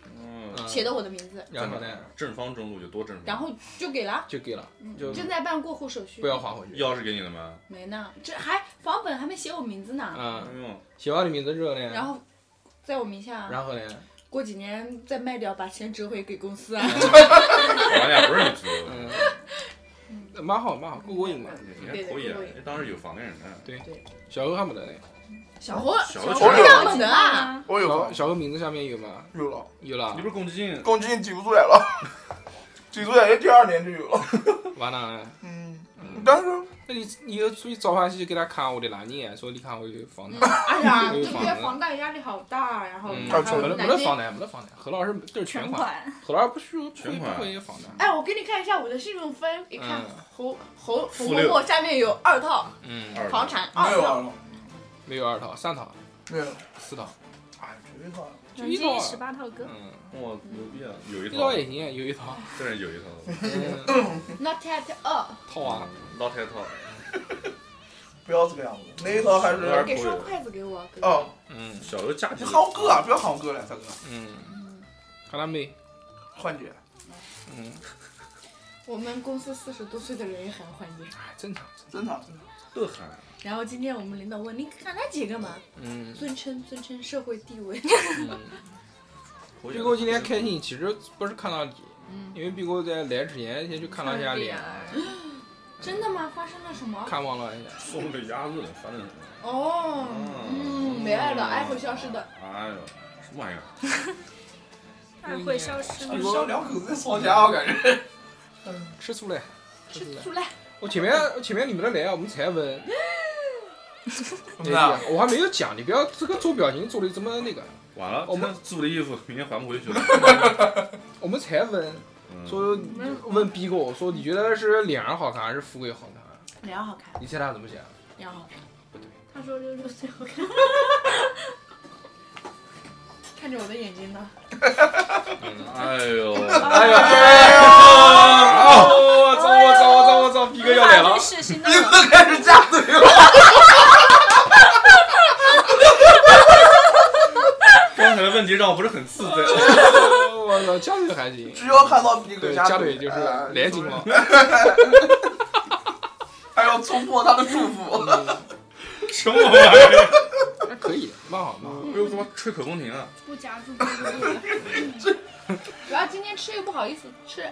C: 嗯，
A: 嗯
H: 写的我的名字，
A: 然后呢，
C: 正方中路就多正方，
H: 然后就给了，
A: 就给了，就
H: 正在办过户手续，
A: 不要还回去。
C: 钥匙给你了吗？哎
H: 没呢，这还房本还没写我名字呢，
A: 嗯，
C: 用，
A: 写完你名字之后呢，
H: 然后在我名下，
A: 嗯然后呢，
H: 过几年再卖掉，把钱折回给公司啊。
C: 咱俩不是你租 的，
A: 嗯，蛮好蛮好，过过瘾嘛。
C: 你还可以啊，因为当时有房的人呢，
A: 小何还没得呢，
H: 小侯，
C: 小
H: 侯
C: 的
B: 小侯
H: 不
B: 有
H: 要猛的啊！
B: 我有
A: 小
B: 房
A: 小何名字下面有吗？
B: 有了，
A: 有了
C: 你，不是公积金，
B: 公积金挤不出来了， 挤出来也第二年就有了，
A: 完了。
B: 嗯，但是
A: 那你以后出去找饭去给他看我的哪里，说你看我有房贷，
H: 哎呀，
A: 我有
H: 这
A: 嗯房
H: 边
A: 贷。
H: 房贷压力好大，然后
A: 嗯，
B: 啊
H: 还
B: 全
H: 有
A: 没得没
H: 南
A: 得
H: 京
A: 房贷，没得房贷，何老师都是全
D: 全
A: 款，
D: 款，
A: 何老师不需要不会
C: 全款
A: 不会有房贷。
H: 哎，我给你看一下我的信用分，一看
A: 嗯
H: 侯侯侯
C: 负
H: 某
C: 六
H: 某下面有二套
A: 嗯，
C: 二
H: 房产，
B: 没
H: 二
B: 有啊
H: 套
B: 了，
A: 没有二套、三套、
B: 哎没有，
A: 四套，
B: 哎，绝对套，
A: 就
D: 南
A: 一套
D: 京
A: 啊。
D: 十八套歌，
A: 嗯，
C: 哇，牛逼啊，有一
A: 一
C: 套
A: 套，也行，有一 套，
C: 真是有一套，
A: 嗯
H: Not at 二，
A: 套啊，
C: 老太套，
B: 不要这个样子，那一套还是
C: 二
H: 给
C: 口
H: 双
C: 有
H: 筷子给我，哥。
B: 哦，
A: 嗯
C: 小时候嫁
B: 你
C: 接，
B: 喊我哥啊，不要喊我哥了，大哥，
A: 嗯，
H: 嗯
A: 看到没？
B: 换姐，
A: 嗯，
H: 我们公司四十多岁的人也很欢迎。
A: 哎，正常，
B: 正常正常，
C: 都喊，
H: 然后今天我们领导问你喊他姐干嘛？
A: 嗯，
H: 尊称尊称社会地位。
C: 回去
A: 毕哥今天开，心，其实不是看到你，
H: 嗯，
A: 因为毕哥在来之前先去看了一下 脸，
H: 哎真的吗？发生了什么？
A: 啊看望了一下，
C: 送给鸭子了，反正，
H: 哦，
C: 嗯，
H: 嗯，没爱了，爱会消失的。
C: 哎呦，什么玩意儿？
D: 爱会消失吗？
B: 像两口子在吵架，啊我感 觉，
A: 吃醋嘞，吃醋嘞。
H: 出来，
A: 我前面我前面你们的来，我们才问，
B: 怎么
A: 对
B: 的？
A: 我还没有讲，你不要这个做表情做的这么那个，
C: 完了，
A: 我们
C: 他租的衣服明天还不回去 了，
A: 我们才问，
C: 嗯
A: 说问逼哥，我说你觉得是脸儿好看还是富贵好看？
H: 脸好看，
A: 你猜他怎么想？
H: 脸好看。
D: 他说六六最好看，
H: 看着我的眼睛呢，
C: 哎呦，
A: 哎呦，哎呦，我操我操我操我操，逼哥要来
D: 法
A: 了
D: 律！是新的
B: 逼，哥开始架嘴了，
C: 刚才的问题让我不是很自在，
A: 我我操，家队还行，
B: 只要看到逼格
A: 对
B: 加
A: 家队就是
B: 哎
A: 来劲嘛，
B: 还要冲破他的束缚。
A: 嗯
C: 什么玩意儿？
A: 还可以，蛮好蛮好。
C: 哎呦，他妈吹口风琴啊！
D: 不加注不加注
H: 主要今天吃又不好意思吃，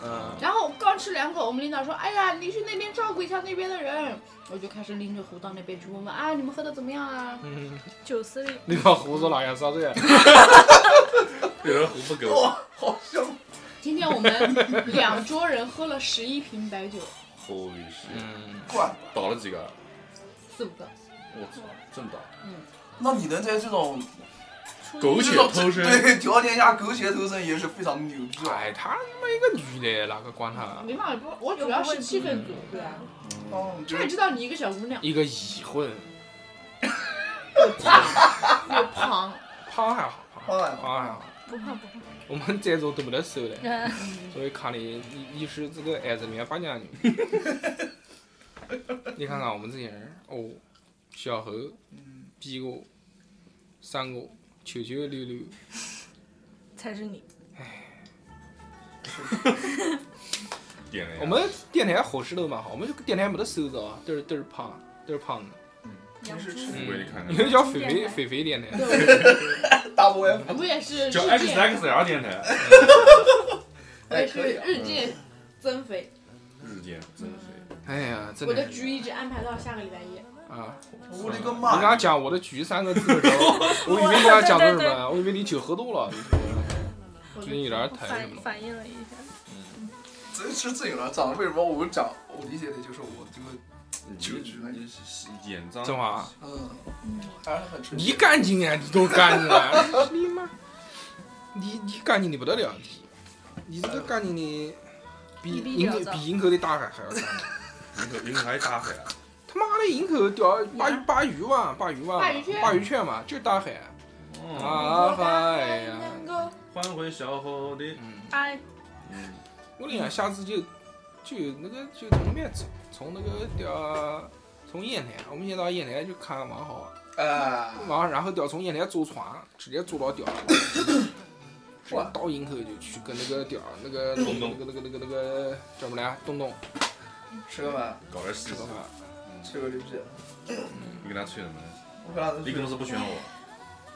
A: 嗯，
H: 然后我刚吃两口，我们领导说：“哎呀，你去那边照顾一下那边的人。”我就开始拎着壶到那边去问问啊，你们喝的怎么样啊？
A: 嗯
D: 九司令，
A: 那个胡子老爷啥子？
C: 有人胡不给我，
B: 哇，好香！
H: 今天我们两桌人喝了十一瓶白酒，
C: 后一是
A: 嗯，
B: 管，
C: 倒了几个？
H: 四五个。
C: 我操，这么倒！
B: 那你能在这种
C: 苟且
B: 这种
C: 偷生，
B: 对条件下苟且偷生也是非常牛逼的。
A: 嗯哎，他他妈一个女的，哪个管他？
H: 没办法，不我主要是气氛组，
J: 对啊，
B: 嗯，就
H: 他也
B: 是
H: 知道你一个小姑娘
A: 一个已婚，
H: 又胖
A: 啊
H: 又 胖，
A: 胖还好，胖还好胖还好。
D: 不胖不胖。
A: 我们在座都没得瘦嘞，
D: 嗯，
A: 所以看你你你是这个案子里面八 娘女。你看看我们这些人，哦，小猴、逼哥、三哥、球球、溜溜，
D: 才是你。
C: 点了一下
A: 我们电台伙食都蛮好，我们这个电台没得瘦的啊，都是都是胖，都是胖的。
B: 平时吃
C: 富贵，你看
A: 你
C: 看，
A: 们叫肥肥肥肥电台，
B: double
A: 嗯
B: F，
H: 我也是日
C: 叫 X
H: 渐，
C: X L 电台，
H: 我也
B: 哎，
H: 是
B: 可以啊。
H: 日渐增肥。
C: 日间增肥，
A: 哎呀，真
H: 我的
A: 的
H: 局一直安排到下个礼拜一，
A: 啊！
B: 我的个
A: 你
B: 妈
A: 刚！刚讲我的局三个字的时候， 我以为你要讲的是什
D: 对对
A: 么，我以为你酒喝多了，
H: 我
A: 最近有点
D: 我
A: 疼什
D: 反
A: 么的。
D: 反应了一下，
B: 真是这个长，为什么我们讲？我理解的就是我这个，就就
C: 你是眼脏，
A: 振华，
B: 嗯，还是很吃
A: 你干净啊，你都干净了， 你妈，你你干净的不得了，你你这个干净的比
D: 一滴
A: 营
D: 不
A: 口
D: 要脏
A: 比营口的大海还 要干净。
C: 人口人口还大海啊！
A: 他妈的，营口屌鲅鱼鲅鱼湾，鲅鱼湾，
H: 鲅鱼圈
A: 鲅鱼圈嘛，就是大海。啊
C: 哦，
A: 嗨呀！
H: 能够
C: 换回小伙的，
A: 嗯，
D: 哎，
C: 嗯，
A: 我跟你讲，下次就就那个就从那边走，从那个屌从烟台，我们先到烟台去看蛮好，
B: 啊，
A: 完然后屌从烟台坐船，直接坐到屌。直接到营口就去跟那个屌那个那
C: 东
A: 个
C: 东
A: 那个那个那个叫什么来东东
B: 吃个饭，
C: 嗯搞点事
A: 吃
C: 情
A: 个，饭，
B: 吃个牛逼，
C: 你跟他吹什么东西？
B: 我跟他
C: 你公司不选我，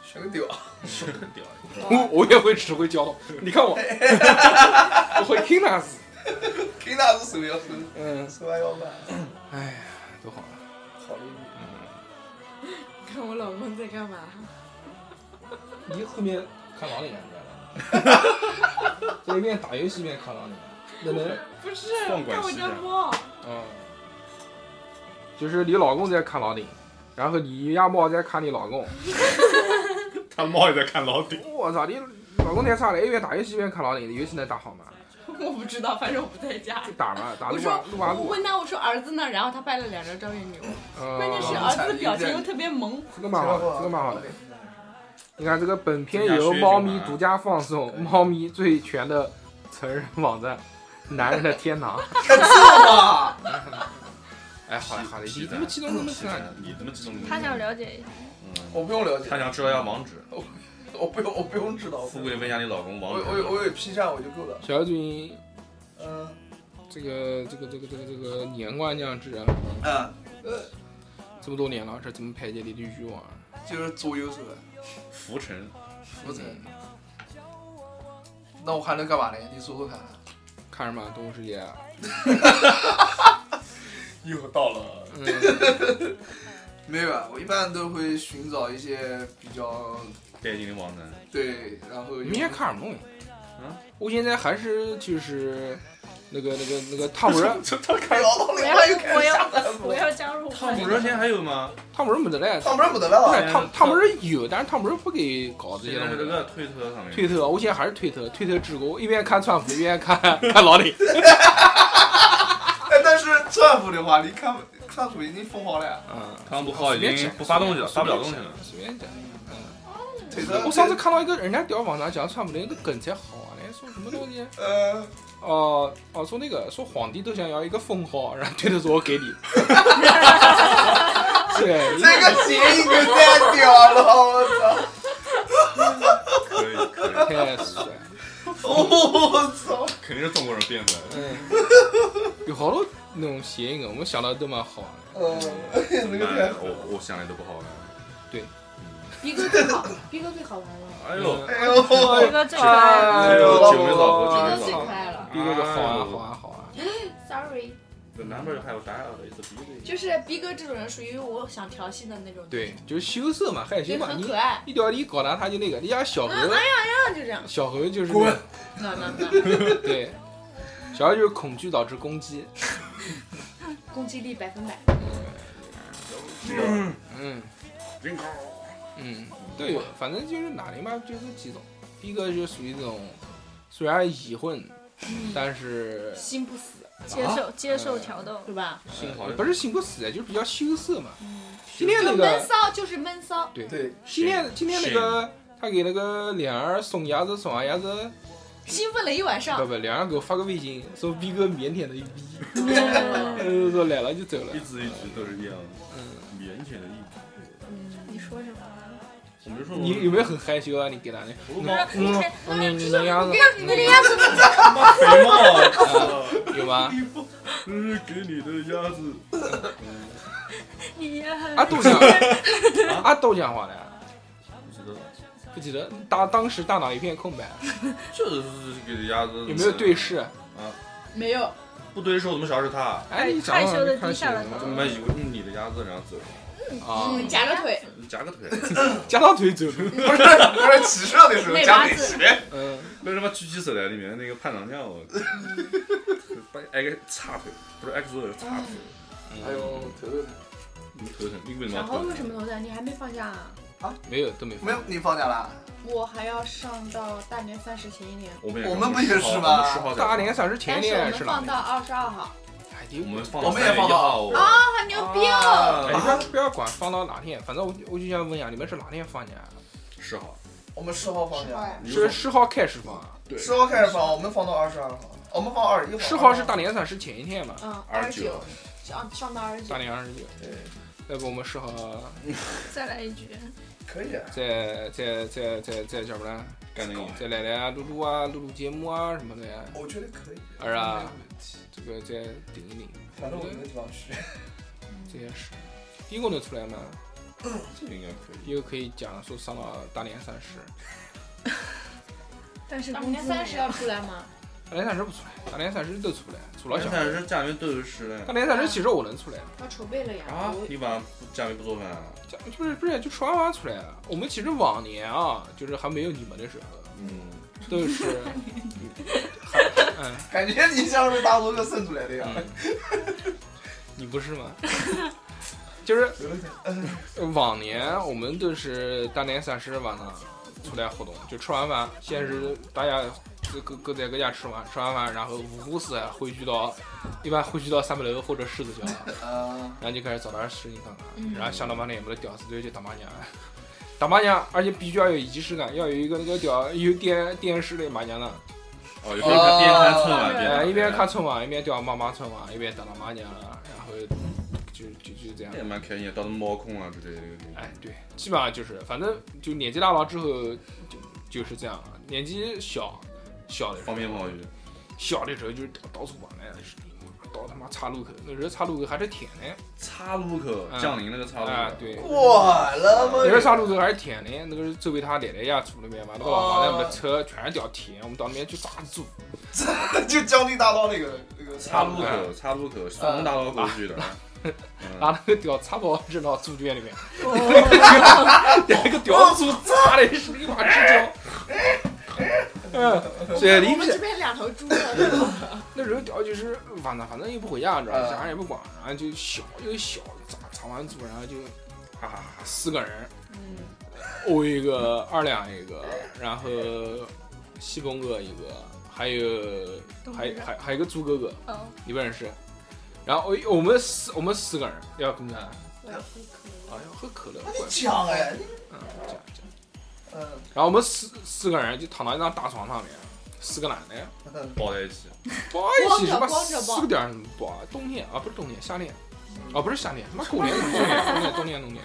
B: 选个屌，
C: 是很屌，
A: 我 我也会吃会教导，你看我，我会听他死，
B: 给那是手摇手，
A: 嗯，
B: 手还要饭，
A: 哎呀，多好啊！
B: 好牛逼！
H: 看我老公在干嘛？
A: 你后面看哪里来着？ 在一边打游戏一边看哪里？那能，
H: 不是，
C: 放管
H: 看我
C: 闲
H: 家
C: 事啊
H: 猫。
A: 嗯，就是你老公在看老顶，然后你家猫在看你老公，
C: 他猫也在看老顶，
A: 我操，你老公太差了，一边打游戏一边看老顶，游戏能打好吗？
H: 我不知道，反正我不在家
A: 就。打嘛，打
H: 我
A: 撸
H: 说
A: 啊，撸啊
H: 我
A: 撸，
H: 问他，我说儿子呢？然后他拍了两张照片给我，
A: 嗯
H: 关键是
B: 啊
H: 儿子表情又特别 萌。
A: 这个蛮好的，这个蛮好的。你看这个本片由
C: 增加
A: 猫咪
C: 血液循环
A: 独家放送，猫咪最全的成人网站，男人的天堂。
B: 哇，
A: 哎，好嘞好嘞，
C: 鸡
A: 你
C: 蛋
A: 怎么激动这么
C: 鸡
A: 起来
C: 蛋？你怎么激动？
D: 他想了解一下，
C: 嗯，
B: 我不用了解
C: 他，想知道一下网址，
B: 我不用，我不用知道。
C: 富贵问一下你老公
B: 我
C: 网址，
B: 我有我有 P 站我就够了。
A: 小妖精，
B: 嗯
A: 这个这个这个这个这个年关将至啊，
B: 嗯，呃，
A: 这么多年了，这怎么排解你的欲望啊？
B: 就是左右手，
C: 浮沉，
B: 扶着。那我还能干嘛呢？你说说看。啊
A: 看什么《动物世界》啊？
C: 又到了，
A: 嗯，
B: 没有啊，我一般都会寻找一些比较
C: 带劲的网站，
B: 对，然后
A: 你们
B: 有
A: 现在看什么东西？
C: 嗯，
A: 我现在还是就是那个那个那个汤姆人，
C: 这他看
B: 哎呦，老
D: 我
B: 李
D: 要
B: 他又开
D: 我
B: 始
D: 要
B: 下单
D: 我
B: 了。
D: 要加入
C: 汤姆热线还有吗？
A: 汤姆人没得嘞，
B: 他们不得了
A: 不
B: 啊，
A: 是汤汤姆人有，但是汤姆人不给搞这
C: 现
A: 些
C: 在
A: 东
C: 是这
A: 西。
C: 个推特上面，
A: 推特，我现在还是推特，推特治国，一边看川普一边看看老李。
B: 哎，但是政府的话，你看看府已经封好了呀，
A: 嗯，
C: 汤姆号已
A: 随便
C: 经
A: 讲
C: 不发东西了，发不了东西
A: 随便讲。随便
C: 了
A: 讲。
B: 腿的。
A: 我上次看到一个人家屌网上讲川普的一个梗才好玩嘞，说什么东西？
B: 呃，
A: 哦、哦，说那个说皇帝都想要一个封号，然后推特说我给你。对，
B: 这
A: 你看
B: 个谐音梗太屌了，我操！
C: 可以可以，
A: 太帅了。
B: 我操！
C: 肯定是中国人编出来的。
A: 嗯， 有好多那种谐音梗，我们想到都蛮好的。
B: 呃，那个太好了。
C: 哎我我想的都不好玩。
H: 逼哥最好，逼哥最好玩了，
C: 哎呦，
B: 哎呦，
D: 这个最可爱了。
A: 哎呦
C: 九妹老
H: 逼哥
C: 婆，九妹
H: 最
C: 老
H: 可
C: 婆。
H: 爱了。
A: 第一个就好啊好啊好啊，
H: Sorry，
C: 这南边还有啥的意思？
H: 就是逼哥这种人属于我想调戏的那种，
A: 对，，就是羞涩嘛，害羞
H: 对，
A: 嘛，
H: 很
A: 你
H: 可爱。
A: 一条你搞他他就那个，你像小猴，
H: 那就这样，
A: 小猴就是
B: 滚
H: 那那那，
A: 对，小猴就是恐惧导致攻击，
H: 攻击力百分百。
A: 嗯
C: 真高。
A: 嗯，对，反正就是哪里嘛，就这几种，第一个就属于这种虽然已婚，但是
H: 心不死，
D: 接受接受挑逗，
H: 对吧？
C: 幸好
A: 不是性不死，啊就是比较羞涩嘛。
H: 嗯，
A: 今天那
H: 就闷
A: 个，
H: 骚就是闷骚，
B: 对，
A: 今天今天那个，他给那个莲儿送鸭子，送完鸭子，
H: 兴奋了一晚
A: 不
H: 上。
A: 不，莲儿给我发个微信，说逼哥腼腆的一逼，
D: 嗯
A: 说来了就走了
C: 一。字一句都是那样，腼腆的意思。
H: 你说什么？
C: 我没说
A: 你有没有很害羞啊？你给他那，
C: 我他
A: 嗯，嗯你的 鸭子，
H: 你那个样子，
C: 妈肥猫，
A: 有吗？
C: 这是呃给你的鸭子。
D: 你也很
A: 啊，都讲话，啊，都讲话了，
C: 不知道，
A: 不记得，当当时大脑一片空白，
C: 就是给鸭子。
A: 有没有对？视？
H: 没有，
C: 不对视，我怎么晓得是他？
A: 哎，你讲
D: 害
A: 话
D: 羞地
A: 就
D: 低下了头
C: 怎么以为是你的鸭子，然后走，
A: 啊，
H: 嗯，夹着腿，
C: 夹个腿，
A: 夹到腿走，
B: 不是不是骑射的时候
H: 内
B: 加
H: 八
B: 美
H: 字
B: 骑，
A: 嗯，
C: 那他妈狙击手来里面那个潘长江，我把挨个叉腿，不是 XO 叉腿，
B: 哎呦，头疼。
C: 你头疼，你为什
H: 然后
C: 么
H: 为什么头疼？你还没放假啊？
A: 没有都没
B: 没有，你放假啦？
H: 我还要上到大年三十前一天，
C: 我们
B: 我们不也是吗
A: 大年三十前
H: 但
A: 一
H: 是我
A: 天
H: 们
A: 是哪
H: 放
A: 里？
H: 到二十二号，
A: 哎
C: 我们放
B: 我们也放到
C: 到
H: 啊，牛逼哦！
A: 哎，
B: 啊
A: 你不要不要管放到哪天，反正我就我就想问一下，你们是哪天放假？
C: 十号，
B: 我们十号放假，
C: 你
A: 是十号开始放啊？
C: 对
B: 十号开始放，我们放到二十二号，我们放二十一号。
A: 十号是大年三十前一天嘛？
H: 嗯，
C: 二十
H: 二十
C: 九
H: 九，上上到二十九
A: 大，年二十九。
B: 对，
A: 要不我们十号
D: 再来一句，
B: 可以啊。
A: 再再再再再叫什么呢？
C: 干那个
A: 再来来啊，录录啊，录录节目啊什么的呀。
B: 我觉得可以，
A: 二啊
B: 没有问题
A: 这个再顶一顶，
B: 反正我没地方去。
A: 这些事。第一个能出来嘛？
C: 这个应该可以。
A: 第一个可以讲说上到大年三十，
D: 但是
H: 大
D: 工
H: 年
D: 资
H: 三十要啊出来吗？
A: 大年三十不出来，大年三十都出来，除
C: 老
A: 了
C: 年
A: 小
C: 三
A: 孩。
C: 十家里面都有十嘞
A: 大年三十其实我能出来，
H: 要筹备了呀。
C: 啊
H: 我！
C: 你晚上家里不做饭啊？
A: 讲不是不是就吃完饭出来了。我们其实往年啊，就是还没有你们的时候，
C: 嗯，
A: 都是，嗯，
B: 感觉你像是大哥哥生出来的呀。
A: 你不是吗？ 就是
B: 没问题
A: 往年我们都是大年三十晚上出来活动，就吃完饭，先是大家各各各在各家吃完，吃完饭，然后五湖四海汇聚到，一般汇聚到三百楼或者狮子桥，
B: 啊，
A: 然后就开始找点事情干干，
H: 嗯
A: 啊然后想到半天我们的屌丝队去打麻将。啊 打麻将，而且必须要有仪式感，要有一个那个屌有电电视类麻将的，
C: 哦，有时候看边看春晚边
A: 哎，
C: 打
A: 一边看春晚，一边钓妈妈春晚，一边打打麻将，然后就就就这样
C: 那。也蛮开心的，当猫控啊之类的。
A: 哎，对，基本上就是，反正就年纪大了之后就就是这样了。年纪小小的时候
C: 方便炮鱼，
A: 小的时候就是到处玩来，到他妈岔路口，那时候岔路口还是甜的，
C: 岔路口，江宁那个岔路
A: 啊
C: 口，，
A: 对。
B: 我了
A: 那时候岔
B: 吗？
A: 路口还是甜的，那个是周围他奶奶家住那边嘛，那个老房子我们的车全是条田，我们到那边去咋住？
B: 就江宁大道那个那个
C: 岔路口，岔路口，双红大道过去的。
A: 拿那个屌插包扔到猪圈里面，那个屌猪插的是一把直交，嗯，这
H: 我
A: 里
H: 们这边两头猪了，
A: 那时候屌就是晚上，反正也不回家，你知道吧？
B: 嗯
A: 家人也不管，然后就小又小，长长完组，然后就啊四个人，我一个二两一个，然后西风哥一个，还有
D: 都
A: 还
D: 没人
A: 还还有一个猪哥哥，
D: 哦，
A: 你不认识。然后哎我我们四我们四个人要跟他，
H: 我要喝可乐。
A: 哎要喝可乐，
B: 你
A: 怪不
B: 讲哎，你
A: 嗯，这样这样。
B: 嗯
A: 然后我们四四个人就躺到一张大床上面，四个男的，
C: 抱在一起，
A: 抱一起什么
H: 光着嗯光着抱
A: 四个点儿什么抱啊，冬天啊不是冬天，夏天，啊不是夏天，他妈过年冬天冬天冬天冬天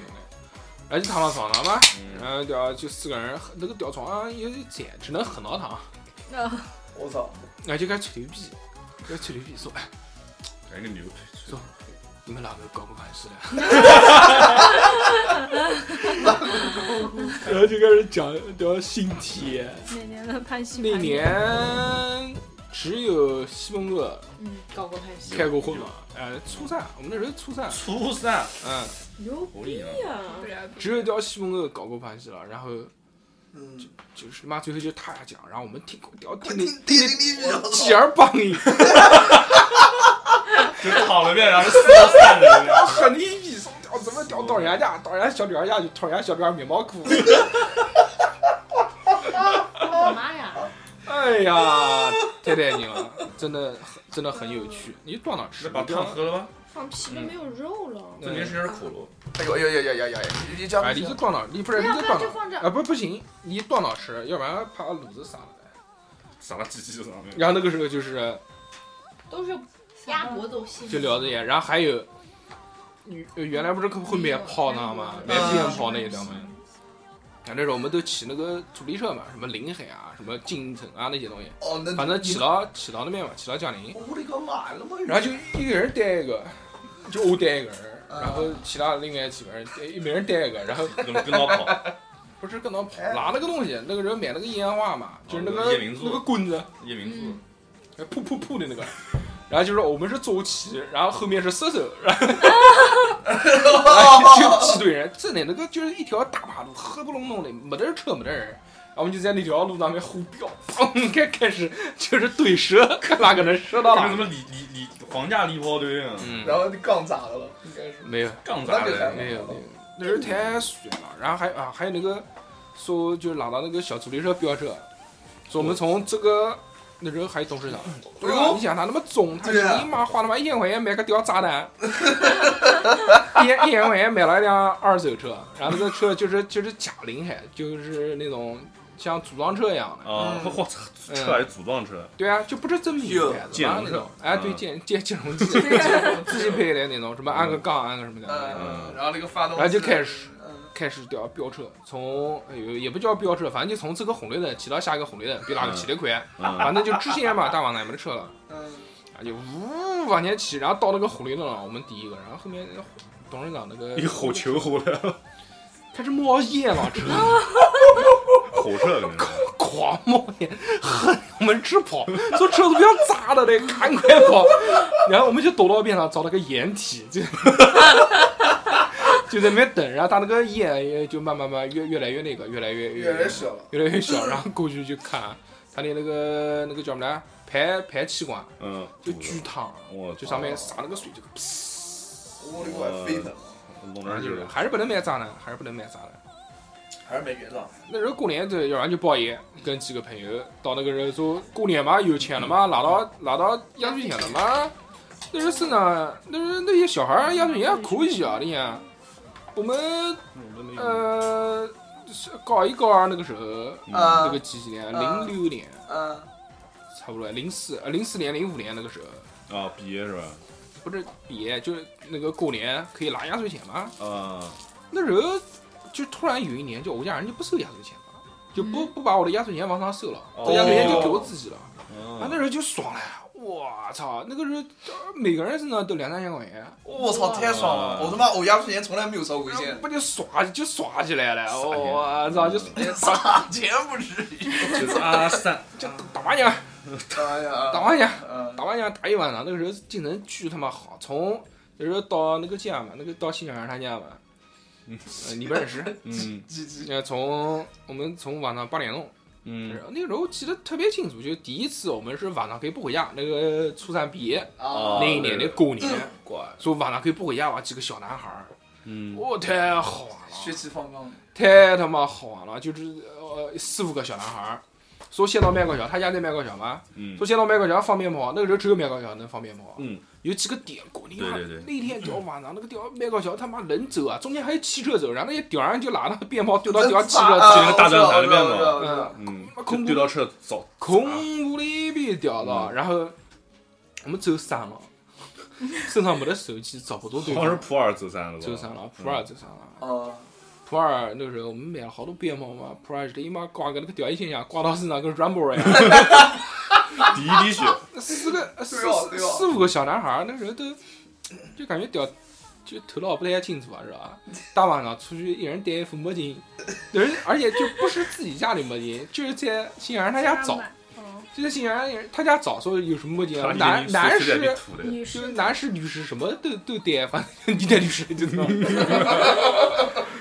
A: 哎冬天，然后就躺到床上嘛，
C: 嗯，
A: 啊然后就就四个人那个吊床上有点窄，只能横着躺，
D: 啊，
B: 我操！
A: 哎，就该吹牛逼，该吹牛逼说，哎，
C: 赶紧牛逼！
A: 说你们哪个搞过款式的？ 然后就开始讲聊新体验。
D: 哪年的潘西？
A: 那年只有西蒙哥
H: 嗯，搞过拍戏。
A: 开过婚嘛，呃，初三，我们那时候初三，
C: 初三，
A: 嗯，
H: 牛
C: 我跟你讲，
H: 逼啊！
A: 只有屌西蒙哥搞过盘戏了，然后
B: 嗯，
A: 就是妈最后就他俩讲，然后我们听屌听
B: 听
A: 的
B: 听听听，
A: 起而棒硬，
C: 就躺了遍，然后四到三人了。
A: 很牛逼，说屌怎么屌到人家家，到人家小女儿家就掏人家小女儿棉毛裤，
H: 我的妈呀！
A: 哎呀，太带劲了，真的很真的很有趣，你到哪吃
C: 是？把汤喝了吗？
H: 放屁都没有肉了。
C: 这零食是口楼，
B: 哎呦哎呦哎呦哎呦哎呦！你讲
A: 哎，你就到哪？你不是
H: 不
A: 你
H: 要
A: 就
H: 不
A: 到
H: 要，就
A: 哪？
H: 放这儿。
A: 啊，不不行，你到哪吃？要不然怕卤子撒了。
C: 撒了鸡鸡上面。
A: 然后那个时候就是
H: 都是鸭脖子心。
A: 就聊这些，然后还有，原原来不是会买炮呢吗？
D: 嗯
A: 买鞭炮那一段嘛。啊，那时候我们都骑那个主力车嘛，什么临海啊，什么金城啊那些东西，
B: 哦，那
A: 反正骑到骑到那边嘛，骑到江宁，
B: 我的个妈呀！那么
A: 然后就一个人带一个，就我带一个人，然后其他另外几个人带一每人带一个，然后
C: 跟跟老跑，
A: 不是跟他跑拿那个东西，那个人买那个烟花嘛，就是那
C: 哦
A: 个
C: 夜明珠
A: 那个棍子，
C: 夜明珠，
A: 哎噗噗噗的那个。然后就是我们是坐骑，然后后面是射手，然后然后就七队人，真的那个就是一条大马路，黑不隆咚的，没得车没得人。然后我们就在那条路上面互飙，开开始就是对 射，看哪个能射到
C: 这个
A: 哪
C: 什。么李李李皇家礼炮队啊，
A: 嗯，
B: 然后你杠咋的了？应该是
A: 没有
C: 杠砸
B: 那就
C: 的
B: 还。
A: 没有没有，那时候太水了。然后还啊还有那个说就是拿到那个小助力车飙车，说我们从这个那时候还有董事长，
B: 哎呦
A: 你想他那么重，他
B: 对啊
A: 你妈花他妈一千块钱买个屌炸弹， 一一千块钱买了一辆二手车，然后这个车就是就是假临海，就是那种像组装车一样的，
C: 啊，
B: 嗯
C: 我操，车还是组装车，
A: 对啊，就不是真品
B: 就
A: 牌子
C: 兼
A: 嘛
C: 容
A: 那
C: 车
A: 种，哎，对，
C: 嗯
A: 兼兼兼容机，自己配的那种，什么安个杠，安个什么的。
B: 嗯，然后那个发动，
A: 然后就开始
B: 嗯，
A: 开始叫飙车，从哎呦也不叫飙车，反正就从这个红绿灯骑到下一个红绿灯，比哪个骑得快，
C: 嗯，
A: 反正就直线嘛，大往南没得车了，
B: 嗯，
A: 啊就呜往前骑，然后到那个红绿灯了，我们第一个，然后后面董事长那个
C: 一吼球吼的，
A: 开始冒烟了，车
C: 吼车可能是。
A: 狂冒烟， 恨我们直跑，说车子不要砸了嘞，赶快跑，然后我们就躲到边上找了个掩体，就就在那边等，然后他那个烟也就慢慢慢越越来越那个，越来越
B: 越来越小了。
A: 越来越小，然后过去就看他的那个那个叫什么来，排排气管
C: 嗯，
A: 就巨烫，啊
C: 我
A: 就上面洒那个水就噗，
B: 我的个妈，飞腾，
C: 弄
A: 然
C: 那
A: 后就是
C: 就
A: 还是不能买炸弹，还是不能买炸弹。
B: 还是没原上。
A: 那时候过年子，要不然就包夜，跟几个朋友到那个人说过年嘛，有钱了嘛，拿到拿到压岁钱了嘛。那时候身上那时候那些小孩儿压岁钱还可以啊，你看，我们呃是高一高二那个时候，
B: 啊
A: 那个几几年，
B: 啊
A: 零六年。
B: 嗯，
A: 差不多零四呃零四年零五年那个时候，
C: 啊，毕业是吧？
A: 不是毕业就是那个过年可以拿压岁钱嘛。哦
C: 啊，
A: 那时候就突然有一年，就我家人就不收压岁钱了，就不、不把我的压岁钱往上收了，
C: 哦
A: 这压岁钱就给我自己了。啊，
C: 嗯
A: 那时候就爽了，我操，那个时候呃每个人身上都两三千块钱，
B: 我操，太爽了！我他妈，我压岁钱从来没有烧过钱，
A: 不就耍就耍起来了，
C: 钱嗯
A: 我操，就打
B: 撒钱不至于。
C: 就是阿三，
A: 就打麻将，
B: 哎呀，
A: 打麻将。
B: 嗯
A: 打麻将打一晚上，那个时候精神巨他妈好，从那时候到那个家嘛，那个到新小孩他家嘛，呃你不认识，
C: 嗯
B: 鸡鸡，
A: 呃，从我们从晚上八点钟，
C: 嗯，
A: 那个时候我记得特别清楚，就第一次我们是晚上可以不回家，那个初三毕业
B: 啊
A: 那一年的过年，
C: 乖，
A: 说晚上可以不回家吧，几个小男孩儿，
C: 嗯，
A: 我太好玩了，
B: 血气方刚，
A: 太他妈好玩了，就是呃四五个小男孩儿，说先到麦高桥，他家在麦高桥吗？
C: 嗯
A: 说，先到麦高桥放鞭炮，那个时候只有麦高桥能放鞭炮，
C: 嗯，
A: 有几个点过，你妈
C: 对对对
A: 那天屌晚上那个屌麦高桥他妈人走啊，中间还有汽车走，然后那些屌人就拿那个鞭炮丢 到屌汽
B: 啊
A: 车走，
C: 那个大灯台那边嘛
B: 嘛。
A: 嗯，
C: 嗯
A: 妈，恐怖
C: 丢到车早，啊
A: 恐怖的一逼屌
C: 嗯
A: 的，然后我们走散了，身上没得手机，找不着对
C: 好像是
A: 方，
C: 普洱走散了吧？
A: 走散了，普洱走散了，
B: 哦，
A: 普洱那个时候我们买了好多鞭炮嘛，普洱是一妈刮个那个吊一现象，刮到身上跟 Rambo 一样。
C: 第一 滴血，
A: 四个呃四
B: 对哦对哦
A: 四五个小男孩儿，那时候都就感觉屌，就头脑不太清楚啊，是吧？大晚上出去，一人戴一副墨镜，人而且就不是自己家里墨镜，就是在新阳他家找，
D: 嗯，
A: 就在新阳他家找，说有什么墨镜啊，
C: 他
A: 男男
C: 在
A: 士。
C: 那吐的，
D: 女
A: 就
D: 士
A: 是男士、女士什么都都戴，反 正你戴律师就 知道，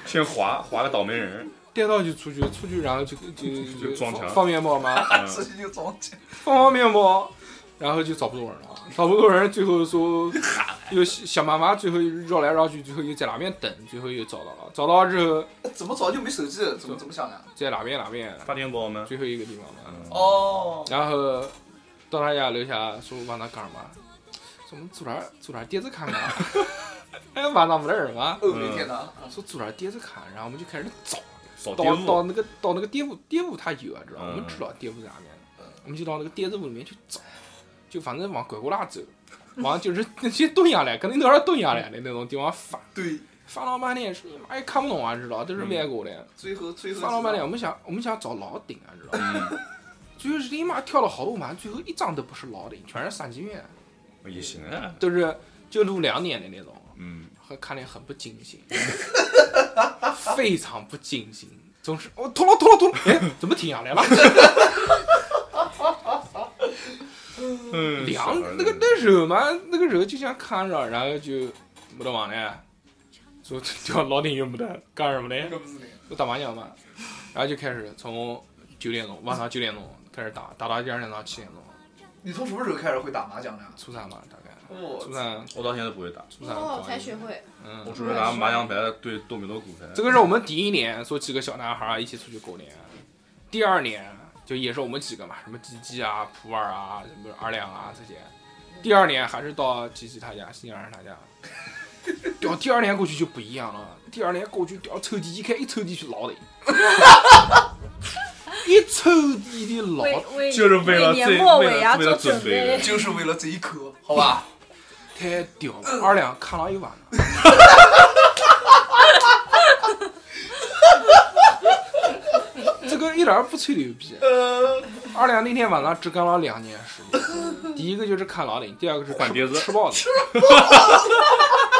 C: 先划划个倒霉 人，
A: 戴到就出去，出去然后就就
C: 就撞墙
A: 放放面包嘛，
C: 嗯
B: 自己就装起来。
A: 方方面包，然后就找不动人了，找不动人，最后 说又想办法，最后绕来绕去，最后又在哪边等，最后又找到了，找到之后
B: 怎么早就没手机了？怎么怎么想的？
A: 在哪边哪边
C: 发电宝吗？
A: 最后一个地方嘛，
C: 嗯，
B: 哦，
A: 然后到他家楼下说晚上干什么？说我们做点做点碟子看看。哎， 晚上没得人嘛，
B: 欧美天啊堂，
A: 说做点碟子看，然后我们就开始找，
C: 扫
A: 到
C: 地
A: 到
C: 物，
A: 那个到那个店铺店铺他有啊，知道吧？
C: 嗯
A: 我们知道店铺在哪面
B: 嗯，
A: 我们就到那个店子屋里面去找，就反正往拐过拉走，往就是那些蹲下来，肯定都是蹲下来的那种地方翻，
B: 对，
A: 翻老半天，说你妈也看不懂啊，知道？都是外国的，
B: 最后最后
A: 翻老半天，我们想我们想找老顶啊，知道？
C: 嗯，
A: 最后是你妈跳了好多盘，最后一张都不是老顶，全是三级片，
C: 也行啊，
A: 都是就录两年的那种，
C: 嗯，
A: 很看得很不尽兴， 非常不尽兴，总是我脱了脱了脱了，哎，怎么停下来 了？
C: 嗯
A: 凉，那个那时候嘛，那个时候就想看着，然后就没得玩了，说叫老丁又没得干什么
B: 那
A: 呢？
B: 个不是那
A: 就打麻将嘛，然后就开始从九点钟晚上九点钟开始打，打到第二天早上七点钟，
B: 你从什么时候开始会打麻将的？
A: 初三嘛大概，初
B: 我
A: 三
C: 我到现在都不会打，
A: 初三
H: 哦，
A: 高一
H: 才学会，
C: 我
A: 嗯，
C: 只是拿麻将牌对多米诺骨牌，哦
A: 这个是我们第一年说几个小男孩儿一起出去过年，第二年就也是我们几个嘛，什么鸡鸡啊、普洱啊、什么二两啊这些。第二年还是到鸡鸡他家、新娘他家。屌，第二年过去就不一样了。第二年过去，屌抽屉一开，一抽屉是老的，一抽屉的老
D: 为为
C: 就是为了这
D: 年末
C: 为了
D: 尾牙
C: 为了
D: 做
C: 准
D: 准
C: 备
D: 备。
B: 就是为了这一颗，好吧？
A: 太屌了，二两看了一晚上。这个一点儿不吹牛逼。二两那天晚上只干了两件事情，第一个就是看老顶，第二个是
C: 换碟子
A: 吃包子。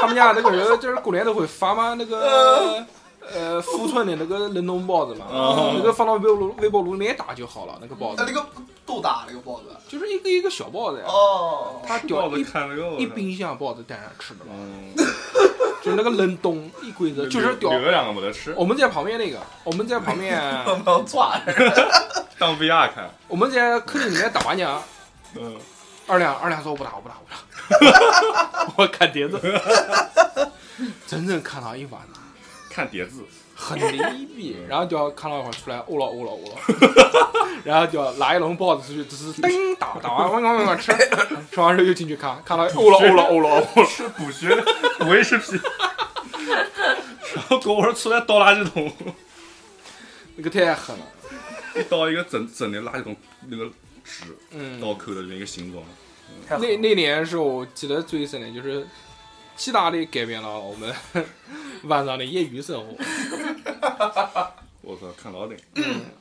A: 他们家那个人就是过年都会发嘛那个。呃，富春的那个冷冻包子嘛，
C: 哦
A: 那个放到微波炉微波炉里面打就好嗯了。那个包
B: 那
A: 子
B: 那个豆打那个包子，
A: 就是一个一个小包子呀，
B: 哦，
A: 它
C: 掉
A: 屌
C: 了
A: 一
C: 看那个
A: 一冰箱包子带上吃的嘛。
C: 嗯，
A: 就是那个冷冻一柜子，就是屌
C: 留。了两个没得吃，
A: 我们在旁边那个，我们在旁边，
B: 能不能抓？
C: 当 VR 看，
A: 我们在客厅里面打麻将。
C: 嗯，
A: 二两二两说：“我不打，我不打，我不打， 我看碟子。”整整看了一晚上，
C: 看碟子，
A: 很离逼。然后就要看了一会儿出来，哦了哦了哦了， 然后就要拿一笼包子出去，只是叮打打完，汪汪汪汪吃， 吃完之后又进去看，看了哦了哦了 哦了哦了，
C: 吃补血维士皮，然后跟我说出来倒垃圾桶，
A: 那个太狠了。
C: 一倒一个整整的垃圾桶那个纸
A: 嗯，
C: 倒扣的里面一个形状，
A: 那那年是我记得最深的，就是极大的改变了我们 晚上的业余生活。
C: 我操，看老顶，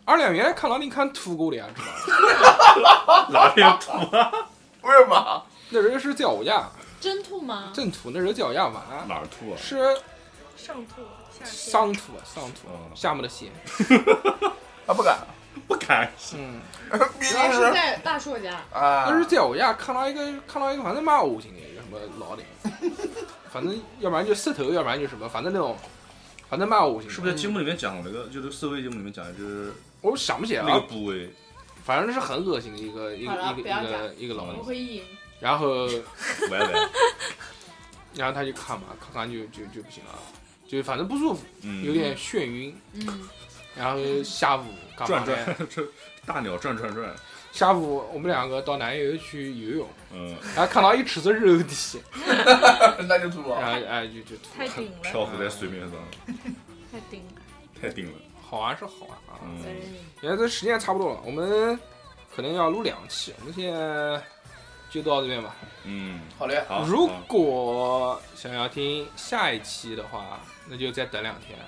A: 二两原来看老你看吐过的呀，知道啊吧？
C: 哪天吐啊？
B: 为什么？
A: 那时候是在我家
H: 真吐吗？
A: 正吐，那时候在我家玩，
C: 哪儿吐啊？
A: 是啊
D: 上吐下泻。
A: 上吐上吐
C: 哦，
A: 下面的血。
B: 他不敢，
C: 不敢，
A: 嗯，
B: 毕
H: 主要
B: 竟
H: 是
B: 是
H: 在大硕家，
B: 啊
A: 那时候在我家看到一个看到一个反正蛮恶心的，一个什么老 顶，反正要不然就石头，要不然就什么，反正那种。反正蛮恶心的，
C: 是不是在节目里面讲那个，就是社会节目里面讲，就是
A: 我想不起来
C: 那个
A: 了，
C: 部 位，
A: 反正是很恶心的一个一个
H: 好了
A: 一
H: 不
A: 个
H: 要
A: 一个
H: 讲
A: 一个老
H: 我
A: 顶。
H: 会意淫。
A: 然后
C: 歪歪，
A: 然后他就看嘛，看看就就就不行了，就反正不舒服，
C: 嗯，
A: 有点眩晕。
H: 嗯，
A: 然后下午干嘛
C: 转
A: 呢？
C: 转，这大鸟转转转，
A: 下午我们两个到南游去游泳，
C: 嗯，
A: 然后看到一池子肉的血，
B: 那就吐
A: 然
B: 了。
A: 后哎就就吐
D: 太
A: 了。
D: 顶了，
C: 漂浮在水面上，
D: 太顶了。
C: 太顶了，
A: 好玩是好玩啊！
C: 嗯，
A: 因为这时间差不多了，我们可能要录两期，我们现在就到这边吧。
C: 嗯，
B: 好嘞，
C: 好。
A: 如
C: 好
A: 果想要听下一期的话，那就再等两天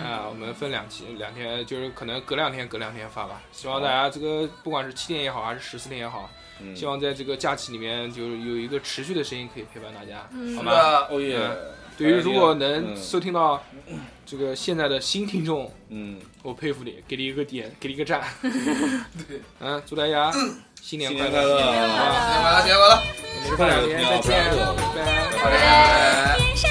A: 啊、我们分两期，两天就是可能隔两天隔两天发吧。希望大家这个不管是七天也好，还是十四天也好，
C: 嗯
A: 希望在这个假期里面就是有一个持续的声音可以陪伴大家，
K: 嗯
A: 好
B: 是
A: 吗？
B: 吧？
C: 哦耶，
A: 对于如果
C: 嗯
A: 能收听到这个现在的新听众，
C: 嗯，
A: 我佩服你，给你一个点，给你一个赞。
B: 对，
A: 嗯，祝大家新年
C: 新
A: 快
C: 年快
A: 乐！
C: 乐，
B: 啊行完了，行完了，
A: 我们过两天再见，
C: 拜拜
A: 拜拜。
B: 拜拜。
E: 天上